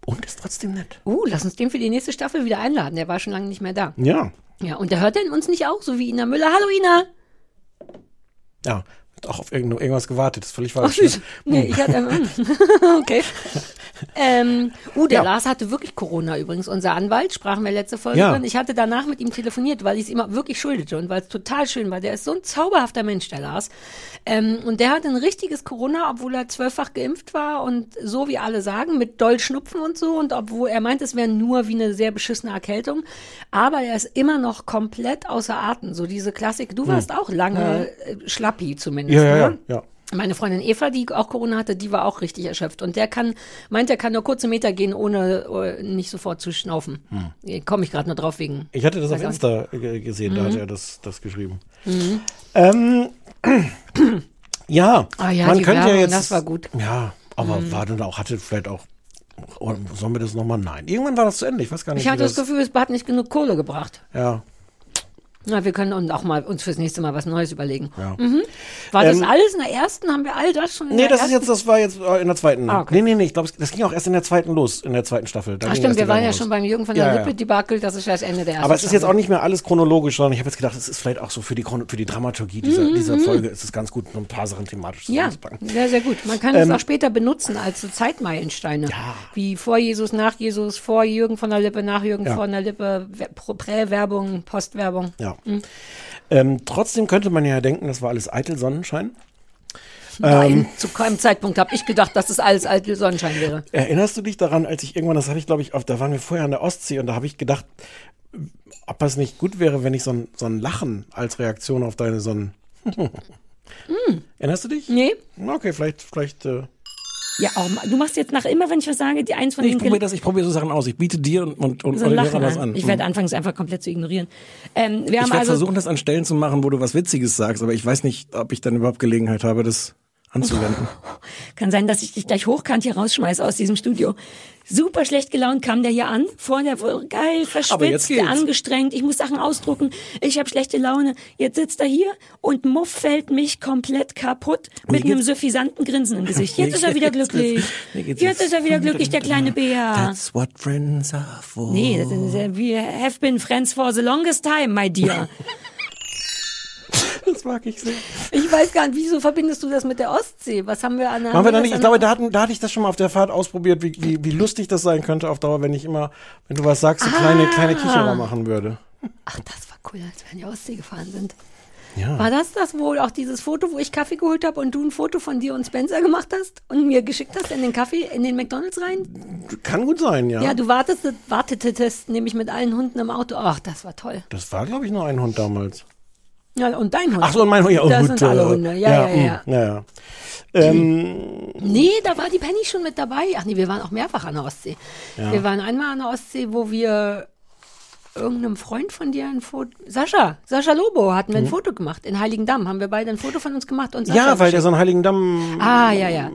Speaker 17: Und ist trotzdem nett.
Speaker 2: Uh, lass uns den für die nächste Staffel wieder einladen. Der war schon lange nicht mehr da.
Speaker 17: Ja.
Speaker 2: Ja, und der hört denn uns nicht auch, so wie Ina Müller. Hallo Ina!
Speaker 17: Ja. Hat auch auf irgend- irgendwas gewartet. Das ist völlig
Speaker 2: Ach
Speaker 17: falsch.
Speaker 2: süß.
Speaker 17: ne?
Speaker 2: Nee,
Speaker 17: Hm.
Speaker 2: ich hatte. mm. okay. Ähm, uh, der Lars hatte wirklich Corona übrigens. Unser Anwalt, sprachen wir letzte Folge
Speaker 17: Ja.
Speaker 2: drin. Ich hatte danach mit ihm telefoniert, weil ich es ihm auch wirklich schuldete und weil es total schön war. Der ist so ein zauberhafter Mensch, der Lars. Ähm, und der hatte ein richtiges Corona, obwohl er zwölffach geimpft war und so wie alle sagen, mit doll Schnupfen und so. Und obwohl er meint, es wäre nur wie eine sehr beschissene Erkältung. Aber er ist immer noch komplett außer Atem. So diese Klassik. Du
Speaker 17: Hm.
Speaker 2: warst auch lange äh, schlappi zumindest.
Speaker 17: Ja, ja,
Speaker 2: ne?
Speaker 17: ja. ja.
Speaker 2: Meine Freundin Eva, die auch Corona hatte, die war auch richtig erschöpft. Und der kann, meint, er kann nur kurze Meter gehen, ohne äh, nicht sofort zu schnaufen.
Speaker 17: Hm.
Speaker 2: Komme ich gerade nur drauf wegen.
Speaker 17: Ich hatte das auf
Speaker 2: Weiß auch nicht.
Speaker 17: Insta äh, gesehen, da
Speaker 2: Mhm.
Speaker 17: hat er das, das geschrieben.
Speaker 2: Mhm.
Speaker 17: Ähm, ja,
Speaker 2: Ah ja,
Speaker 17: man
Speaker 2: die
Speaker 17: könnte ja
Speaker 2: Werbung,
Speaker 17: jetzt.
Speaker 2: das war gut.
Speaker 17: Ja, aber
Speaker 2: Mhm.
Speaker 17: war dann auch, hatte vielleicht auch. Oder sollen wir das nochmal? Nein. Irgendwann war das zu Ende. Ich weiß gar nicht,
Speaker 2: Ich hatte
Speaker 17: wie
Speaker 2: das Gefühl, es hat nicht genug Kohle gebracht.
Speaker 17: Ja.
Speaker 2: Na, wir können uns auch mal uns fürs nächste Mal was Neues überlegen.
Speaker 17: Ja.
Speaker 2: Mhm. War das
Speaker 17: Ähm,
Speaker 2: alles in der ersten? Haben wir all das schon in
Speaker 17: Nee,
Speaker 2: der
Speaker 17: das ist
Speaker 2: ersten?
Speaker 17: jetzt, das war jetzt äh, in der zweiten.
Speaker 2: Ah, okay.
Speaker 17: Nee, nee, nee. Ich glaube, das ging auch erst in der zweiten los, in der zweiten Staffel. Da
Speaker 2: Ach
Speaker 17: ging
Speaker 2: stimmt,
Speaker 17: erst
Speaker 2: wir
Speaker 17: die
Speaker 2: waren
Speaker 17: Werbung
Speaker 2: ja
Speaker 17: los.
Speaker 2: schon beim Jürgen von der
Speaker 17: Ja, ja,
Speaker 2: Lippe Debakel, das ist ja das Ende der ersten.
Speaker 17: Aber es ist jetzt
Speaker 2: Staffel.
Speaker 17: auch nicht mehr alles chronologisch, sondern ich habe jetzt gedacht, es ist vielleicht auch so für die, Chron- für die Dramaturgie dieser,
Speaker 2: Mhm,
Speaker 17: dieser
Speaker 2: mhm.
Speaker 17: Folge ist es ganz gut, noch ein paar Sachen thematisch
Speaker 2: Ja,
Speaker 17: zusammenzupacken.
Speaker 2: sehr, sehr gut. Man kann es
Speaker 17: Ähm,
Speaker 2: auch später benutzen als so Zeitmeilensteine. Wie vor Jesus, nach Jesus, vor Jürgen von der Lippe, nach Jürgen
Speaker 17: Ja.
Speaker 2: von der Lippe, We- Pro- Prä-Werbung, Postwerbung.
Speaker 17: Ja.
Speaker 2: Mhm.
Speaker 17: Ähm, trotzdem könnte man ja denken, das war alles eitel Sonnenschein. Ähm.
Speaker 2: Nein, zu keinem Zeitpunkt habe ich gedacht, dass das alles eitel Sonnenschein wäre.
Speaker 17: Erinnerst du dich daran, als ich irgendwann, das habe ich glaube ich, auf, da waren wir vorher an der Ostsee und da habe ich gedacht, ob es nicht gut wäre, wenn ich so ein, so ein Lachen als Reaktion auf deine Sonnen. Erinnerst du dich?
Speaker 2: Nee.
Speaker 17: Okay, vielleicht, vielleicht. Äh,
Speaker 8: Ja, auch mal. Du machst jetzt nach immer, wenn ich was sage, die eins von
Speaker 17: nee, ich
Speaker 8: den
Speaker 17: probiere das, ich probiere so Sachen aus. Ich biete dir und, und, und,
Speaker 8: so
Speaker 17: und
Speaker 8: ein
Speaker 17: den
Speaker 8: Lachen
Speaker 17: Hörern
Speaker 15: ne?
Speaker 17: was
Speaker 8: an.
Speaker 17: an.
Speaker 8: Ich werde
Speaker 17: Mhm.
Speaker 8: anfangs einfach komplett zu ignorieren. Ähm, wir
Speaker 17: Ich
Speaker 8: haben
Speaker 17: werde
Speaker 8: also
Speaker 17: versuchen, das an Stellen zu machen, wo du was Witziges sagst, aber ich weiß nicht, ob ich dann überhaupt Gelegenheit habe, das
Speaker 7: anzuwenden.
Speaker 15: Kann sein, dass ich dich gleich hochkant hier rausschmeiße aus diesem Studio. Super schlecht gelaunt kam der hier an, vorne voll geil,
Speaker 7: Aber jetzt
Speaker 15: verspitzt,
Speaker 7: geht's.
Speaker 15: angestrengt, ich muss Sachen ausdrucken, ich habe schlechte Laune. Jetzt sitzt er hier und Muff fällt mich komplett kaputt mit
Speaker 7: Mir
Speaker 15: einem
Speaker 7: geht's-
Speaker 15: suffisanten Grinsen im Gesicht.
Speaker 7: Mir
Speaker 15: Jetzt ist er wieder
Speaker 7: geht's-
Speaker 15: glücklich.
Speaker 7: mir geht's
Speaker 15: Jetzt ist er wieder glücklich, der kleine Bär.
Speaker 7: That's what friends are for.
Speaker 15: Nee, das ist, ja- we äh, have been friends for the longest time, my dear.
Speaker 7: Das mag ich sehr.
Speaker 2: Ich weiß gar nicht, wieso verbindest du das mit der Ostsee? Was haben wir an der
Speaker 17: Machen wir da
Speaker 2: das
Speaker 17: nicht, ich
Speaker 2: an-
Speaker 17: glaube, da, hatten, da hatte ich das schon mal auf der Fahrt ausprobiert, wie, wie, wie lustig das sein könnte auf Dauer, wenn ich immer, wenn du was sagst,
Speaker 15: Ah.
Speaker 17: so kleine, kleine Kicherer machen würde.
Speaker 2: Cool, als wir in die Ostsee gefahren sind.
Speaker 17: Ja.
Speaker 2: War das das wohl auch dieses Foto, wo ich Kaffee geholt habe und du ein Foto von dir und Spencer gemacht hast und mir geschickt hast in den Kaffee, in den McDonalds rein?
Speaker 17: Kann gut sein, ja.
Speaker 2: Ja, du wartest, wartetest nämlich mit allen Hunden im Auto. Ach, das war toll.
Speaker 17: das war, glaube ich, nur ein Hund damals.
Speaker 2: Ja, und dein Hund.
Speaker 17: Ach so, und mein Hund, ja, oh,
Speaker 2: Das
Speaker 17: gut.
Speaker 2: sind alle
Speaker 17: äh,
Speaker 2: Hunde, ja, ja, ja.
Speaker 17: mm, ja, ja. Ähm,
Speaker 2: Nee, da war die Penny schon mit dabei. Ach nee, wir waren auch mehrfach an der Ostsee.
Speaker 17: Ja.
Speaker 2: Wir waren einmal an der Ostsee, wo wir irgendeinem Freund von dir ein Foto. Sascha, Sascha Lobo hatten wir ein
Speaker 17: Mhm.
Speaker 2: Foto gemacht. In Heiligendamm haben wir beide ein Foto von uns gemacht und Sascha.
Speaker 17: ja, weil der so ein
Speaker 2: geschickt.
Speaker 17: Heiligendamm-Typ
Speaker 2: Ah, ja, ja.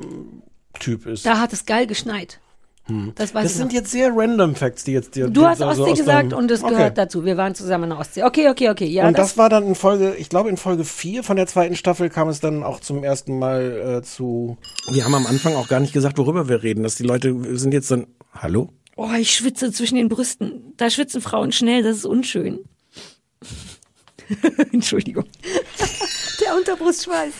Speaker 17: ist.
Speaker 2: Da hat es geil geschneit.
Speaker 17: Hm.
Speaker 2: das weiß
Speaker 17: das
Speaker 2: ich
Speaker 17: sind
Speaker 2: noch.
Speaker 17: jetzt sehr random Facts, die jetzt dir.
Speaker 2: Also, Du hast
Speaker 17: also
Speaker 2: Ostsee
Speaker 17: aus
Speaker 2: gesagt
Speaker 17: deinem-
Speaker 2: und es
Speaker 17: Okay.
Speaker 2: gehört dazu. Wir waren zusammen an der Ostsee. Okay, okay, okay. Ja,
Speaker 17: und das, war dann in Folge, ich glaube in Folge 4 von der zweiten Staffel kam es dann auch zum ersten Mal äh, zu. Wir haben am Anfang auch gar nicht gesagt, worüber wir reden, dass die Leute sind jetzt dann. Hallo?
Speaker 15: Oh, ich schwitze zwischen den Brüsten. Da schwitzen Frauen schnell, das ist unschön. Entschuldigung.
Speaker 2: Der Unterbrustschweiß.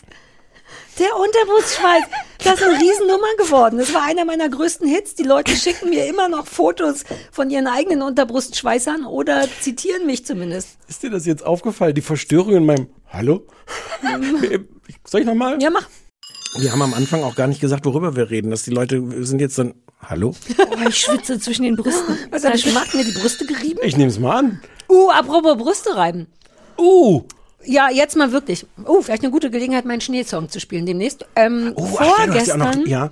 Speaker 2: Der Unterbrustschweiß. Das ist eine Riesennummer geworden. Das war einer meiner größten Hits. Die Leute schicken mir immer noch Fotos von ihren eigenen Unterbrustschweißern oder zitieren mich zumindest.
Speaker 17: Ist dir das jetzt aufgefallen? Die Verstörung in meinem Hallo? Soll ich nochmal?
Speaker 2: Ja, mach.
Speaker 17: Wir haben am Anfang auch gar nicht gesagt, worüber wir reden, dass die Leute sind jetzt dann. Hallo?
Speaker 15: Oh, ich schwitze zwischen den Brüsten.
Speaker 2: Was hab ich gemacht? Mir die Brüste gerieben?
Speaker 17: Ich nehme es mal an.
Speaker 2: Uh, apropos Brüste reiben.
Speaker 17: Uh.
Speaker 2: Ja, jetzt mal wirklich. Oh, vielleicht eine gute Gelegenheit, meinen Schneesong zu spielen demnächst. Ähm,
Speaker 17: Oh, ach, ja, du hast ja auch
Speaker 2: vorgestern,
Speaker 17: noch. Ja.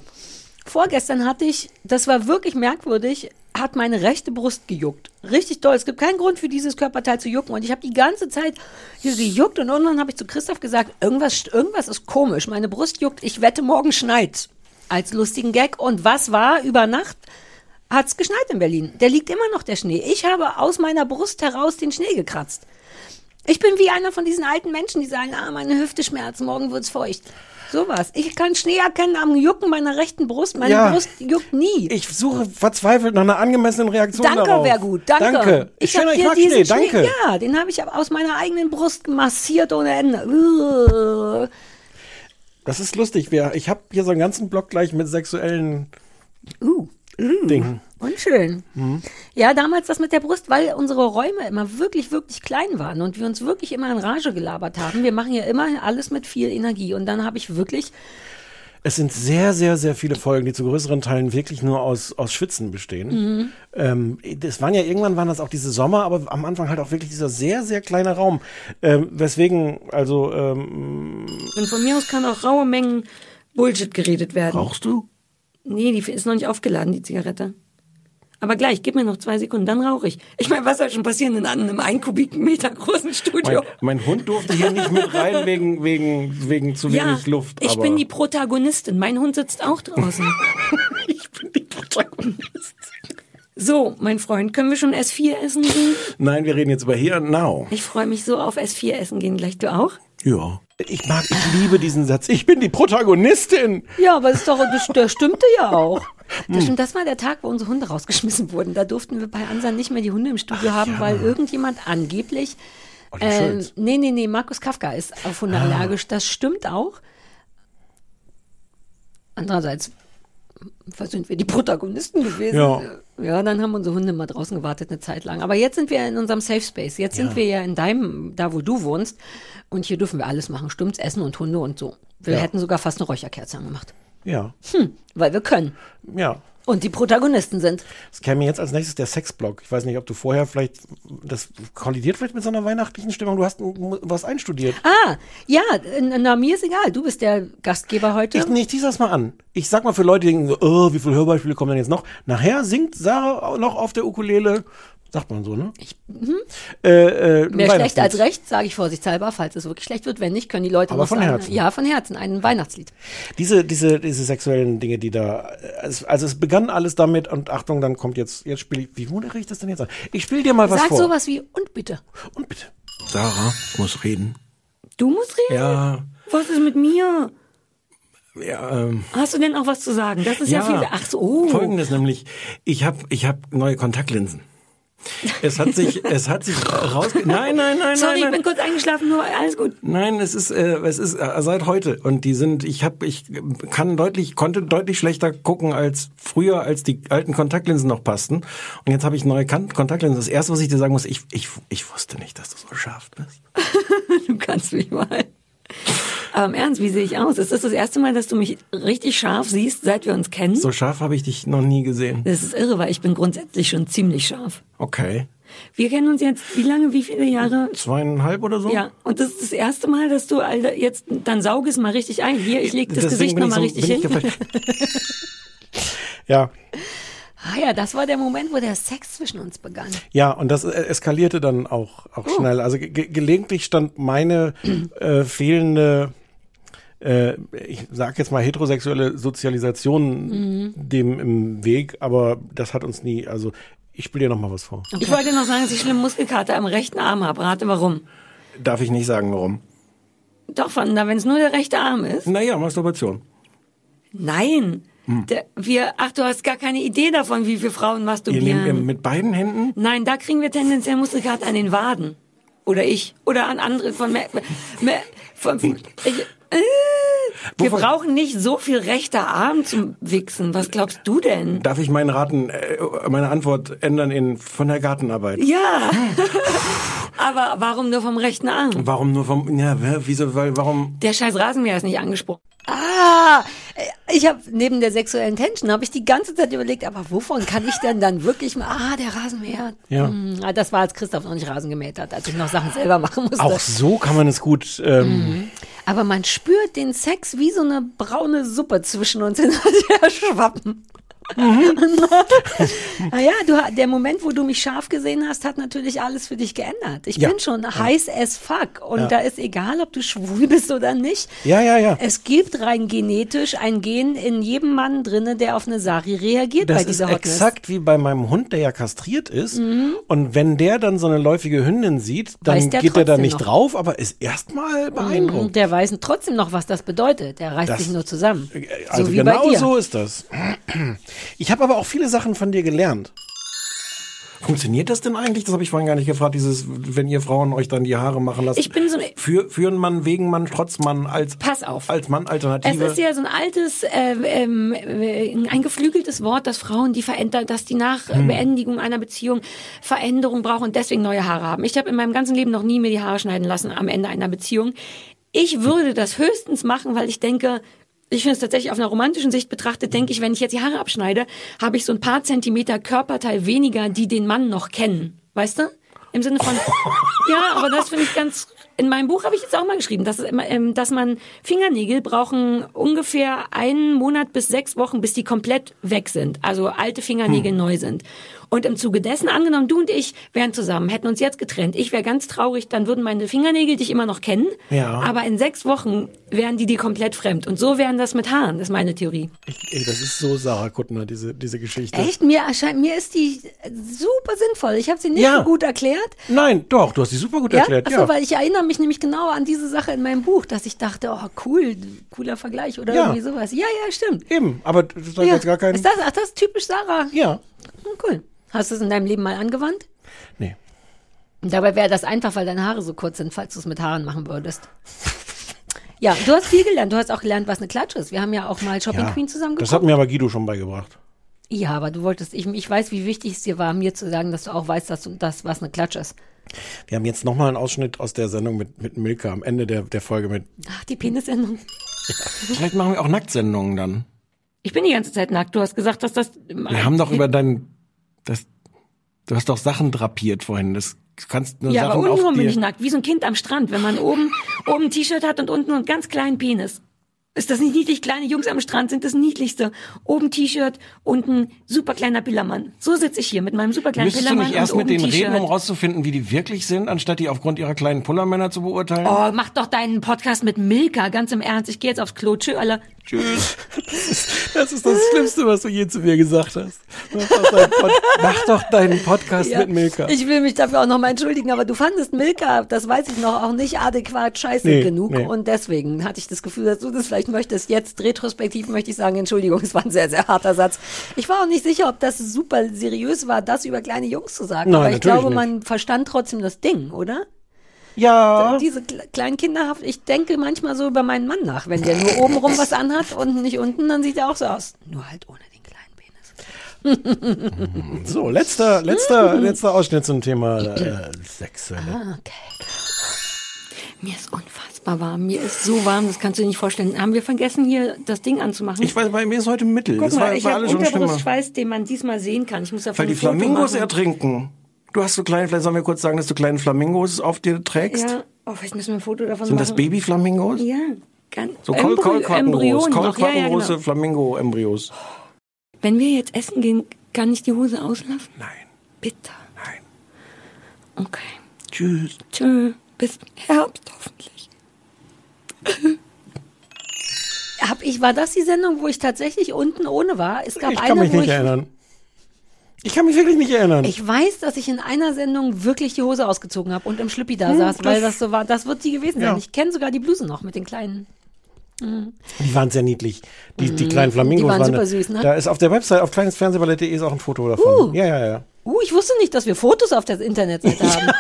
Speaker 2: vorgestern hatte ich, das war wirklich merkwürdig, hat meine rechte Brust gejuckt. Richtig doll. Es gibt keinen Grund für dieses Körperteil zu jucken. Und ich habe die ganze Zeit hier gejuckt und irgendwann habe ich zu Christoph gesagt, irgendwas, irgendwas ist komisch. Meine Brust juckt. Ich wette, morgen schneit. Als lustigen Gag. Und was war über Nacht? Hat's geschneit in Berlin. Der liegt immer noch der Schnee. Ich habe aus meiner Brust heraus den Schnee gekratzt. Ich bin wie einer von diesen alten Menschen, die sagen, ah, meine Hüfte schmerzt, morgen wird's feucht. Sowas. Ich kann Schnee erkennen am Jucken meiner rechten Brust. Meine
Speaker 17: Ja.
Speaker 2: Brust juckt nie.
Speaker 17: Ich suche verzweifelt nach einer angemessenen Reaktion
Speaker 2: Danke
Speaker 17: darauf.
Speaker 2: wäre gut. Danke.
Speaker 17: Danke.
Speaker 2: Ich
Speaker 17: Schöner,
Speaker 2: hab
Speaker 17: ich
Speaker 2: dir
Speaker 17: mag
Speaker 2: diesen
Speaker 17: Schnee. Danke.
Speaker 2: Ja, den habe ich aus meiner eigenen Brust massiert ohne Ende. Uah.
Speaker 17: Das ist lustig. Wir, ich habe hier so einen ganzen Block gleich mit sexuellen Dingen.
Speaker 2: Unschön.
Speaker 17: Hm.
Speaker 2: Ja, damals das mit der Brust, weil unsere Räume immer wirklich, wirklich klein waren und wir uns wirklich immer in Rage gelabert haben. Wir machen ja immer alles mit viel Energie und dann habe ich wirklich
Speaker 17: Es sind sehr, sehr, sehr viele Folgen, die zu größeren Teilen wirklich nur aus, aus Schwitzen bestehen.
Speaker 2: Mhm.
Speaker 17: Ähm, das waren ja irgendwann waren das auch diese Sommer, aber am Anfang halt auch wirklich dieser sehr, sehr kleine Raum. Ähm, weswegen, also ähm,
Speaker 15: Und von mir aus kann auch raue Mengen Bullshit geredet werden.
Speaker 17: Rauchst du?
Speaker 15: Nee, die ist noch nicht aufgeladen, die Zigarette. Aber gleich, gib mir noch zwei Sekunden, dann rauche ich. Ich meine, was soll schon passieren in einem ein Kubikmeter großen
Speaker 7: Mein,
Speaker 15: Studio?
Speaker 7: mein Hund durfte hier nicht mit rein wegen, wegen, wegen zu
Speaker 15: ja,
Speaker 7: wenig Luft.
Speaker 15: ich
Speaker 7: aber
Speaker 15: bin die Protagonistin. Mein Hund sitzt auch draußen. ich bin die Protagonistin. So, mein Freund, können wir schon S4 essen gehen?
Speaker 7: Nein, wir reden jetzt über Here and Now.
Speaker 15: Ich freue mich so auf S4 essen gehen gleich. Du auch?
Speaker 7: Ja.
Speaker 17: ich mag, ich liebe diesen Satz. Ich bin die Protagonistin.
Speaker 2: Ja, aber das, ist doch, das, das stimmte ja auch.
Speaker 17: Hm.
Speaker 2: Das, stimmt, das war der Tag, wo unsere Hunde rausgeschmissen wurden. Da durften wir bei Ansan nicht mehr die Hunde im Studio haben, weil irgendjemand angeblich.
Speaker 21: Olli
Speaker 2: Ähm,
Speaker 21: Oh, Schulz.
Speaker 2: nee, nee, nee, Markus Kafka ist auf Hunde
Speaker 21: Ah.
Speaker 2: allergisch. Das stimmt auch. Andererseits sind wir die Protagonisten gewesen.
Speaker 21: Ja.
Speaker 2: ja, dann haben unsere Hunde mal draußen gewartet eine Zeit lang. Aber jetzt sind wir in unserem Safe Space. Jetzt
Speaker 21: Ja.
Speaker 2: sind wir ja in deinem, da wo du wohnst. Und hier dürfen wir alles machen. Stimmt's, Essen und Hunde und so. Wir
Speaker 17: Ja.
Speaker 2: hätten sogar fast eine Räucherkerze angemacht.
Speaker 17: Ja,
Speaker 2: Hm, weil wir können.
Speaker 17: ja.
Speaker 2: Und die Protagonisten sind.
Speaker 17: Es käme jetzt als nächstes der Sexblock. Ich weiß nicht, ob du vorher vielleicht, das kollidiert vielleicht mit so einer weihnachtlichen Stimmung. Du hast was einstudiert.
Speaker 2: Ah, ja, na, na, mir ist egal. Du bist der Gastgeber heute.
Speaker 15: Ähm.
Speaker 17: Ich, nee, ich tease das mal an. Ich sag mal für Leute, die denken, so, oh, wie viele Hörbeispiele kommen denn jetzt noch? Nachher singt Sarah noch auf der Ukulele Sagt man so, ne?
Speaker 15: mhm.
Speaker 17: Äh, äh,
Speaker 2: Mehr schlecht als
Speaker 17: Weihnachtslied.
Speaker 2: recht, sage ich vorsichtshalber, falls es wirklich schlecht wird. Wenn nicht, können die Leute
Speaker 17: Aber
Speaker 2: noch
Speaker 17: von
Speaker 2: sagen,
Speaker 17: Herzen.
Speaker 2: Ja, von Herzen, ein Weihnachtslied.
Speaker 17: Diese, diese, diese sexuellen Dinge, die da. äh, es- Also es begann alles damit und Achtung, dann kommt jetzt, jetzt spiele ich. Wie moderiere ich das denn jetzt an? Ich spiele dir mal was
Speaker 2: Sag
Speaker 17: vor.
Speaker 2: sowas wie und bitte.
Speaker 7: Sarah muss reden.
Speaker 15: Du musst reden?
Speaker 7: Ja,
Speaker 15: Was ist mit mir?
Speaker 7: ja, ähm.
Speaker 15: Hast du denn auch was zu sagen? Das ist ja, viel. Ach so, oh.
Speaker 7: Folgendes nämlich, ich habe ich hab neue Kontaktlinsen. Es hat sich, es hat sich rausge... Nein, nein, nein,
Speaker 15: Sorry,
Speaker 7: nein,
Speaker 15: ich
Speaker 7: nein.
Speaker 15: bin kurz eingeschlafen, nur alles gut.
Speaker 7: Nein, es ist, äh, es ist äh, seit heute und die sind, ich habe, ich kann deutlich, konnte deutlich schlechter gucken als früher, als die alten Kontaktlinsen noch passten. Und jetzt habe ich neue Kan Kontaktlinsen. Das erste, was ich dir sagen muss, ich, ich, ich wusste nicht, dass du so scharf bist.
Speaker 15: Du kannst mich mal. Aber im Ernst, wie sehe ich aus? Es ist das erste Mal, dass du mich richtig scharf siehst, seit wir uns kennen.
Speaker 7: So scharf habe ich dich noch nie gesehen.
Speaker 15: Das ist irre, weil ich bin grundsätzlich schon ziemlich scharf.
Speaker 7: Okay,
Speaker 15: Wir kennen uns jetzt wie lange, wie viele Jahre?
Speaker 7: zweieinhalb oder so.
Speaker 15: Ja, und das ist das erste Mal, dass du Alter, jetzt, dann saug es mal richtig ein. Hier, ich leg das
Speaker 7: Deswegen
Speaker 15: Gesicht
Speaker 7: bin ich
Speaker 15: nochmal
Speaker 7: so-
Speaker 15: richtig
Speaker 7: bin ich
Speaker 15: hin.
Speaker 7: geflasht.
Speaker 17: Ja,
Speaker 2: Ah ja, das war der Moment, wo der Sex zwischen uns begann.
Speaker 17: ja, und das äh, eskalierte dann auch, auch
Speaker 2: Oh.
Speaker 17: schnell. Also ge ge- gelegentlich stand meine äh, fehlende, äh, ich sag jetzt mal heterosexuelle Sozialisation
Speaker 15: Mhm.
Speaker 17: dem im Weg, aber das hat uns nie, also ich spiele dir noch mal was vor.
Speaker 15: Ich wollte noch sagen, dass ich schlimm Muskelkater am rechten Arm habe. Rate warum.
Speaker 7: Darf ich nicht sagen, warum.
Speaker 15: Doch, Van, wenn es nur der rechte Arm ist.
Speaker 7: Naja, Masturbation.
Speaker 15: Nein. Der, wir, ach, du hast gar keine Idee davon, wie wir Frauen
Speaker 7: Hm. Ihr
Speaker 15: masturbieren.
Speaker 7: nehmt ihr mit beiden Händen?
Speaker 15: Nein, da kriegen wir tendenziell Muskelkater an den Waden. Oder ich. Oder an andere von mehr. mehr von,
Speaker 7: Hm.
Speaker 15: ich, äh, wir brauchen nicht so viel rechter Arm zum Wichsen. Was glaubst du denn?
Speaker 7: Darf ich meinen Raten, äh, meine Antwort ändern in von der Gartenarbeit?
Speaker 15: Ja. Aber warum nur vom rechten Arm?
Speaker 7: Warum nur vom, ja, wer- wieso, weil, warum?
Speaker 15: Der scheiß Rasenmäher ist nicht angesprochen.
Speaker 2: Ah, ich habe neben der sexuellen Tension habe ich die ganze Zeit überlegt, aber wovon kann ich denn dann wirklich mal? Ah, der Rasenmäher.
Speaker 17: Ja.
Speaker 2: Hm, ah, das war, als Christoph noch nicht Rasen gemäht hat, als ich noch Sachen selber machen musste.
Speaker 17: Auch so kann man es gut.
Speaker 2: Mhm,
Speaker 17: Ähm,
Speaker 2: Aber man spürt den Sex wie so eine braune Suppe zwischen uns hinterher schwappen.
Speaker 17: Mhm.
Speaker 2: naja, du, ha- der Moment, wo du mich scharf gesehen hast, hat natürlich alles für dich geändert. Ich
Speaker 17: Ja.
Speaker 2: bin schon heiß as fuck und
Speaker 17: Ja.
Speaker 2: da ist egal, ob du schwul bist oder nicht.
Speaker 17: Ja, ja, ja.
Speaker 2: Es gibt rein genetisch ein Gen in jedem Mann drinne, der auf eine Sari reagiert bei
Speaker 17: Das ist
Speaker 2: dieser Hotness.
Speaker 17: exakt wie bei meinem Hund, der ja kastriert ist.
Speaker 2: Mhm.
Speaker 17: Und wenn der dann so eine läufige Hündin sieht,
Speaker 2: Weiß
Speaker 17: dann
Speaker 2: der
Speaker 17: geht er da
Speaker 2: trotzdem
Speaker 17: nicht
Speaker 2: noch.
Speaker 17: drauf, aber ist erstmal beeindruckt.
Speaker 2: Mm, Der weiß trotzdem noch, was das bedeutet. Der reißt
Speaker 17: Das-
Speaker 2: sich nur zusammen.
Speaker 17: Also
Speaker 2: so wie
Speaker 17: genau
Speaker 2: bei dir.
Speaker 17: so ist das. Ich habe aber auch viele Sachen von dir gelernt.
Speaker 7: Funktioniert das denn eigentlich? Das habe ich vorhin gar nicht gefragt. Dieses, wenn ihr Frauen euch dann die Haare machen lasst.
Speaker 15: Ich bin so-
Speaker 7: Für, für einen Mann, wegen Mann, trotz Mann, als.
Speaker 15: Pass auf.
Speaker 7: Als Mann
Speaker 15: Es
Speaker 7: Alternative.
Speaker 15: ist ja so ein altes, äh, ähm, äh, ein geflügeltes Wort, dass Frauen, die verändern, dass die nach
Speaker 7: Hm.
Speaker 15: Beendigung einer Beziehung Veränderung brauchen und deswegen neue Haare haben. Ich habe in meinem ganzen Leben noch nie mir die Haare schneiden lassen am Ende einer Beziehung. Ich würde das höchstens machen, weil ich denke, ich finde es tatsächlich auf einer romantischen Sicht betrachtet, denke ich, wenn ich jetzt die Haare abschneide, habe ich so ein paar Zentimeter Körperteil weniger, die den Mann noch kennen. Weißt du? Im Sinne von, ja, aber das finde ich ganz. In meinem Buch habe ich jetzt auch mal geschrieben, dass, es immer, ähm, dass man Fingernägel brauchen ungefähr einen Monat bis sechs Wochen, bis die komplett weg sind. Also alte Fingernägel
Speaker 2: Hm.
Speaker 15: neu sind. Und im Zuge dessen, angenommen, du und ich wären zusammen, hätten uns jetzt getrennt, ich wäre ganz traurig, dann würden meine Fingernägel dich immer noch kennen.
Speaker 17: Ja.
Speaker 15: Aber in sechs Wochen wären die dir komplett fremd. Und so wären das mit Haaren, ist meine Theorie.
Speaker 17: Ey, das ist so Sarah Kuttner, diese, diese Geschichte.
Speaker 2: Echt? Mir erscheint, mir ist die super sinnvoll. Ich habe sie nicht
Speaker 17: Ja.
Speaker 2: so gut erklärt.
Speaker 17: Nein, doch, du hast sie super gut
Speaker 2: ja?
Speaker 17: erklärt.
Speaker 2: Achso,
Speaker 17: Ja.
Speaker 2: weil ich erinnere mich nämlich genau an diese Sache in meinem Buch, dass ich dachte, oh cool, cooler Vergleich oder
Speaker 17: Ja.
Speaker 2: irgendwie sowas. Ja, ja, stimmt.
Speaker 17: Eben, aber das hat
Speaker 2: ja.
Speaker 17: jetzt gar keinen.
Speaker 2: Ist das, ach, das ist typisch Sarah. Hm,
Speaker 17: Ja.
Speaker 2: Cool. Hast du es in deinem Leben mal angewandt?
Speaker 17: Nee.
Speaker 2: Und Dabei wäre das einfach, weil deine Haare so kurz sind, falls du es mit Haaren machen würdest. Ja, du hast viel gelernt. Du hast auch gelernt, was eine Klatsche ist. Wir haben ja auch mal Shopping
Speaker 17: ja.
Speaker 2: Queen zusammen
Speaker 17: Das hat
Speaker 2: geguckt.
Speaker 17: mir aber Guido schon beigebracht.
Speaker 2: Ja, aber du wolltest, ich, ich weiß, wie wichtig es dir war, mir zu sagen, dass du auch weißt, dass du das, was eine Klatsche ist.
Speaker 17: Wir haben jetzt nochmal einen Ausschnitt aus der Sendung mit, mit Milka am Ende der, der Folge mit.
Speaker 2: Ach, die Penisendung.
Speaker 7: Vielleicht machen wir auch Nacktsendungen dann.
Speaker 15: Ich bin die ganze Zeit nackt. Du hast gesagt, dass das.
Speaker 7: Wir haben doch über dein, das, du hast doch Sachen drapiert vorhin. Das du kannst nur
Speaker 15: ja,
Speaker 7: Sachen
Speaker 15: aber
Speaker 7: auf
Speaker 15: untenrum
Speaker 7: dir.
Speaker 15: bin ich nackt, wie so ein Kind am Strand, wenn man oben, oben ein T-Shirt hat und unten einen ganz kleinen Penis.
Speaker 2: Ist das nicht niedlich? Kleine Jungs am Strand sind das Niedlichste. Oben T-Shirt, unten super kleiner Pillermann. So sitze ich hier mit meinem super kleinen
Speaker 7: Müsstest du
Speaker 2: Pillermann
Speaker 7: nicht erst
Speaker 2: und
Speaker 7: mit
Speaker 2: oben
Speaker 7: denen
Speaker 2: T-Shirt.
Speaker 7: reden, um rauszufinden, wie die wirklich sind, anstatt die aufgrund ihrer kleinen Pullermänner zu beurteilen?
Speaker 2: Oh, mach doch deinen Podcast mit Milka, ganz im Ernst. Ich gehe jetzt aufs Klo. Tschö, alle.
Speaker 17: Tschüss. Das ist das Schlimmste, was du je zu mir gesagt hast. Mach doch deinen, Pod Mach doch deinen Podcast
Speaker 2: Ja.
Speaker 17: mit Milka.
Speaker 2: Ich will mich dafür auch nochmal entschuldigen, aber du fandest Milka, das weiß ich noch, auch nicht adäquat scheiße
Speaker 17: Nee,
Speaker 2: genug.
Speaker 17: nee.
Speaker 2: Und deswegen hatte ich das Gefühl, dass du das vielleicht möchtest. Jetzt retrospektiv möchte ich sagen, Entschuldigung, es war ein sehr, sehr harter Satz. Ich war auch nicht sicher, ob das super seriös war, das über kleine Jungs zu sagen.
Speaker 17: Nein,
Speaker 2: aber ich
Speaker 17: natürlich
Speaker 2: glaube,
Speaker 17: nicht.
Speaker 2: man verstand trotzdem das Ding, oder?
Speaker 7: Ja.
Speaker 2: Diese kle- kleinen Kinderhaft, ich denke manchmal so über meinen Mann nach. Wenn der nur oben rum was anhat und nicht unten, dann sieht er auch so aus. Nur halt ohne den kleinen Penis.
Speaker 17: So, letzter, letzter, letzter Ausschnitt zum Thema äh, sexuelle.
Speaker 2: Mhm. Ah, okay. Mir ist unfassbar warm. Mir ist so warm, das kannst du dir nicht vorstellen. Haben wir vergessen, hier das Ding anzumachen?
Speaker 7: Ich weiß, bei mir ist heute Mittel.
Speaker 2: Guck
Speaker 7: das
Speaker 2: mal,
Speaker 7: war
Speaker 2: ich
Speaker 7: bei
Speaker 2: habe
Speaker 7: alle schon schlimmer.
Speaker 2: Unterbrustschweiß, den man diesmal sehen kann. Ich muss davon
Speaker 7: Weil die
Speaker 2: ein Foto
Speaker 7: Flamingos
Speaker 2: machen.
Speaker 7: ertrinken. Du hast so kleine, vielleicht sollen wir kurz sagen, dass du kleine Flamingos auf dir trägst.
Speaker 2: Ja, oh, vielleicht müssen wir ein Foto davon
Speaker 7: Sind
Speaker 2: machen.
Speaker 7: das Babyflamingos?
Speaker 2: Ja, ganz
Speaker 7: So
Speaker 2: Embry-
Speaker 7: Kaulquappengroß,
Speaker 2: Embryonen noch. Ja, ja,
Speaker 7: Kaulquappengroße
Speaker 2: genau.
Speaker 7: Flamingo-Embryos.
Speaker 2: Wenn wir jetzt essen gehen, kann ich die Hose auslassen?
Speaker 7: Nein.
Speaker 2: Bitte.
Speaker 7: Nein.
Speaker 2: Okay.
Speaker 7: Tschüss.
Speaker 2: Tschö. Bis Herbst hoffentlich. Hab ich, war das die Sendung, wo ich tatsächlich unten ohne war? Es gab
Speaker 17: Ich
Speaker 2: eine,
Speaker 17: kann mich
Speaker 2: wo
Speaker 17: nicht
Speaker 2: ich
Speaker 17: erinnern. Ich kann mich wirklich nicht erinnern.
Speaker 2: Ich weiß, dass ich in einer Sendung wirklich die Hose ausgezogen habe und im Schlüppi da saß,
Speaker 17: Hm, das-
Speaker 2: weil das so war. Das wird die gewesen sein.
Speaker 17: Ja.
Speaker 2: Ich kenne sogar die Bluse noch mit den kleinen. Mhm.
Speaker 17: Die waren sehr niedlich. Die, die kleinen
Speaker 2: Mm,
Speaker 17: Flamingos
Speaker 2: die waren super
Speaker 17: eine-
Speaker 2: süß, ne?
Speaker 17: Da ist auf der Website, auf kleinesfernsehballett.de ist auch ein Foto davon. Ja, ja, ja.
Speaker 2: Uh, ich wusste nicht, dass wir Fotos auf der Internetseite haben.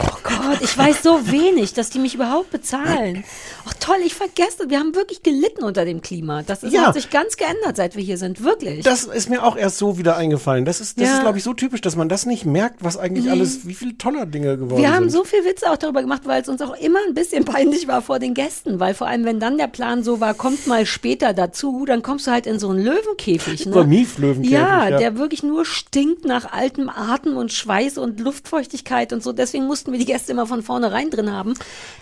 Speaker 2: Oh Gott, ich weiß so wenig, dass die mich überhaupt bezahlen. Ach toll, ich vergesse, wir haben wirklich gelitten unter dem Klima. Das ist,
Speaker 17: Ja.
Speaker 2: hat sich ganz geändert, seit wir hier sind, wirklich.
Speaker 17: Das ist mir auch erst so wieder eingefallen. Das ist, das
Speaker 2: Ja.
Speaker 17: ist glaube ich, so typisch, dass man das nicht merkt, was eigentlich
Speaker 2: Nee.
Speaker 17: alles, wie viele toller Dinge geworden
Speaker 2: Wir haben
Speaker 17: sind.
Speaker 2: so viel Witze auch darüber gemacht, weil es uns auch immer ein bisschen peinlich war vor den Gästen, weil vor allem, wenn dann der Plan so war, kommt mal später dazu, dann kommst du halt in so einen Löwenkäfig. Ne?
Speaker 17: So ein Mieflöwenkäfig,
Speaker 2: Ja,
Speaker 17: ja.
Speaker 2: der wirklich nur stinkt nach altem Atem und Schweiß und Luftfeuchtigkeit und so. Deswegen mussten wir die Gäste immer von vornherein drin haben.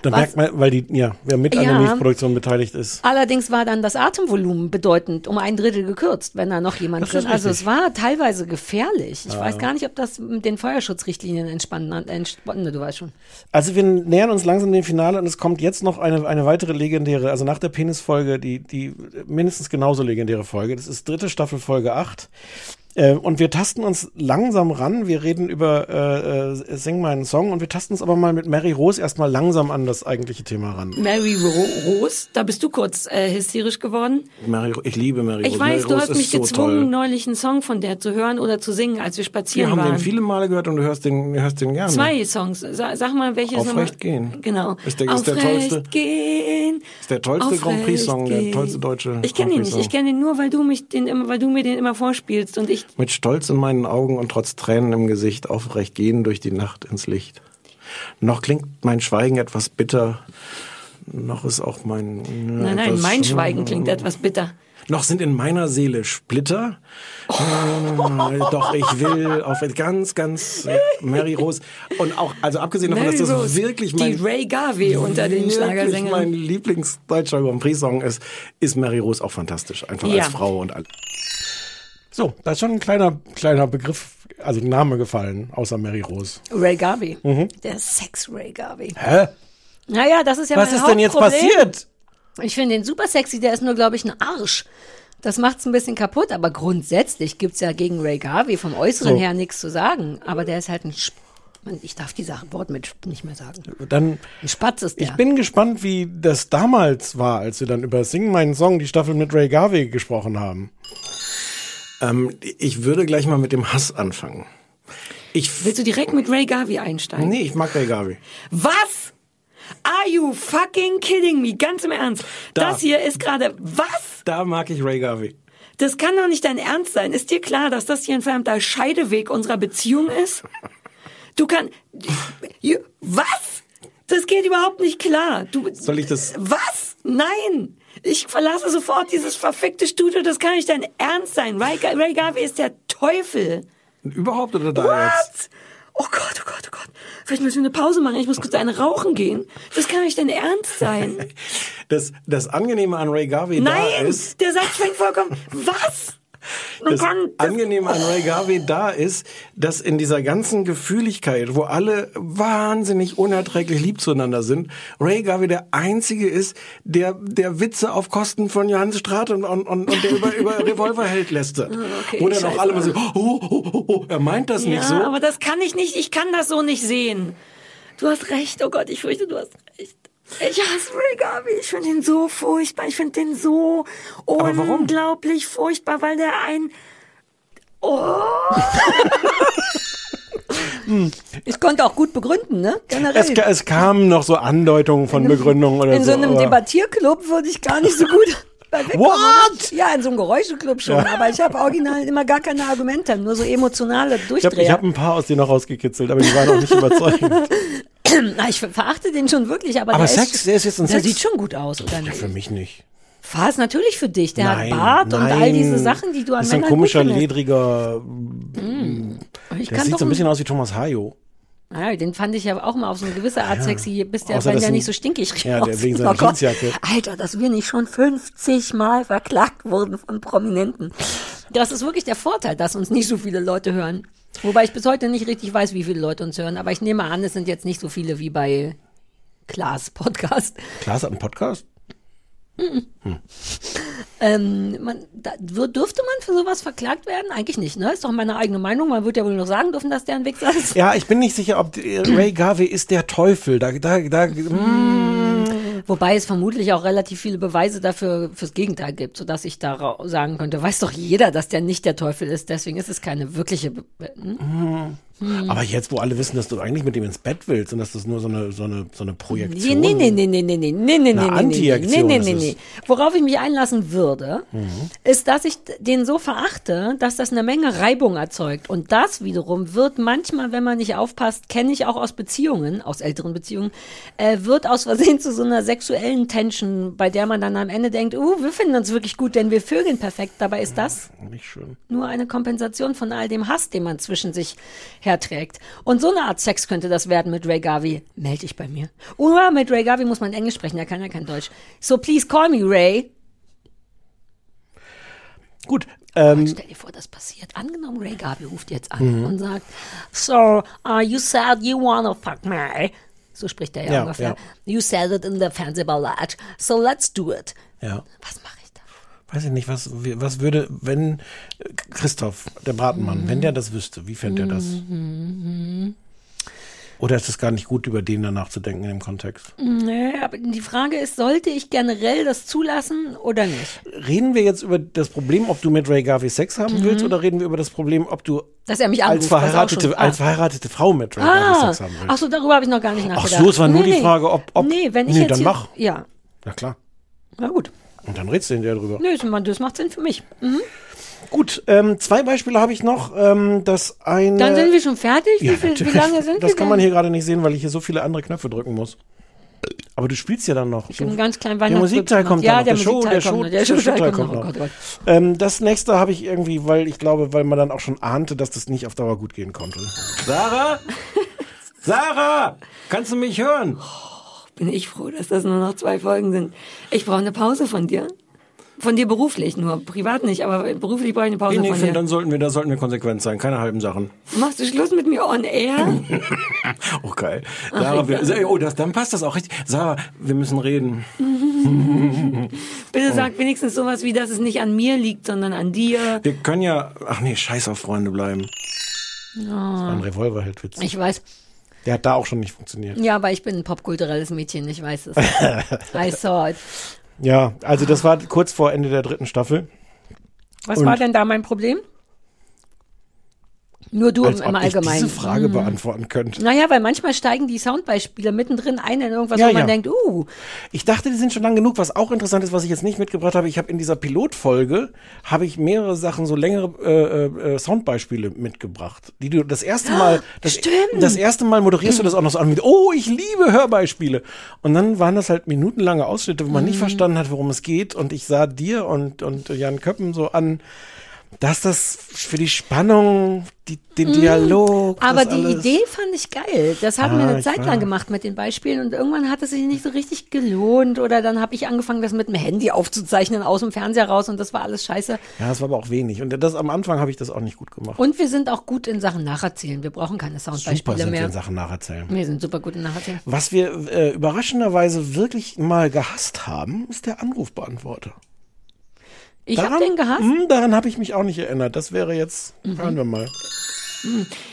Speaker 17: da
Speaker 2: Was-
Speaker 17: merkt man, weil die, ja, wer mit an der
Speaker 2: Ja.
Speaker 17: Milchproduktion beteiligt ist.
Speaker 2: Allerdings war dann das Atemvolumen bedeutend um ein Drittel gekürzt, wenn da noch jemand
Speaker 17: Das ist
Speaker 2: drin. Also es
Speaker 17: richtig.
Speaker 2: war teilweise gefährlich. Ich
Speaker 17: Ja.
Speaker 2: weiß gar nicht, ob das mit den Feuerschutzrichtlinien entspannen hat. Entspannen, du weißt schon.
Speaker 17: Also wir nähern uns langsam dem Finale und es kommt jetzt noch eine, eine weitere legendäre, also nach der Penis-Folge, die, die mindestens genauso legendäre Folge. Das ist dritte Staffel Folge 8. Äh, und wir tasten uns langsam ran. Wir reden über äh, äh, Sing meinen Song und wir tasten uns aber mal mit Mary Rose erstmal langsam an das eigentliche Thema ran.
Speaker 2: Mary Ro Rose, da bist du kurz äh, hysterisch geworden.
Speaker 7: Mary, ich liebe Mary
Speaker 2: Ich
Speaker 7: Rose. Mary
Speaker 2: weiß, du
Speaker 7: Rose
Speaker 2: hast
Speaker 7: ist
Speaker 2: mich
Speaker 7: so
Speaker 2: gezwungen,
Speaker 7: Toll.
Speaker 2: neulich einen Song von der zu hören oder zu singen, als wir
Speaker 7: Wir
Speaker 2: spazieren
Speaker 7: haben den
Speaker 2: waren.
Speaker 7: viele Male gehört und du hörst den, du hörst den gerne.
Speaker 2: Zwei Songs. Sa sag mal, welches
Speaker 7: Aufrecht
Speaker 2: nochmal?
Speaker 7: gehen.
Speaker 2: Genau.
Speaker 7: Ist der- ist der
Speaker 2: Aufrecht
Speaker 7: tollste-
Speaker 2: gehen.
Speaker 7: Ist der tollste
Speaker 2: Aufrecht
Speaker 7: Grand Prix Song, der
Speaker 2: gehen.
Speaker 7: tollste deutsche.
Speaker 2: Ich kenne ihn
Speaker 7: Grand
Speaker 2: nicht.
Speaker 7: Prix
Speaker 2: Ich
Speaker 7: Song.
Speaker 2: kenne ihn nur, weil du mich den immer, weil du mir den immer vorspielst und ich
Speaker 7: Mit Stolz in meinen Augen und trotz Tränen im Gesicht aufrecht gehen durch die Nacht ins Licht. Noch klingt mein Schweigen etwas bitter. Noch ist auch mein. äh,
Speaker 2: Nein, nein,
Speaker 7: etwas-
Speaker 2: mein Schweigen klingt etwas bitter.
Speaker 7: Noch sind in meiner Seele Splitter. Äh, Doch ich will auf ganz, ganz äh, Mary Rose. Und auch, also abgesehen davon,
Speaker 2: Mary
Speaker 7: dass das
Speaker 2: Rose,
Speaker 7: wirklich
Speaker 2: die
Speaker 7: mein.
Speaker 2: Ray Garvey unter den
Speaker 7: wirklich
Speaker 2: Schlagersängern.
Speaker 7: Mein Lieblingsdeutscher Grand Prix-Song ist, ist Mary Rose auch fantastisch. Einfach
Speaker 2: Ja.
Speaker 7: als Frau und alles.
Speaker 17: So, da ist schon ein kleiner, kleiner Begriff, also Name gefallen, außer Mary Rose.
Speaker 2: Ray Garvey.
Speaker 17: Mhm.
Speaker 2: Der Sex Ray Garvey.
Speaker 17: Hä?
Speaker 2: Naja, das ist ja
Speaker 17: Was
Speaker 2: mein
Speaker 17: ist denn jetzt
Speaker 2: Hauptproblem.
Speaker 17: passiert?
Speaker 2: Ich finde den super sexy, der ist nur, glaube ich, ein Arsch. Das macht's ein bisschen kaputt, aber grundsätzlich gibt's ja gegen Ray Garvey vom Äußeren
Speaker 17: So.
Speaker 2: her nichts zu sagen. Aber der ist halt ein Sp Mann, Ich darf die Sache Wort mit Sp nicht mehr sagen.
Speaker 17: Dann
Speaker 2: Ein Spatz ist der.
Speaker 17: Ich bin gespannt, wie das damals war, als wir dann über Sing meinen Song, die Staffel mit Ray Garvey gesprochen haben.
Speaker 7: Ähm, ich würde gleich mal mit dem Hass anfangen. Ich,
Speaker 2: Willst du direkt mit Ray Garvey einsteigen?
Speaker 7: nee, ich mag Ray Garvey.
Speaker 2: Was? Are you fucking kidding me? Ganz im Ernst.
Speaker 7: Da.
Speaker 2: Das hier ist gerade. Was?
Speaker 7: Da mag ich Ray Garvey.
Speaker 2: Das kann doch nicht dein Ernst sein. Ist dir klar, dass das hier ein verdammter Scheideweg unserer Beziehung ist? Du kannst. Was? Das geht überhaupt nicht klar. Du,
Speaker 7: Soll ich das-
Speaker 2: Was? Nein! Ich verlasse sofort dieses verfickte Studio. Das kann nicht dein Ernst sein. Ray, Ga- Ray Garvey ist der Teufel.
Speaker 7: Überhaupt oder da
Speaker 2: What?
Speaker 7: jetzt?
Speaker 2: Oh Gott, oh Gott, oh Gott. Vielleicht müssen wir eine Pause machen. Ich muss kurz einen rauchen gehen. Das kann nicht dein Ernst sein.
Speaker 7: das, das Angenehme an Ray Garvey da
Speaker 8: Nein,
Speaker 7: ist,
Speaker 8: der Satz fängt vollkommen. Was? Man
Speaker 7: das
Speaker 8: kann-
Speaker 7: Angenehme an Ray Garvey da ist, dass in dieser ganzen Gefühligkeit, wo alle wahnsinnig unerträglich lieb zueinander sind, Ray Garvey der Einzige ist, der, der Witze auf Kosten von Johannes Straat und, und, und und der über, über Revolverheld
Speaker 2: Ah,
Speaker 7: lästert.
Speaker 8: Okay,
Speaker 7: Wo dann auch
Speaker 8: scheiße.
Speaker 7: alle mal so, oh, oh, oh, oh, er meint das nicht so.
Speaker 8: Ja, aber das kann ich nicht. Ich kann das so nicht sehen. Du hast recht. Oh Gott, ich fürchte, du hast recht. Ich hasse Ray Garvey. Ich finde ihn so furchtbar. Ich finde den so
Speaker 7: Aber warum?
Speaker 8: unglaublich furchtbar, weil der ein... Oh.
Speaker 2: Ich konnte auch gut begründen, ne? Generell.
Speaker 17: Es, ka- es kamen noch so Andeutungen von Begründungen oder
Speaker 2: in so
Speaker 17: so.
Speaker 2: einem
Speaker 17: aber-
Speaker 2: Debattierclub würde ich gar nicht so gut bei wegkommen,
Speaker 17: What?
Speaker 2: oder? Ja, in so einem Geräuscheclub schon.
Speaker 17: Ja.
Speaker 2: Aber ich habe original immer gar keine Argumente, nur so emotionale
Speaker 17: ich habe
Speaker 2: Durchdreher.
Speaker 17: ich hab ein paar aus dir noch rausgekitzelt, aber die waren auch nicht überzeugend.
Speaker 2: Na, Ah, ich ver- verachte den schon wirklich, aber,
Speaker 17: Aber
Speaker 2: der
Speaker 17: Sex,
Speaker 2: ist,
Speaker 17: der ist jetzt ein
Speaker 2: der
Speaker 17: Sex.
Speaker 2: sieht schon gut aus, oder nicht?
Speaker 17: Für mich nicht.
Speaker 2: Was? Natürlich für dich. Der
Speaker 17: Nein,
Speaker 2: hat Bart und all
Speaker 17: nein.
Speaker 2: diese Sachen, die du an
Speaker 17: Ist ein
Speaker 2: Männern
Speaker 17: komischer,
Speaker 2: gut findest.
Speaker 17: ledriger.
Speaker 2: Mm. Ich
Speaker 17: Der
Speaker 2: kann
Speaker 17: sieht
Speaker 2: doch
Speaker 17: so
Speaker 2: ein-
Speaker 17: ein bisschen aus wie Thomas Hayo.
Speaker 2: Naja, Ah, den fand ich ja auch mal auf so eine gewisse Art
Speaker 17: Ja.
Speaker 2: sexy, bis der,
Speaker 17: Außer,
Speaker 2: wenn
Speaker 17: dass
Speaker 2: der
Speaker 17: ein-
Speaker 2: nicht so stinkig riecht.
Speaker 17: Ja, der wegen seiner Jeansjacke.
Speaker 2: Alter, dass wir nicht schon 50 Mal verklagt wurden von Prominenten. Das ist wirklich der Vorteil, dass uns nicht so viele Leute hören. Wobei ich bis heute nicht richtig weiß, wie viele Leute uns hören. Aber ich nehme an, es sind jetzt nicht so viele wie bei Klaas Podcast.
Speaker 17: Klaas hat einen Podcast?
Speaker 2: Ähm, man, da, wür- dürfte man für sowas verklagt werden? Eigentlich nicht, ne? Ist doch meine eigene Meinung. Man wird ja wohl noch sagen dürfen, dass der ein Wichser ist.
Speaker 17: Ja, ich bin nicht sicher, ob die- äh, Ray Garvey ist der Teufel. Da, da, da, hm. mm.
Speaker 2: Wobei es vermutlich auch relativ viele Beweise dafür fürs Gegenteil gibt, sodass ich da ra- sagen könnte, weiß doch jeder, dass der nicht der Teufel ist, deswegen ist es keine wirkliche. Be Be- hm? Hm.
Speaker 17: Aber jetzt, wo alle wissen, dass du eigentlich mit ihm ins Bett willst und dass das nur so eine, so eine, so eine
Speaker 2: Nee,
Speaker 17: Projektion
Speaker 2: nee, nee, nee, nee, nee, nee, nee, nee, nee,
Speaker 17: Eine
Speaker 2: nee, nee, nee,
Speaker 17: Antiaktion
Speaker 2: nee,
Speaker 17: ist
Speaker 2: nee,
Speaker 17: es.
Speaker 2: nee. Worauf ich mich einlassen würde,
Speaker 17: Mhm.
Speaker 2: ist, dass ich den so verachte, dass das eine Menge Reibung erzeugt. Und das wiederum wird manchmal, wenn man nicht aufpasst, kenne ich auch aus Beziehungen, aus älteren Beziehungen, äh, wird aus Versehen zu so einer sexuellen Tension, bei der man dann am Ende denkt, uh, wir finden uns wirklich gut, denn wir vögeln perfekt. Dabei ist das
Speaker 17: Nicht schön.
Speaker 2: nur eine Kompensation von all dem Hass, den man zwischen sich herträgt. Und so eine Art Sex könnte das werden mit Ray Garvey. Meld dich bei mir. Oder mit Ray Garvey muss man Englisch sprechen, er kann ja kein Deutsch. So please call me Ray.
Speaker 17: Gut. Ähm,
Speaker 2: Stell dir vor, das passiert. Angenommen, Ray Garvey ruft jetzt an
Speaker 17: Mhm.
Speaker 2: und sagt, so, uh, you said you wanna fuck me. So spricht er ja,
Speaker 17: Ja,
Speaker 2: ungefähr.
Speaker 17: ja.
Speaker 2: You said it in the Fernsehballett. So let's do it.
Speaker 17: ja. Was mache ich da? Weiß ich nicht, was, was würde, wenn äh, Christoph, der Bratenmann, wenn der das wüsste, wie fände er das?
Speaker 2: Mhm.
Speaker 17: Oder ist es gar nicht gut, über den danach zu denken in dem Kontext?
Speaker 2: Nee, aber die Frage ist, sollte ich generell das zulassen oder nicht?
Speaker 17: Reden wir jetzt über das Problem, ob du mit Ray Garvey Sex haben
Speaker 2: Mhm.
Speaker 17: willst, oder reden wir über das Problem, ob du
Speaker 2: Dass er mich
Speaker 17: als
Speaker 2: anruft, das ist auch schon-
Speaker 17: verheiratete,
Speaker 2: ah.
Speaker 17: als verheiratete Frau mit Ray Garvey
Speaker 2: Ah,
Speaker 17: Sex haben willst?
Speaker 2: ach so, darüber habe ich noch gar nicht
Speaker 17: Ach
Speaker 2: nachgedacht.
Speaker 17: so, es war nur
Speaker 2: Nee,
Speaker 17: die
Speaker 2: nee.
Speaker 17: Frage, ob. ob
Speaker 2: nee, wenn ich
Speaker 17: nee,
Speaker 2: jetzt
Speaker 17: dann
Speaker 2: hier,
Speaker 17: mach.
Speaker 2: Ja,
Speaker 17: Na klar.
Speaker 2: na gut.
Speaker 17: Und dann redst du hinterher drüber.
Speaker 2: Nö, das- das macht Sinn für mich. Mhm.
Speaker 17: Gut, ähm, zwei Beispiele habe ich noch. Ähm, das eine.
Speaker 2: Dann sind wir schon fertig?
Speaker 17: Ja,
Speaker 2: wie, viel, wie
Speaker 17: natürlich.
Speaker 2: lange sind wir
Speaker 17: Das kann man
Speaker 2: denn?
Speaker 17: hier gerade nicht sehen, weil ich hier so viele andere Knöpfe drücken muss. Aber du spielst ja dann noch. Ich
Speaker 2: hab einen ganz kleinen
Speaker 17: Der
Speaker 2: Weihnachtswitz
Speaker 17: Musikteil
Speaker 2: gemacht.
Speaker 17: kommt
Speaker 2: Ja,
Speaker 17: dann noch.
Speaker 2: der
Speaker 17: Show,
Speaker 2: Musikteil
Speaker 17: der
Speaker 2: kommt
Speaker 17: Show,
Speaker 2: noch. Der Showteil kommt noch. Oh Gott,
Speaker 17: Ähm, das nächste habe ich irgendwie, weil ich glaube, weil man dann auch schon ahnte, dass das nicht auf Dauer gut gehen konnte.
Speaker 7: Sarah? Sarah! Kannst du mich hören?
Speaker 8: Oh, Bin ich froh, dass das nur noch zwei Folgen sind. Ich brauche eine Pause von dir. Von dir beruflich nur. Privat nicht, aber beruflich brauche ich eine
Speaker 7: Nee,
Speaker 8: Pause
Speaker 7: nee,
Speaker 8: von
Speaker 7: Finn,
Speaker 8: dir.
Speaker 7: dann sollten wir, da sollten wir konsequent sein. Keine halben Sachen.
Speaker 8: Machst du Schluss mit mir on air?
Speaker 7: Oh, geil.
Speaker 8: Ach,
Speaker 7: Sarah, wir,
Speaker 8: egal.
Speaker 7: oh, das, dann passt das auch richtig. Sarah, wir müssen reden.
Speaker 8: Bitte sag wenigstens sowas wie, dass es nicht an mir liegt, sondern an dir.
Speaker 7: Wir können ja, ach nee, scheiß auf Freunde bleiben.
Speaker 17: Ein Revolverheldwitz.
Speaker 2: Ich weiß.
Speaker 17: Der hat da auch schon nicht funktioniert.
Speaker 2: Ja, aber ich bin ein popkulturelles Mädchen, ich weiß es. I saw it.
Speaker 17: Ja, also das war kurz vor Ende der dritten Staffel.
Speaker 2: Was
Speaker 17: Und-
Speaker 2: war denn da mein Problem? Nur du
Speaker 17: als
Speaker 2: im, im
Speaker 17: ob ich
Speaker 2: Allgemeinen.
Speaker 17: diese Frage
Speaker 2: Hm.
Speaker 17: beantworten könnte.
Speaker 2: Naja, weil manchmal steigen die Soundbeispiele mittendrin ein in irgendwas,
Speaker 17: Ja,
Speaker 2: wo man
Speaker 17: ja.
Speaker 2: denkt, uh,
Speaker 17: Ich dachte, die sind schon lang genug. Was auch interessant ist, was ich jetzt nicht mitgebracht habe, ich habe in dieser Pilotfolge habe ich mehrere Sachen, so längere äh, äh, Soundbeispiele mitgebracht, die du das erste Mal, das, das erste Mal moderierst du das auch noch so an mit, oh, ich liebe Hörbeispiele. Und dann waren das halt minutenlange
Speaker 2: Mm.
Speaker 17: Ausschnitte, wo man nicht verstanden hat, worum es geht. Und ich sah dir und und Jan Köppen so an. dass das für die Spannung, die, den Dialog.
Speaker 2: Mm. Aber
Speaker 17: das
Speaker 2: die
Speaker 17: alles-
Speaker 2: Idee fand ich geil. Das haben wir
Speaker 17: Ah,
Speaker 2: eine
Speaker 17: ich
Speaker 2: Zeit
Speaker 17: weiß.
Speaker 2: lang gemacht mit den Beispielen und irgendwann hat es sich nicht so richtig gelohnt oder dann habe ich angefangen, das mit dem Handy aufzuzeichnen aus dem Fernseher raus und das war alles scheiße.
Speaker 17: Ja, das war aber auch wenig. Und das am Anfang habe ich das auch nicht gut gemacht.
Speaker 2: Und wir sind auch gut in Sachen Nacherzählen. Wir brauchen keine
Speaker 17: Super
Speaker 2: Soundbeispiele
Speaker 17: sind wir
Speaker 2: mehr.
Speaker 17: in Sachen nacherzählen.
Speaker 2: Wir sind super gut in Nacherzählen.
Speaker 17: Was wir äh, überraschenderweise wirklich mal gehasst haben, ist der Anrufbeantworter.
Speaker 2: Ich habe
Speaker 17: Daran-
Speaker 2: den gehasst. Mhm.
Speaker 17: Hm, daran habe ich mich auch nicht erinnert. Das wäre jetzt, hören wir mal.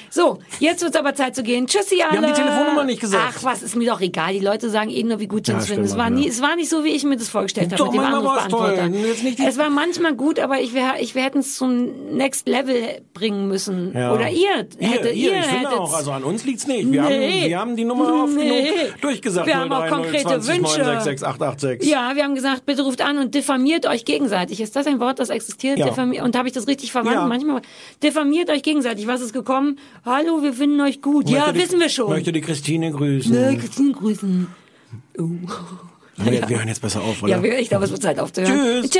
Speaker 2: So, jetzt wird's aber Zeit zu gehen. Tschüssi alle.
Speaker 17: haben die Telefonnummer nicht gesagt.
Speaker 2: Ach, was ist mir doch egal. Die Leute sagen eh nur, wie gut sie
Speaker 17: Ja,
Speaker 2: uns finden. Es
Speaker 17: stimmt
Speaker 2: war,
Speaker 17: mal
Speaker 2: nie,
Speaker 17: wieder.
Speaker 2: es war nicht so, wie ich mir das vorgestellt habe.
Speaker 17: Doch,
Speaker 2: mit dem
Speaker 17: manchmal war's toll.
Speaker 2: Anrufbeantworter.
Speaker 17: Jetzt nicht die-
Speaker 2: es war manchmal gut, aber ich, wär, ich hätten es zum Next Level bringen müssen.
Speaker 17: Ja.
Speaker 2: Oder ihr. hätte,
Speaker 7: ihr, ihr, ich finde
Speaker 2: hättet's-
Speaker 7: auch, also an uns liegt's nicht.
Speaker 2: Nee.
Speaker 7: Wir, haben, wir haben die Nummer aufgenommen,
Speaker 2: Nee.
Speaker 7: durchgesagt.
Speaker 2: Wir haben auch konkrete
Speaker 7: 020
Speaker 2: Wünsche.
Speaker 7: 966 886.
Speaker 2: Ja, wir haben gesagt, bitte ruft an und diffamiert euch gegenseitig. Ist das ein Wort, das existiert?
Speaker 7: Ja.
Speaker 2: Diffami- und habe ich das richtig verwandt?
Speaker 7: Ja.
Speaker 2: Manchmal diffamiert euch gegenseitig. Was ist gekommen? Hallo, wir finden euch gut.
Speaker 7: Möchte
Speaker 2: ja,
Speaker 7: die-
Speaker 2: wissen wir schon.
Speaker 7: Möchte die Christine grüßen.
Speaker 2: Ne, Christine grüßen. Oh.
Speaker 7: Wir, wir hören jetzt besser auf, oder?
Speaker 2: Ja, wir- ich glaube, es wird Zeit aufzuhören. Tschüss.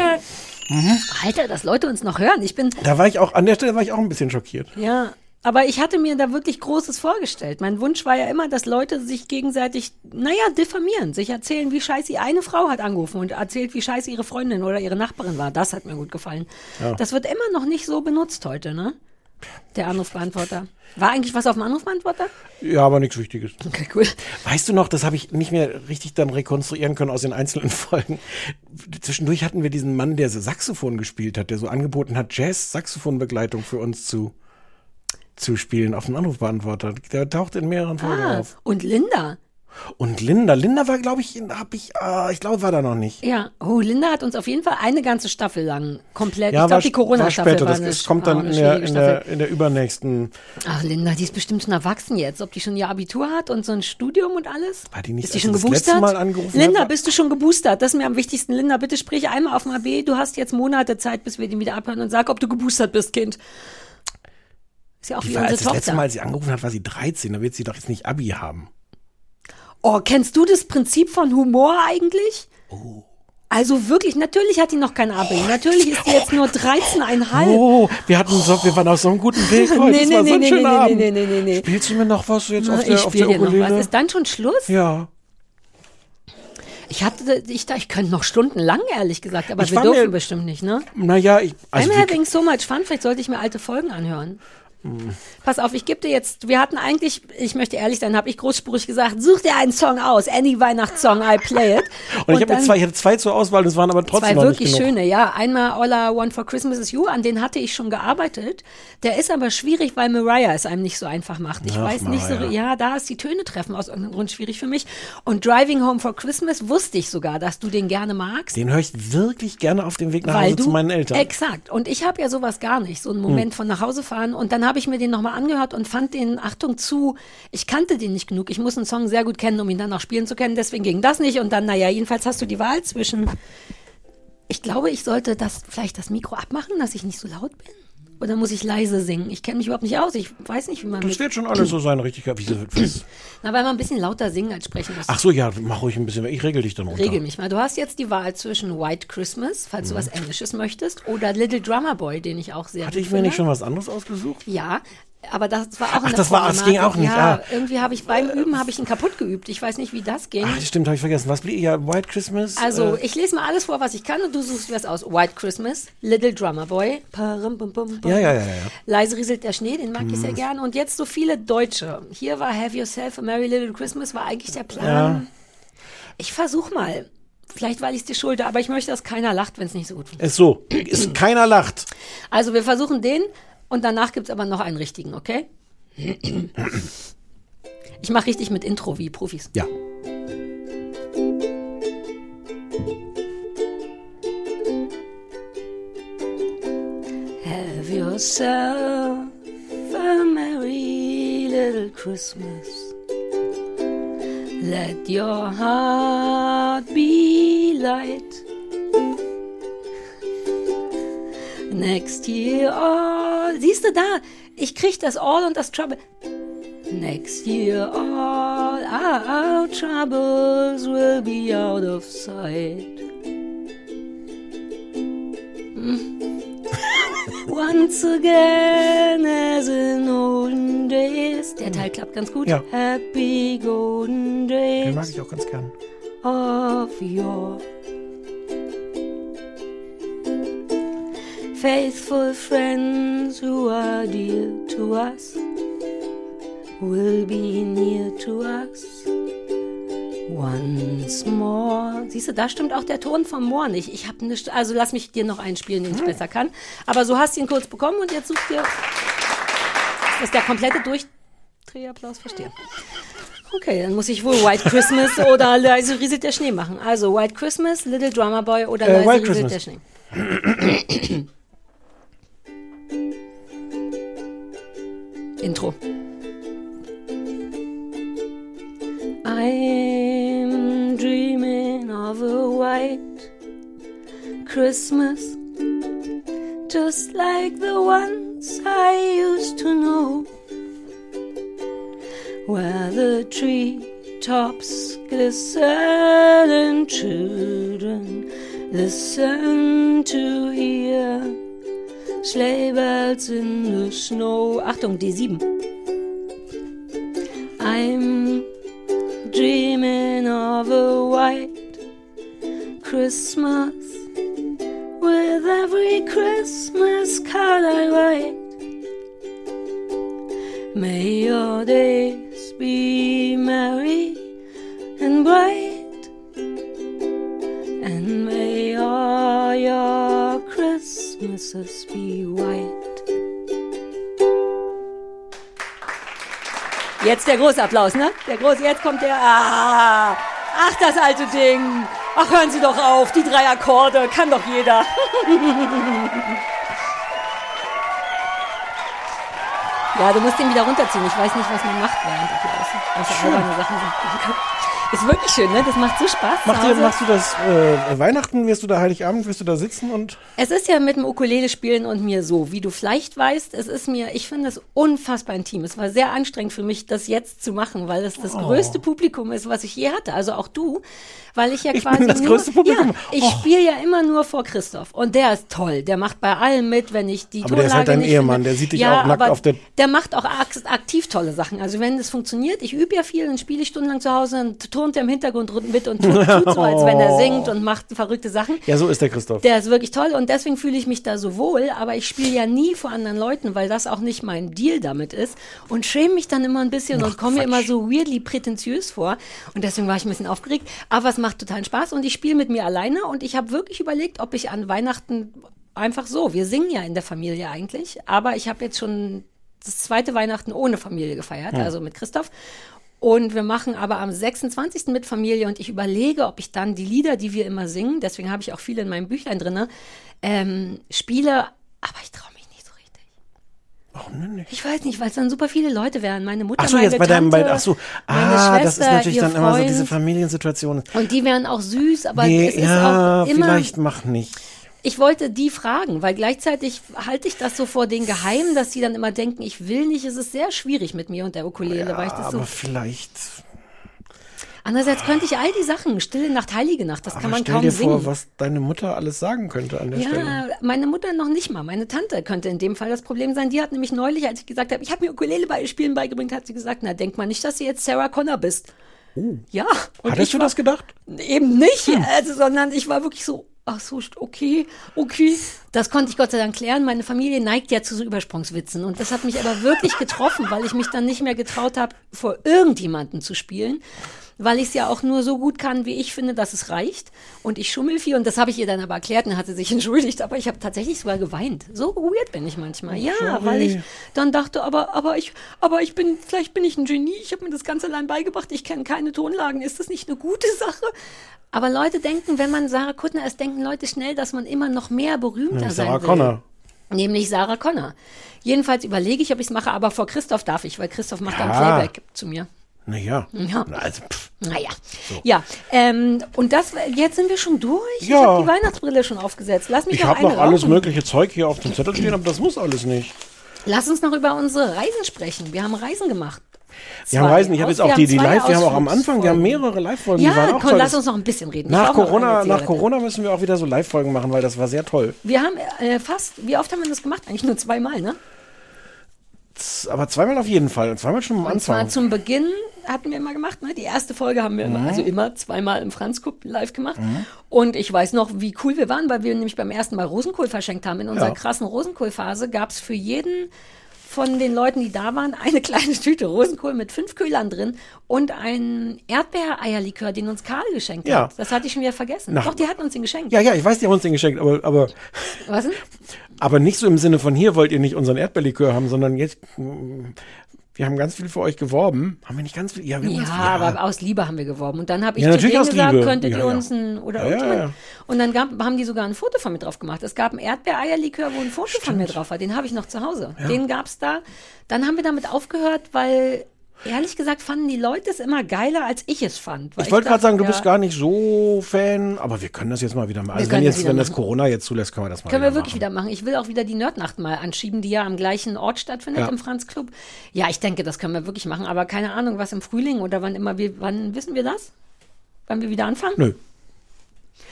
Speaker 2: Mhm. Alter, dass Leute uns noch hören. Ich bin,
Speaker 17: Da war ich auch, an der Stelle war ich auch ein bisschen schockiert.
Speaker 2: ja. Aber ich hatte mir da wirklich Großes vorgestellt. Mein Wunsch war ja immer, dass Leute sich gegenseitig, naja, diffamieren, sich erzählen, wie scheiße eine Frau hat angerufen und erzählt, wie scheiße ihre Freundin oder ihre Nachbarin war. Das hat mir gut gefallen.
Speaker 17: Ja.
Speaker 2: Das wird immer noch nicht so benutzt heute, ne? Der Anrufbeantworter. War eigentlich was auf dem Anrufbeantworter?
Speaker 17: Ja, aber nichts Wichtiges.
Speaker 2: Okay, cool.
Speaker 17: Weißt du noch, das habe ich nicht mehr richtig dann rekonstruieren können aus den einzelnen Folgen. Zwischendurch hatten wir diesen Mann, der so Saxophon gespielt hat, der so angeboten hat, Jazz-Saxophonbegleitung für uns zu, zu spielen auf dem Anrufbeantworter. Der taucht in mehreren Folgen
Speaker 2: Ah,
Speaker 17: auf.
Speaker 2: und Linda.
Speaker 17: Und Linda, Linda war, glaube ich, hab ich, ah, ich glaube, war da noch nicht.
Speaker 2: Ja, oh, Linda hat uns auf jeden Fall eine ganze Staffel lang komplett.
Speaker 17: ja,
Speaker 2: ich
Speaker 17: war,
Speaker 2: glaube, die
Speaker 17: sp- war
Speaker 2: Corona-Staffel
Speaker 17: später.
Speaker 2: war
Speaker 17: Das,
Speaker 2: eine-
Speaker 17: das kommt
Speaker 2: war
Speaker 17: dann
Speaker 2: eine
Speaker 17: in der,
Speaker 2: schwierige
Speaker 17: in,
Speaker 2: Staffel.
Speaker 17: der, in der übernächsten.
Speaker 2: Ach, Ah, Linda, die ist bestimmt schon erwachsen jetzt. Ob die schon ihr Abitur hat und so ein Studium und alles?
Speaker 17: War die nicht,
Speaker 2: ist die
Speaker 17: als
Speaker 2: schon
Speaker 17: sie das letzte
Speaker 2: geboostert?
Speaker 17: Mal angerufen
Speaker 2: Linda,
Speaker 17: hat?
Speaker 2: bist du schon geboostert? Das ist mir am wichtigsten. Linda, bitte sprich einmal auf dem AB. Du hast jetzt Monate Zeit, bis wir den wieder abhören und sag, ob du geboostert bist, Kind. Ist ja auch
Speaker 17: Die
Speaker 2: wie
Speaker 17: war, als
Speaker 2: unsere
Speaker 17: das letzte
Speaker 2: Tochter.
Speaker 17: Mal sie angerufen hat, war sie 13. Da wird sie doch jetzt nicht Abi haben.
Speaker 2: Oh, kennst du das Prinzip von Humor eigentlich?
Speaker 17: Oh.
Speaker 2: Also wirklich, natürlich hat die noch kein AB. Natürlich ist die jetzt nur 13,5.
Speaker 17: Oh, wir hatten so, wir waren auf so einem guten Weg heute.
Speaker 2: Nee,
Speaker 17: es
Speaker 2: nee,
Speaker 17: war so
Speaker 2: nee,
Speaker 17: ein
Speaker 2: nee,
Speaker 17: schöner
Speaker 2: nee,
Speaker 17: Abend.
Speaker 2: nee, nee, nee, nee.
Speaker 17: Spielst du mir noch was jetzt
Speaker 2: Na,
Speaker 17: auf der,
Speaker 2: ich
Speaker 17: auf
Speaker 2: spiele
Speaker 17: der
Speaker 2: dir noch was.
Speaker 17: Ukulele?
Speaker 2: Ist dann schon Schluss?
Speaker 17: Ja.
Speaker 2: Ich hatte, ich, da- ich könnte noch stundenlang, ehrlich gesagt, aber
Speaker 17: Ich
Speaker 2: wir
Speaker 17: war
Speaker 2: dürfen
Speaker 17: mir-
Speaker 2: bestimmt nicht, ne?
Speaker 17: Naja, ich. Also
Speaker 2: I'm
Speaker 17: wir,
Speaker 2: having so much fun, vielleicht sollte ich mir alte Folgen anhören.
Speaker 17: Mm.
Speaker 2: Pass auf, ich gebe dir jetzt, wir hatten eigentlich, ich möchte ehrlich sein, habe ich großspurig gesagt, such dir einen Song aus, any Weihnachtssong, I play it.
Speaker 17: und ich habe
Speaker 2: dann
Speaker 17: jetzt zwei, ich hatte zwei zur Auswahl, das waren aber trotzdem
Speaker 2: zwei
Speaker 17: noch
Speaker 2: wirklich
Speaker 17: nicht genug.
Speaker 2: schöne, ja. Einmal All I Want for Christmas is You, an den hatte ich schon gearbeitet. Der ist aber schwierig, weil Mariah es einem nicht so einfach macht. Ich
Speaker 17: Ach,
Speaker 2: weiß nicht so,
Speaker 17: Mariah.
Speaker 2: ja, da ist die Töne treffen aus irgendeinem Grund schwierig für mich. Und Driving Home for Christmas wusste ich sogar, dass du den gerne magst.
Speaker 17: Den höre ich wirklich gerne auf dem Weg nach
Speaker 2: weil
Speaker 17: Hause
Speaker 2: du,
Speaker 17: zu meinen Eltern. Hm.
Speaker 2: Exakt. Und ich habe ja sowas gar nicht, so einen Moment von nach Hause fahren. Und dann habe ich mir den nochmal angehört und fand den, Achtung zu, ich kannte den nicht genug. Ich muss einen Song sehr gut kennen, um ihn dann auch spielen zu können. Deswegen ging das nicht. Und dann, naja, jedenfalls hast du die Wahl zwischen, ich glaube, ich sollte das, vielleicht das Mikro abmachen, dass ich nicht so laut bin. Oder muss ich leise singen? Ich kenne mich überhaupt nicht aus. Ich weiß nicht, wie man.
Speaker 17: das
Speaker 2: mit-
Speaker 17: wird schon alles so sein, richtig. Wie so- was-
Speaker 2: Na, weil man ein bisschen lauter singen als sprechen muss.
Speaker 17: Ach so, ja, mach ruhig ein bisschen. Ich regel dich dann runter.
Speaker 2: Regel mich mal. Du hast jetzt die Wahl zwischen White Christmas, falls du was Englisches möchtest, oder Little Drummer Boy, den ich auch sehr
Speaker 17: Mhm. Hatte
Speaker 2: gut
Speaker 17: ich mir nicht
Speaker 2: finde.
Speaker 17: schon was anderes ausgesucht?
Speaker 2: Ja, aber das war auch
Speaker 17: Ach,
Speaker 2: eine
Speaker 17: das war- das ging
Speaker 2: Problematik.
Speaker 17: auch nicht,
Speaker 2: Ja,
Speaker 17: ah.
Speaker 2: irgendwie habe ich beim Üben habe ich ihn kaputt geübt. Ich weiß nicht, wie das ging.
Speaker 17: Ach, stimmt, habe ich vergessen. Was blieb? Ja, White Christmas.
Speaker 2: also,
Speaker 17: äh,
Speaker 2: ich lese mal alles vor, was ich kann und du suchst was aus. White Christmas, Little Drummer Boy, parum, bum, bum, bum.
Speaker 17: Ja, Mhm. ja, ja, ja, ja.
Speaker 2: Leise rieselt der Schnee, den mag ich sehr gern. Und jetzt so viele Deutsche. Hier war Have Yourself a Merry Little Christmas, war eigentlich der Plan.
Speaker 17: Ja.
Speaker 2: Ich versuche mal. Vielleicht weil ich es dir schulde, aber ich möchte, dass keiner lacht, wenn es nicht so gut
Speaker 17: ist Äh, so. Ist, keiner lacht.
Speaker 2: Also wir versuchen den und danach gibt es aber noch einen richtigen, okay? Ich mache richtig mit Intro wie Profis.
Speaker 17: Ja.
Speaker 2: Have yourself a merry little Christmas. Let your heart be light. Next year all. Siehst du da? Ich krieg das all und das trouble. Next year all our troubles will be out of sight. Hm. Once again as in olden days. Der Teil klappt ganz gut.
Speaker 17: Ja.
Speaker 2: Happy golden days.
Speaker 17: Den mag ich auch ganz gern.
Speaker 2: of your faithful friends who are dear to us will be near to us once more. Siehst du, da stimmt auch der Ton vom Moor nicht. Ich habe nicht, also lass mich dir noch einspielen, den ich
Speaker 21: Hm.
Speaker 17: Ah.
Speaker 2: besser kann. Aber so hast du ihn kurz bekommen und jetzt suchst dir. Das ist der komplette Durchdrehapplaus, verstehe. Okay, dann muss ich wohl White Christmas oder Leise rieselt der Schnee machen. Also White Christmas, Little Drummer Boy oder
Speaker 17: Äh,
Speaker 2: Leise
Speaker 17: White
Speaker 2: rieselt
Speaker 17: Christmas.
Speaker 2: der Schnee. Intro. I'm dreaming of a white Christmas, just like the ones I used to know, where the tree tops glisten and children listen to hear sleigh bells in the snow. Achtung, D7. I'm dreaming of a white Christmas. With every Christmas card I write, may your days be merry and bright, and may all your Christmases be white. Jetzt der große Applaus, ne? Der große, jetzt kommt der. Ah, ach, das alte Ding. Ach, hören Sie doch auf, die drei Akkorde, kann doch jeder. ja, du musst den wieder runterziehen. Ich weiß nicht, was man macht während Applaus. Außer
Speaker 17: Schön.
Speaker 2: alberne Sachen sind. Ist wirklich schön, ne? Das macht so Spaß. zu
Speaker 17: Mach dir,
Speaker 2: Hause.
Speaker 17: machst du das äh, Weihnachten? Wirst du da Heiligabend? Wirst du da sitzen und.
Speaker 2: Es ist ja mit dem Ukulele spielen und mir so, wie du vielleicht weißt, es ist mir, ich finde es unfassbar intim. Es war sehr anstrengend für mich, das jetzt zu machen, weil es das
Speaker 17: Oh.
Speaker 2: größte Publikum ist, was ich je hatte. Also auch du, weil ich ja
Speaker 17: Ich
Speaker 2: quasi
Speaker 17: bin das
Speaker 2: nur,
Speaker 17: größte Publikum. Oh.
Speaker 2: Ja, ich spiele ja immer nur vor Christoph und der ist toll. Der macht bei allem mit, wenn ich die
Speaker 17: Aber der ist
Speaker 2: Tonlage
Speaker 17: halt dein
Speaker 2: nicht
Speaker 17: Ehemann,
Speaker 2: finde.
Speaker 17: der sieht dich
Speaker 2: ja,
Speaker 17: auch nackt
Speaker 2: aber
Speaker 17: auf der-
Speaker 2: Der macht auch ak- aktiv tolle Sachen. Also wenn das funktioniert, ich übe ja viel, dann spiele ich stundenlang zu Hause und turnt er im Hintergrund mit und tut, tut so, als wenn er singt und macht verrückte Sachen.
Speaker 17: Oh. Ja, so ist der Christoph.
Speaker 2: Der ist wirklich toll und deswegen fühle ich mich da so wohl, aber ich spiele ja nie vor anderen Leuten, weil das auch nicht mein Deal damit ist und schäme mich dann immer ein bisschen und komme mir immer so weirdly prätentiös vor und deswegen war ich ein bisschen aufgeregt, aber es macht totalen Spaß und ich spiele mit mir alleine und ich habe wirklich überlegt, ob ich an Weihnachten einfach so, wir singen ja in der Familie eigentlich, aber ich habe jetzt schon das zweite Weihnachten ohne Familie gefeiert,
Speaker 21: Hm.
Speaker 2: also mit Christoph und wir machen aber am 26. mit Familie und ich überlege, ob ich dann die Lieder, die wir immer singen, deswegen habe ich auch viele in meinem Büchlein drinne, ähm, spiele. Aber ich traue mich nicht so richtig.
Speaker 17: Warum denn nicht?
Speaker 2: Ich weiß nicht, weil es dann super viele Leute wären. Meine Mutter,
Speaker 17: Ach so,
Speaker 2: meine
Speaker 17: jetzt bei deinem. Bei,
Speaker 2: Tante,
Speaker 17: ach so.
Speaker 2: meine
Speaker 17: Ah, das ist
Speaker 2: Schwester,
Speaker 17: natürlich
Speaker 2: ihr
Speaker 17: dann immer so diese
Speaker 2: Freund.
Speaker 17: Familiensituation.
Speaker 2: Und die wären auch süß, aber
Speaker 17: nee,
Speaker 2: es ist
Speaker 17: ja,
Speaker 2: auch immer
Speaker 17: vielleicht mach nicht.
Speaker 2: ich wollte die fragen, weil gleichzeitig halte ich das so vor den Geheimen, dass sie dann immer denken, ich will nicht. Es ist sehr schwierig mit mir und der Ukulele, weil ich das so.
Speaker 17: Aber vielleicht.
Speaker 2: Andererseits könnte ich all die Sachen, Stille Nacht, Heilige Nacht, das
Speaker 17: Aber
Speaker 2: kann man
Speaker 17: stell
Speaker 2: kaum
Speaker 17: dir
Speaker 2: singen.
Speaker 17: vor, was deine Mutter alles sagen könnte an der Stelle.
Speaker 2: Ja, meine Mutter noch nicht mal. Meine Tante könnte in dem Fall das Problem sein. Die hat nämlich neulich, als ich gesagt habe, ich habe mir Ukulele bei Spielen beigebracht, hat sie gesagt, na denk mal nicht, dass du jetzt Sarah Connor bist.
Speaker 17: Oh.
Speaker 2: Ja.
Speaker 17: Hattest du Hm. das gedacht?
Speaker 2: Eben nicht, also, sondern ich war wirklich so, ach so, okay, okay. Das konnte ich Gott sei Dank klären. Meine Familie neigt ja zu so Übersprungswitzen und das hat mich aber wirklich getroffen, weil ich mich dann nicht mehr getraut habe, vor irgendjemanden zu spielen. Weil ich es ja auch nur so gut kann, wie ich finde, dass es reicht. Und ich schummel viel. Und das habe ich ihr dann aber erklärt. Und dann hat sie sich entschuldigt. Aber ich habe tatsächlich sogar geweint. So weird bin ich manchmal.
Speaker 21: Oh,
Speaker 2: ja,
Speaker 21: sorry.
Speaker 2: weil ich dann dachte, aber, aber ich, aber ich bin, vielleicht bin ich ein Genie, ich habe mir das ganz allein beigebracht, ich kenne keine Tonlagen, ist das nicht eine gute Sache? Aber Leute denken, wenn man Sarah Kuttner ist, denken Leute schnell, dass man immer noch mehr berühmter
Speaker 17: Nämlich
Speaker 2: sein
Speaker 17: Sarah
Speaker 2: will.
Speaker 17: Connor.
Speaker 2: Nämlich Sarah Connor. Jedenfalls überlege ich, ob ich es mache, aber vor Christoph darf ich, weil Christoph macht dann
Speaker 17: Ja.
Speaker 2: Playback zu mir.
Speaker 17: Naja.
Speaker 2: Ja.
Speaker 17: Na, Also, pff,
Speaker 2: Naja. Ah, Ja, ähm, und das, jetzt sind wir schon durch. Ich
Speaker 17: Ja.
Speaker 2: habe die Weihnachtsbrille schon aufgesetzt. Lass mich
Speaker 17: ich
Speaker 2: noch
Speaker 17: habe
Speaker 2: eine
Speaker 17: noch alles
Speaker 2: rauchen.
Speaker 17: mögliche Zeug hier auf dem Zettel stehen, aber das muss alles nicht.
Speaker 2: Lass uns noch über unsere Reisen sprechen. Wir haben Reisen gemacht.
Speaker 17: Ja, weiß nicht, ich habe jetzt auch die, die
Speaker 2: zwei
Speaker 17: Live, wir haben auch am Anfang, wir haben
Speaker 2: Ausflugsfolgen.
Speaker 17: mehrere Live-Folgen, die waren
Speaker 2: Ja,
Speaker 17: auch
Speaker 2: komm,
Speaker 17: toll.
Speaker 2: lass
Speaker 17: Das-
Speaker 2: uns noch ein bisschen reden. Ich
Speaker 17: Nach
Speaker 2: brauch noch
Speaker 17: Corona,
Speaker 2: eine
Speaker 17: nach
Speaker 2: Zigarette.
Speaker 17: Corona müssen wir auch wieder so Live-Folgen machen, weil das war sehr toll.
Speaker 2: Wir haben äh, fast, wie oft haben wir das gemacht? Eigentlich nur zweimal, ne?
Speaker 17: Z- Aber zweimal auf jeden Fall. Und zweimal schon am
Speaker 2: Und zwar
Speaker 17: Anfang.
Speaker 2: zum Beginn hatten wir immer gemacht, ne? Die erste Folge haben wir immer,
Speaker 17: Mhm.
Speaker 2: also immer zweimal im Franz Cup live gemacht.
Speaker 17: Mhm.
Speaker 2: Und ich weiß noch, wie cool wir waren, weil wir nämlich beim ersten Mal Rosenkohl verschenkt haben. In unserer
Speaker 17: Ja.
Speaker 2: krassen Rosenkohlphase gab es für jeden von den Leuten, die da waren, eine kleine Tüte Rosenkohl mit fünf Köhlern drin und ein Erdbeereierlikör, den uns Karl geschenkt
Speaker 17: Ja.
Speaker 2: hat. Das hatte ich schon wieder vergessen.
Speaker 17: Nach-
Speaker 2: Doch, die hatten uns den geschenkt.
Speaker 17: Ja, ja, ich weiß, die haben uns den geschenkt, aber, aber,
Speaker 2: Was denn?
Speaker 17: aber nicht so im Sinne von hier wollt ihr nicht unseren Erdbeerlikör haben, sondern jetzt, mm, wir haben ganz viel für euch geworben. Haben wir nicht ganz viel? Ja, wir haben
Speaker 2: Ja,
Speaker 17: ganz viel.
Speaker 2: aber aus Liebe haben wir geworben. Und dann habe ich
Speaker 17: Ja,
Speaker 2: zu
Speaker 17: natürlich
Speaker 2: denen
Speaker 17: aus
Speaker 2: gesagt,
Speaker 17: Liebe.
Speaker 2: könntet
Speaker 17: Ja,
Speaker 2: ihr
Speaker 17: ja.
Speaker 2: uns ein, oder
Speaker 17: Ja, ja,
Speaker 2: irgendjemand-
Speaker 17: ja.
Speaker 2: Und dann gab, haben die sogar ein Foto von mir drauf gemacht. Es gab einen Erdbeereierlikör, wo ein Foto von mir drauf war. Den habe ich noch zu Hause.
Speaker 17: Ja.
Speaker 2: Den gab es da. Dann haben wir damit aufgehört, weil ehrlich gesagt fanden die Leute es immer geiler, als ich es fand. Weil
Speaker 17: Ich wollte gerade
Speaker 2: dachte,
Speaker 17: sagen, du
Speaker 2: ja,
Speaker 17: bist gar nicht so Fan, aber wir können das jetzt mal wieder machen. Also wenn,
Speaker 2: können das
Speaker 17: jetzt,
Speaker 2: wieder
Speaker 17: wenn das
Speaker 2: machen.
Speaker 17: Corona jetzt zulässt, können wir das mal
Speaker 2: Können
Speaker 17: wieder
Speaker 2: wir wirklich
Speaker 17: machen.
Speaker 2: wieder machen. Ich will auch wieder die Nerdnacht mal anschieben, die ja am gleichen Ort stattfindet
Speaker 17: Ja.
Speaker 2: im Franz Club. Ja, ich denke, das können wir wirklich machen. Aber keine Ahnung, was im Frühling oder wann immer wir, wann wissen wir das? Wann wir wieder anfangen?
Speaker 17: Nö.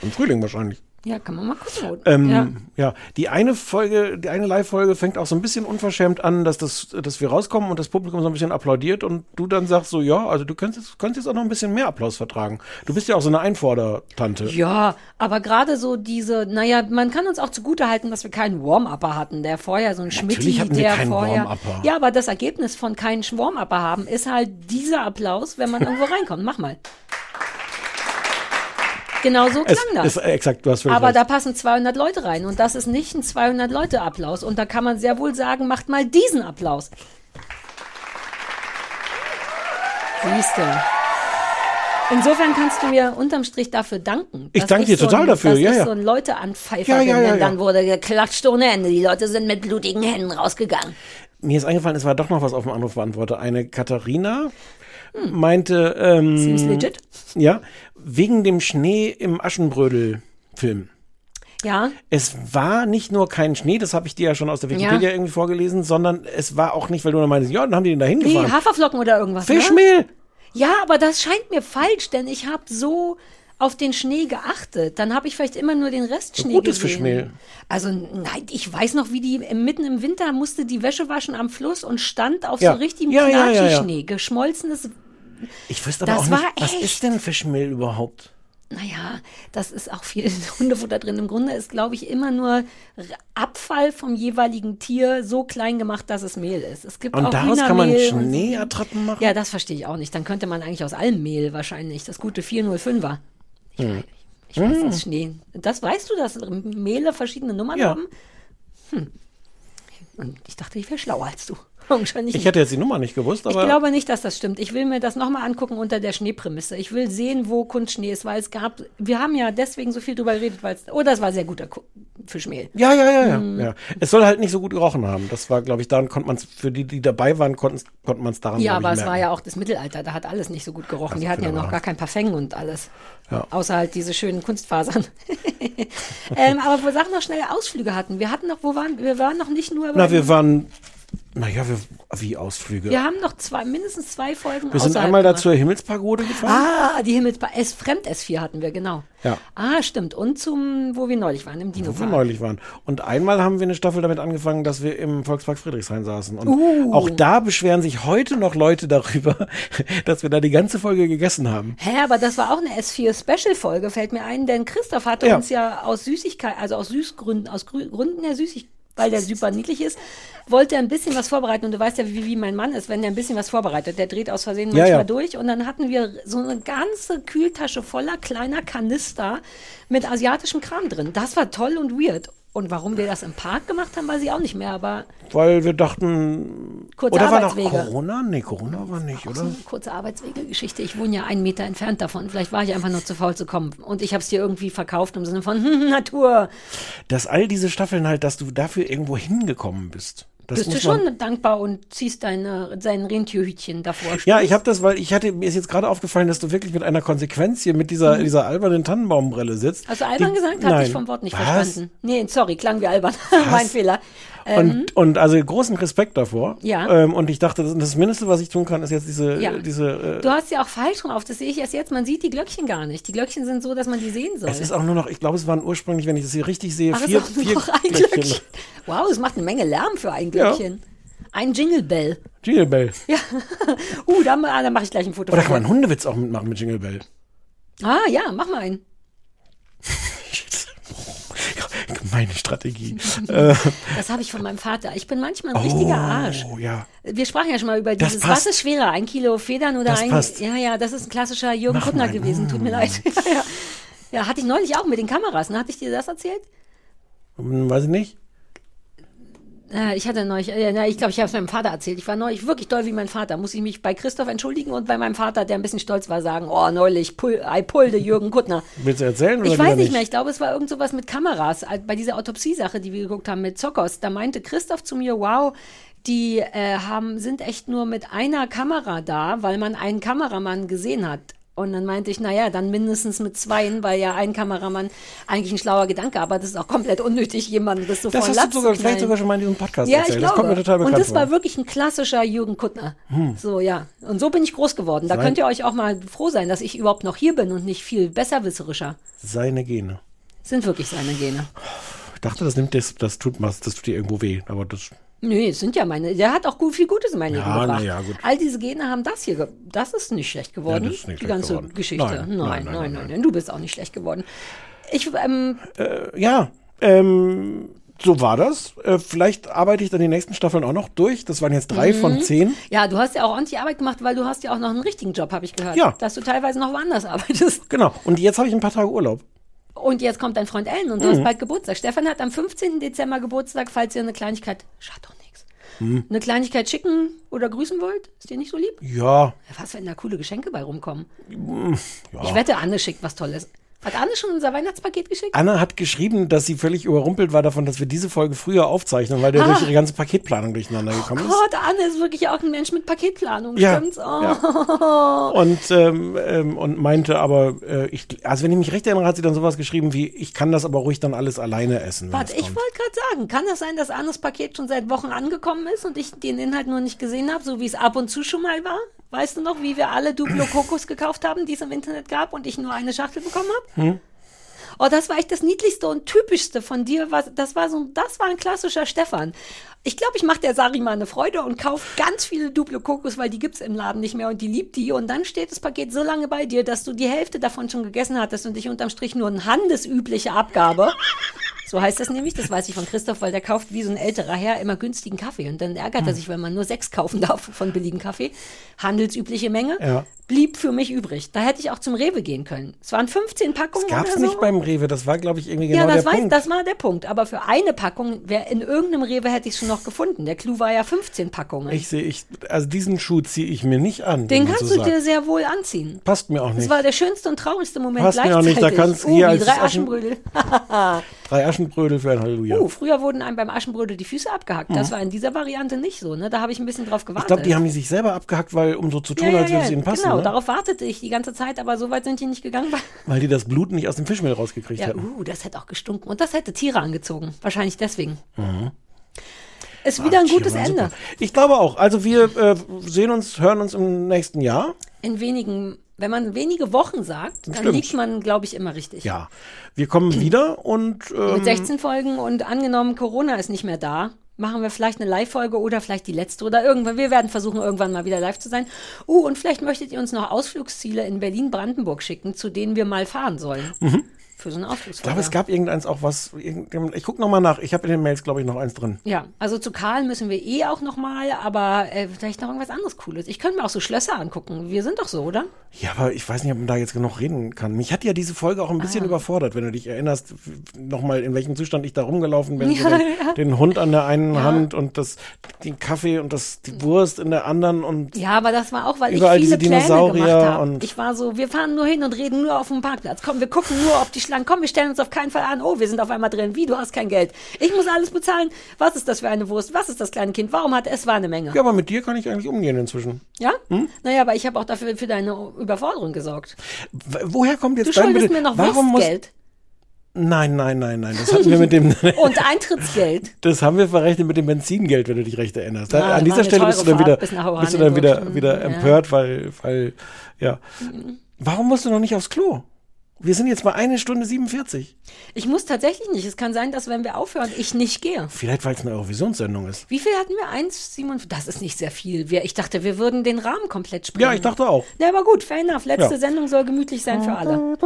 Speaker 17: Im Frühling wahrscheinlich.
Speaker 2: Ja, kann man mal gucken.
Speaker 17: Ähm,
Speaker 2: ja.
Speaker 17: ja. die eine Folge, die eine Live-Folge fängt auch so ein bisschen unverschämt an, dass, das, dass wir rauskommen und das Publikum so ein bisschen applaudiert und du dann sagst so, ja, also du kannst jetzt, kannst jetzt auch noch ein bisschen mehr Applaus vertragen. Du bist ja auch so eine Einfordertante.
Speaker 2: ja, aber gerade so diese, naja, man kann uns auch zugutehalten, dass wir keinen Warm-Upper hatten, der vorher so ein Schmidt,
Speaker 17: Natürlich hatten wir
Speaker 2: der
Speaker 17: keinen
Speaker 2: vorher.
Speaker 17: Warm-Upper.
Speaker 2: Ja, aber das Ergebnis von keinen Warm-Upper haben ist halt dieser Applaus, wenn man irgendwo reinkommt. Mach mal. Genau so klang
Speaker 17: Es,
Speaker 2: das.
Speaker 17: es, exakt, du hast völlig
Speaker 2: Aber
Speaker 17: recht.
Speaker 2: da passen 200 Leute rein und das ist nicht ein 200 Leute Applaus und da kann man sehr wohl sagen, macht mal diesen Applaus. Siehst du. Insofern kannst du mir unterm Strich dafür danken.
Speaker 17: Ich
Speaker 2: dass
Speaker 17: danke dir total
Speaker 2: ein,
Speaker 17: dafür,
Speaker 2: dass
Speaker 17: ja,
Speaker 2: ich
Speaker 17: ja.
Speaker 2: so ein Leute anpfeifer
Speaker 17: Ja, ja,
Speaker 2: bin,
Speaker 17: ja,
Speaker 2: denn
Speaker 17: ja.
Speaker 2: dann wurde geklatscht ohne Ende. Die Leute sind mit blutigen Händen rausgegangen.
Speaker 17: Mir ist eingefallen, es war doch noch was auf dem Anrufbeantworter. Eine Katharina
Speaker 2: Hm.
Speaker 17: meinte, ähm,
Speaker 2: Seems legit.
Speaker 17: ja, wegen dem Schnee im Aschenbrödel-Film.
Speaker 2: Ja,
Speaker 17: Es war nicht nur kein Schnee, das habe ich dir ja schon aus der Wikipedia
Speaker 2: Ja.
Speaker 17: irgendwie vorgelesen, sondern es war auch nicht, weil du nur meinst, ja, dann haben die den da
Speaker 2: nee,
Speaker 17: hingefahren.
Speaker 2: Haferflocken oder irgendwas. ne?
Speaker 17: Fischmehl!
Speaker 2: Ja, aber das scheint mir falsch, denn ich habe so auf den Schnee geachtet. Dann habe ich vielleicht immer nur den Restschnee
Speaker 17: Gutes
Speaker 2: gesehen.
Speaker 17: Fischmehl.
Speaker 2: Also nein, ich weiß noch, wie die mitten im Winter musste die Wäsche waschen am Fluss und stand auf
Speaker 17: Ja.
Speaker 2: so richtigem
Speaker 17: Ja, ja, ja, ja.
Speaker 2: Knatschschnee, geschmolzenes.
Speaker 17: Ich wüsste aber
Speaker 2: Das
Speaker 17: auch
Speaker 2: war
Speaker 17: nicht, was
Speaker 2: echt.
Speaker 17: ist denn Fischmehl überhaupt?
Speaker 2: Naja, das ist auch viel Hundefutter drin. Im Grunde ist, glaube ich, immer nur R- Abfall vom jeweiligen Tier so klein gemacht, dass es Mehl ist. Es gibt
Speaker 17: Und
Speaker 2: auch
Speaker 17: daraus kann man
Speaker 2: Hühnermehl und-
Speaker 17: Schneeattrappen machen?
Speaker 2: Ja, das verstehe ich auch nicht. Dann könnte man eigentlich aus allem Mehl wahrscheinlich das gute 405er.
Speaker 17: Hm.
Speaker 2: Ich weiß,
Speaker 17: Hm.
Speaker 2: das ist Schnee. Das weißt du, dass Mehle verschiedene Nummern
Speaker 17: Ja.
Speaker 2: haben? Hm. Und ich dachte, ich wäre schlauer als du. Wahrscheinlich
Speaker 17: Ich
Speaker 2: nicht.
Speaker 17: hätte jetzt die Nummer nicht gewusst,
Speaker 2: Ich
Speaker 17: aber
Speaker 2: glaube nicht, dass das stimmt. Ich will mir das nochmal angucken unter der Schneeprämisse. Ich will sehen, wo Kunstschnee ist, weil es gab, wir haben ja deswegen so viel drüber geredet, weil es, oh, das war sehr guter Ku- Fischmehl.
Speaker 17: ja, ja, ja, ja,
Speaker 2: Hm.
Speaker 17: ja. Es soll halt nicht so gut gerochen haben. Das war, glaube ich, daran konnte man es, für die, die dabei waren, konnten- konnte man es daran
Speaker 2: Ja,
Speaker 17: glaub ich, Also
Speaker 2: aber es
Speaker 17: merken.
Speaker 2: war ja auch das Mittelalter, da hat alles nicht so gut gerochen.
Speaker 17: Das
Speaker 2: Die hatten ja
Speaker 17: stimmt,
Speaker 2: noch
Speaker 17: ja.
Speaker 2: gar kein Parfum und alles.
Speaker 17: Ja.
Speaker 2: Außer halt diese schönen Kunstfasern. ähm, aber wir sagen noch schnell Ausflüge hatten. Wir hatten noch, wo waren wir? waren noch nicht nur.
Speaker 17: Na,
Speaker 2: bei-
Speaker 17: wir waren, naja, wir, wie Ausflüge.
Speaker 2: wir haben noch zwei, mindestens zwei Folgen
Speaker 17: wir sind
Speaker 2: außerhalb
Speaker 17: einmal da
Speaker 2: gemacht.
Speaker 17: zur Himmelspagode gefahren.
Speaker 2: Ah, die Himmel S Fremd S4 hatten wir, genau.
Speaker 17: Ja.
Speaker 2: Ah, stimmt. Und zum, wo wir neulich waren, im dino
Speaker 17: wo wir neulich waren. Und einmal haben wir eine Staffel damit angefangen, dass wir im Volkspark Friedrichshain saßen. Und
Speaker 2: Uh.
Speaker 17: auch da beschweren sich heute noch Leute darüber, dass wir da die ganze Folge gegessen haben.
Speaker 2: Hä, aber das war auch eine S4-Special-Folge, fällt mir ein, denn Christoph hatte
Speaker 17: Ja.
Speaker 2: uns ja aus Süßigkeit, also aus Süßgründen, aus Grü Gründen der Süßigkeit, weil der super niedlich ist, wollte er ein bisschen was vorbereiten. Und du weißt ja, wie, wie mein Mann ist, wenn er ein bisschen was vorbereitet. Der dreht aus Versehen
Speaker 17: Ja,
Speaker 2: manchmal
Speaker 17: ja.
Speaker 2: durch. Und dann hatten wir so eine ganze Kühltasche voller kleiner Kanister mit asiatischem Kram drin. Das war toll und weird. Und warum wir das im Park gemacht haben, weiß ich auch nicht mehr, aber
Speaker 17: Weil wir dachten,
Speaker 2: Kurze
Speaker 17: oder war noch
Speaker 2: Arbeitswege.
Speaker 17: Corona? Nee, Corona war nicht, oder?
Speaker 2: eine kurze Arbeitswegegeschichte. Ich wohne ja einen Meter entfernt davon. Vielleicht war ich einfach nur zu faul zu kommen. Und ich habe es dir irgendwie verkauft im Sinne von hm, Natur.
Speaker 17: Dass all diese Staffeln halt, dass du dafür irgendwo hingekommen bist. Das
Speaker 2: Bist du
Speaker 17: muss man-
Speaker 2: schon dankbar und ziehst deine, dein Rentierhütchen davor.
Speaker 17: Ja, ich habe das, weil ich hatte, mir ist jetzt gerade aufgefallen, dass du wirklich mit einer Konsequenz hier mit dieser,
Speaker 2: Mhm.
Speaker 17: dieser albernen Tannenbaumbrille sitzt.
Speaker 2: Hast du albern
Speaker 17: Die-
Speaker 2: gesagt? Hatte
Speaker 17: nein.
Speaker 2: ich vom Wort nicht
Speaker 17: Was?
Speaker 2: verstanden. Nee, sorry, klang wie albern. mein Fehler. Ähm.
Speaker 17: und, und also großen Respekt davor.
Speaker 2: Ja.
Speaker 17: Ähm, und ich dachte, das, das Mindeste, was ich tun kann, ist jetzt diese,
Speaker 2: Ja.
Speaker 17: diese äh,
Speaker 2: Du hast ja auch Falten auf, das sehe ich erst jetzt. Man sieht die Glöckchen gar nicht. Die Glöckchen sind so, dass man die sehen soll.
Speaker 17: Es ist auch nur noch, ich glaube, es waren ursprünglich, wenn ich das hier richtig sehe,
Speaker 2: Ach, es
Speaker 17: vier,
Speaker 2: ist auch nur
Speaker 17: vier
Speaker 2: noch ein
Speaker 17: Glöckchen.
Speaker 2: Glöckchen. Wow, es macht eine Menge Lärm für ein
Speaker 17: Ja.
Speaker 2: Glöckchen. Ein Jingle Bell.
Speaker 17: Jingle Bell.
Speaker 2: Uh, da, ma- da mache ich gleich ein Foto
Speaker 17: Oder Oh, kann
Speaker 2: von.
Speaker 17: man einen Hundewitz auch mitmachen mit Jingle Bell?
Speaker 2: Ah ja, mach mal einen.
Speaker 17: Meine Strategie. äh,
Speaker 2: Das habe ich von meinem Vater. Ich bin manchmal ein
Speaker 17: oh,
Speaker 2: richtiger Arsch.
Speaker 17: ja.
Speaker 2: Wir sprachen ja schon mal über
Speaker 17: Das
Speaker 2: dieses,
Speaker 17: passt.
Speaker 2: was ist schwerer, ein Kilo Federn oder
Speaker 17: Das
Speaker 2: ein...
Speaker 17: passt.
Speaker 2: Ja, ja, das ist ein klassischer Jürgen
Speaker 17: Mach
Speaker 2: Kuttner
Speaker 17: mal. Ah.
Speaker 2: gewesen, tut mir leid. Ja, ja. ja, hatte ich neulich auch mit den Kameras, ne? Hatte ich dir das erzählt?
Speaker 17: Hm, Weiß ich nicht.
Speaker 2: Äh, Ich hatte neulich, äh, na, ich glaube, ich habe es meinem Vater erzählt. Ich war neulich wirklich doll wie mein Vater. Muss ich mich bei Christoph entschuldigen und bei meinem Vater, der ein bisschen stolz war, sagen, oh, neulich, pull, I pulled Jürgen Kuttner.
Speaker 17: Willst du erzählen? oder
Speaker 2: Ich weiß
Speaker 17: lieber
Speaker 2: nicht mehr, ich glaube, es war irgend sowas mit Kameras. Als Bei dieser Autopsiesache, die wir geguckt haben mit Zokos, da meinte Christoph zu mir, wow, die äh, haben, sind echt nur mit einer Kamera da, weil man einen Kameramann gesehen hat. Und dann meinte ich, naja, dann mindestens mit zweien, weil ja ein Kameramann eigentlich ein schlauer Gedanke, aber das ist auch komplett unnötig, jemandem das so
Speaker 17: Das
Speaker 2: vor den
Speaker 17: hast du
Speaker 2: Latz
Speaker 17: sogar,
Speaker 2: zu
Speaker 17: vielleicht
Speaker 2: knallen.
Speaker 17: sogar schon mal in diesem Podcast
Speaker 2: Ja, ich
Speaker 17: erzählt.
Speaker 2: glaube.
Speaker 17: Das kommt mir total bekannt
Speaker 2: und das war
Speaker 17: vor.
Speaker 2: wirklich ein klassischer Jürgen Kuttner.
Speaker 17: Hm.
Speaker 2: So, ja. Und so bin ich groß geworden. Da
Speaker 17: Sei-
Speaker 2: könnt ihr euch auch mal froh sein, dass ich überhaupt noch hier bin und nicht viel besserwisserischer.
Speaker 17: Seine Gene.
Speaker 2: Sind wirklich seine Gene.
Speaker 17: Ich dachte, das nimmt das, das tut was, das tut dir irgendwo weh. Aber das.
Speaker 2: Nee, es sind ja meine. Der hat auch gut, viel Gutes in mein Leben
Speaker 17: Ja,
Speaker 2: gebracht.
Speaker 17: na ja, gut.
Speaker 2: All diese Gene haben das hier. Ge das ist nicht schlecht geworden.
Speaker 17: Ja, das ist nicht
Speaker 2: die
Speaker 17: schlecht
Speaker 2: ganze
Speaker 17: geworden.
Speaker 2: Geschichte.
Speaker 17: Nein, nein, nein,
Speaker 2: nein,
Speaker 17: nein,
Speaker 2: nein, nein. Du bist auch nicht schlecht geworden. Ich, ähm,
Speaker 17: Äh, ja. Ähm, so war das. Äh, vielleicht arbeite ich dann die nächsten Staffeln auch noch durch. Das waren jetzt drei
Speaker 2: Mhm.
Speaker 17: von zehn.
Speaker 2: Ja, du hast ja auch ordentlich Arbeit gemacht, weil du hast ja auch noch einen richtigen Job, habe ich gehört.
Speaker 17: Ja.
Speaker 2: Dass du teilweise noch woanders arbeitest.
Speaker 17: Genau. Und jetzt habe ich ein paar Tage Urlaub.
Speaker 2: Und jetzt kommt dein Freund Ellen und du
Speaker 17: Mhm.
Speaker 2: hast bald Geburtstag. Stefan hat am 15. Dezember Geburtstag, falls ihr eine Kleinigkeit, schaut doch nichts,
Speaker 17: Hm.
Speaker 2: eine Kleinigkeit schicken oder grüßen wollt. Ist dir nicht so lieb?
Speaker 17: Ja.
Speaker 2: Ja, Was, wenn da coole Geschenke bei rumkommen?
Speaker 17: Mm, ja.
Speaker 2: Ich wette, Anne schickt was Tolles. Hat Anne schon unser Weihnachtspaket geschickt?
Speaker 17: Anna hat geschrieben, dass sie völlig überrumpelt war davon, dass wir diese Folge früher aufzeichnen, weil der
Speaker 2: Ah.
Speaker 17: durch ihre ganze Paketplanung durcheinander gekommen ist.
Speaker 2: Gott, Anne ist wirklich auch ein Mensch mit Paketplanung,
Speaker 17: Ja,
Speaker 2: stimmt's? Oh.
Speaker 17: Und, ähm, ähm, und meinte aber, äh, ich, also wenn ich mich recht erinnere, hat sie dann sowas geschrieben wie, ich kann das aber ruhig dann alles alleine essen. wenn
Speaker 2: Warte,
Speaker 17: es
Speaker 2: ich
Speaker 17: kommt.
Speaker 2: wollte gerade sagen, kann das sein, dass Annes Paket schon seit Wochen angekommen ist und ich den Inhalt nur nicht gesehen habe, so wie es ab und zu schon mal war? Weißt du noch, wie wir alle Duplo Kokos gekauft haben, die es im Internet gab und ich nur eine Schachtel bekommen habe?
Speaker 17: Hm?
Speaker 2: Oh, das war echt das niedlichste und typischste von dir. Was, das war so, das war ein klassischer Stefan. Ich glaube, ich mache der Sari mal eine Freude und kaufe ganz viele Duplo Kokos, weil die gibt's im Laden nicht mehr und die liebt die. Und dann steht das Paket so lange bei dir, dass du die Hälfte davon schon gegessen hattest und dich unterm Strich nur eine handelsübliche Abgabe. So heißt das nämlich, das weiß ich von Christoph, weil der kauft wie so ein älterer Herr immer günstigen Kaffee. Und dann ärgert er
Speaker 17: Hm.
Speaker 2: sich, wenn man nur sechs kaufen darf von billigen Kaffee. Handelsübliche Menge.
Speaker 17: Ja.
Speaker 2: Blieb für mich übrig. Da hätte ich auch zum Rewe gehen können. Es waren 15 Packungen
Speaker 17: Gab's
Speaker 2: oder so.
Speaker 17: nicht beim Rewe, das war, glaube ich, irgendwie genau
Speaker 2: Ja, das,
Speaker 17: der
Speaker 2: weiß,
Speaker 17: Punkt.
Speaker 2: das war der Punkt. Aber für eine Packung, wär, in irgendeinem Rewe hätte ich es schon noch gefunden. Der Clou war ja 15 Packungen.
Speaker 17: ich sehe, ich, also diesen Schuh ziehe ich mir nicht an. wenn
Speaker 2: Den
Speaker 17: man
Speaker 2: kannst
Speaker 17: so
Speaker 2: du dir
Speaker 17: sagt.
Speaker 2: sehr wohl anziehen.
Speaker 17: Passt mir auch
Speaker 2: Das
Speaker 17: nicht.
Speaker 2: war der schönste und traurigste Moment
Speaker 17: Passt mir auch
Speaker 2: gleichzeitig.
Speaker 17: nicht, da kannst du
Speaker 2: uh,
Speaker 17: hier
Speaker 2: wie
Speaker 17: als
Speaker 2: drei
Speaker 17: Aschen-
Speaker 2: Aschenbrödel.
Speaker 17: Drei Aschenbrödel für ein Halleluja.
Speaker 2: uh, früher wurden einem beim Aschenbrödel die Füße abgehackt. Das
Speaker 17: Mhm.
Speaker 2: war in dieser Variante nicht so. Ne? Da habe ich ein bisschen drauf
Speaker 17: ich
Speaker 2: gewartet.
Speaker 17: glaube, die haben die sich selber abgehackt, weil um so zu tun,
Speaker 2: ja, ja,
Speaker 17: als würde es
Speaker 2: ja,
Speaker 17: ihnen passen.
Speaker 2: Genau,
Speaker 17: ne?
Speaker 2: darauf wartete ich die ganze Zeit, aber so weit sind die nicht gegangen. weil-
Speaker 17: Weil die das Blut nicht aus dem Fischmehl rausgekriegt
Speaker 2: Ja,
Speaker 17: hatten.
Speaker 2: uh, das hätte auch gestunken. Und das hätte Tiere angezogen. Wahrscheinlich deswegen.
Speaker 17: Mhm.
Speaker 2: Ist wieder ein
Speaker 17: Tiere
Speaker 2: gutes
Speaker 17: waren
Speaker 2: Ende.
Speaker 17: super. Ich glaube auch. Also wir äh, sehen uns, hören uns im nächsten Jahr.
Speaker 2: In wenigen, wenn man wenige Wochen sagt, dann
Speaker 17: Stimmt.
Speaker 2: liegt man, glaube ich, immer richtig.
Speaker 17: Ja. Wir kommen wieder und ähm,
Speaker 2: Mit 16 Folgen und angenommen, Corona ist nicht mehr da, machen wir vielleicht eine Live-Folge oder vielleicht die letzte oder irgendwann. Wir werden versuchen, irgendwann mal wieder live zu sein. Uh, und vielleicht möchtet ihr uns noch Ausflugsziele in Berlin-Brandenburg schicken, zu denen wir mal fahren sollen.
Speaker 17: Mhm.
Speaker 2: Für so eine
Speaker 17: Ich
Speaker 2: Ausflugsfolge.
Speaker 17: glaube, es gab irgendeins auch was. irgendein- Ich gucke nochmal nach. Ich habe in den Mails, glaube ich, noch eins drin.
Speaker 2: Ja, also zu Karl müssen wir eh auch nochmal, aber äh, vielleicht noch irgendwas anderes Cooles. Ich könnte mir auch so Schlösser angucken. Wir sind doch so, oder?
Speaker 17: Ja, aber ich weiß nicht, ob man da jetzt genug reden kann. Mich hat ja diese Folge auch ein
Speaker 2: Ah.
Speaker 17: bisschen überfordert, wenn du dich erinnerst, nochmal in welchem Zustand ich da rumgelaufen bin. so
Speaker 2: Ja,
Speaker 17: den,
Speaker 2: ja.
Speaker 17: den Hund an der einen
Speaker 2: Ja.
Speaker 17: Hand und das, den Kaffee und das, die Wurst in der anderen und
Speaker 2: Ja, aber das war auch, weil
Speaker 17: Überall
Speaker 2: ich
Speaker 17: diese
Speaker 2: viele Pläne
Speaker 17: Dinosaurier
Speaker 2: gemacht habe.
Speaker 17: und-
Speaker 2: Ich war so, wir fahren nur hin und reden nur auf dem Parkplatz. Komm, wir gucken nur auf die Schlangen. Komm, wir stellen uns auf keinen Fall an. Oh, wir sind auf einmal drin. Wie, du hast kein Geld. Ich muss alles bezahlen. Was ist das für eine Wurst? Was ist das kleine Kind? Warum hat es war eine Menge?
Speaker 17: Ja, aber mit dir kann ich eigentlich umgehen inzwischen.
Speaker 2: Ja?
Speaker 17: Hm?
Speaker 2: Naja, aber ich habe auch dafür für deine Überforderung gesorgt.
Speaker 17: W- Woher kommt jetzt
Speaker 2: Du schuldest
Speaker 17: Bedürf-
Speaker 2: mir noch
Speaker 17: warum muss,
Speaker 2: Wurstgeld.
Speaker 17: Nein, nein, nein, nein. Das hatten wir mit dem.
Speaker 2: Und Eintrittsgeld.
Speaker 17: Das haben wir verrechnet mit dem Benzingeld, wenn du dich recht erinnerst.
Speaker 2: Ja,
Speaker 17: An
Speaker 2: Ah, das war
Speaker 17: dieser
Speaker 2: eine
Speaker 17: Stelle
Speaker 2: teure
Speaker 17: bist du dann
Speaker 2: Fahrt
Speaker 17: wieder,
Speaker 2: bis nach Oran
Speaker 17: bist du dann wieder,
Speaker 2: durch.
Speaker 17: wieder
Speaker 2: Mhm, ja. Mhm.
Speaker 17: empört, weil, weil, ja. Warum musst du noch nicht aufs Klo? Wir sind jetzt bei einer Stunde 47.
Speaker 2: Ich muss tatsächlich nicht. Es kann sein, dass wenn wir aufhören, ich nicht gehe.
Speaker 17: Vielleicht, weil es eine Eurovisionssendung ist.
Speaker 2: Wie viel hatten wir? 1, 7, das ist nicht sehr viel. Wir, ich dachte, wir würden den Rahmen komplett sprengen.
Speaker 17: Ja, ich dachte auch.
Speaker 2: Na, aber gut, fair enough. Letzte
Speaker 17: Ja.
Speaker 2: Sendung soll gemütlich sein für alle.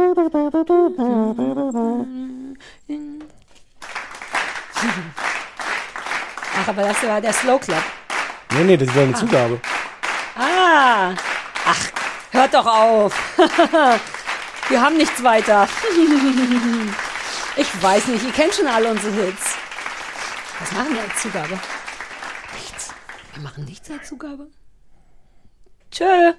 Speaker 2: Ach, aber das war der Slow Club.
Speaker 17: Nee, nee, das war eine
Speaker 2: Ah.
Speaker 17: Zugabe.
Speaker 2: Ah, ach, hört doch auf. wir haben nichts weiter. ich weiß nicht, ihr kennt schon alle unsere Hits. Was machen wir als Zugabe? Nichts. Wir machen nichts als Zugabe. Tschö.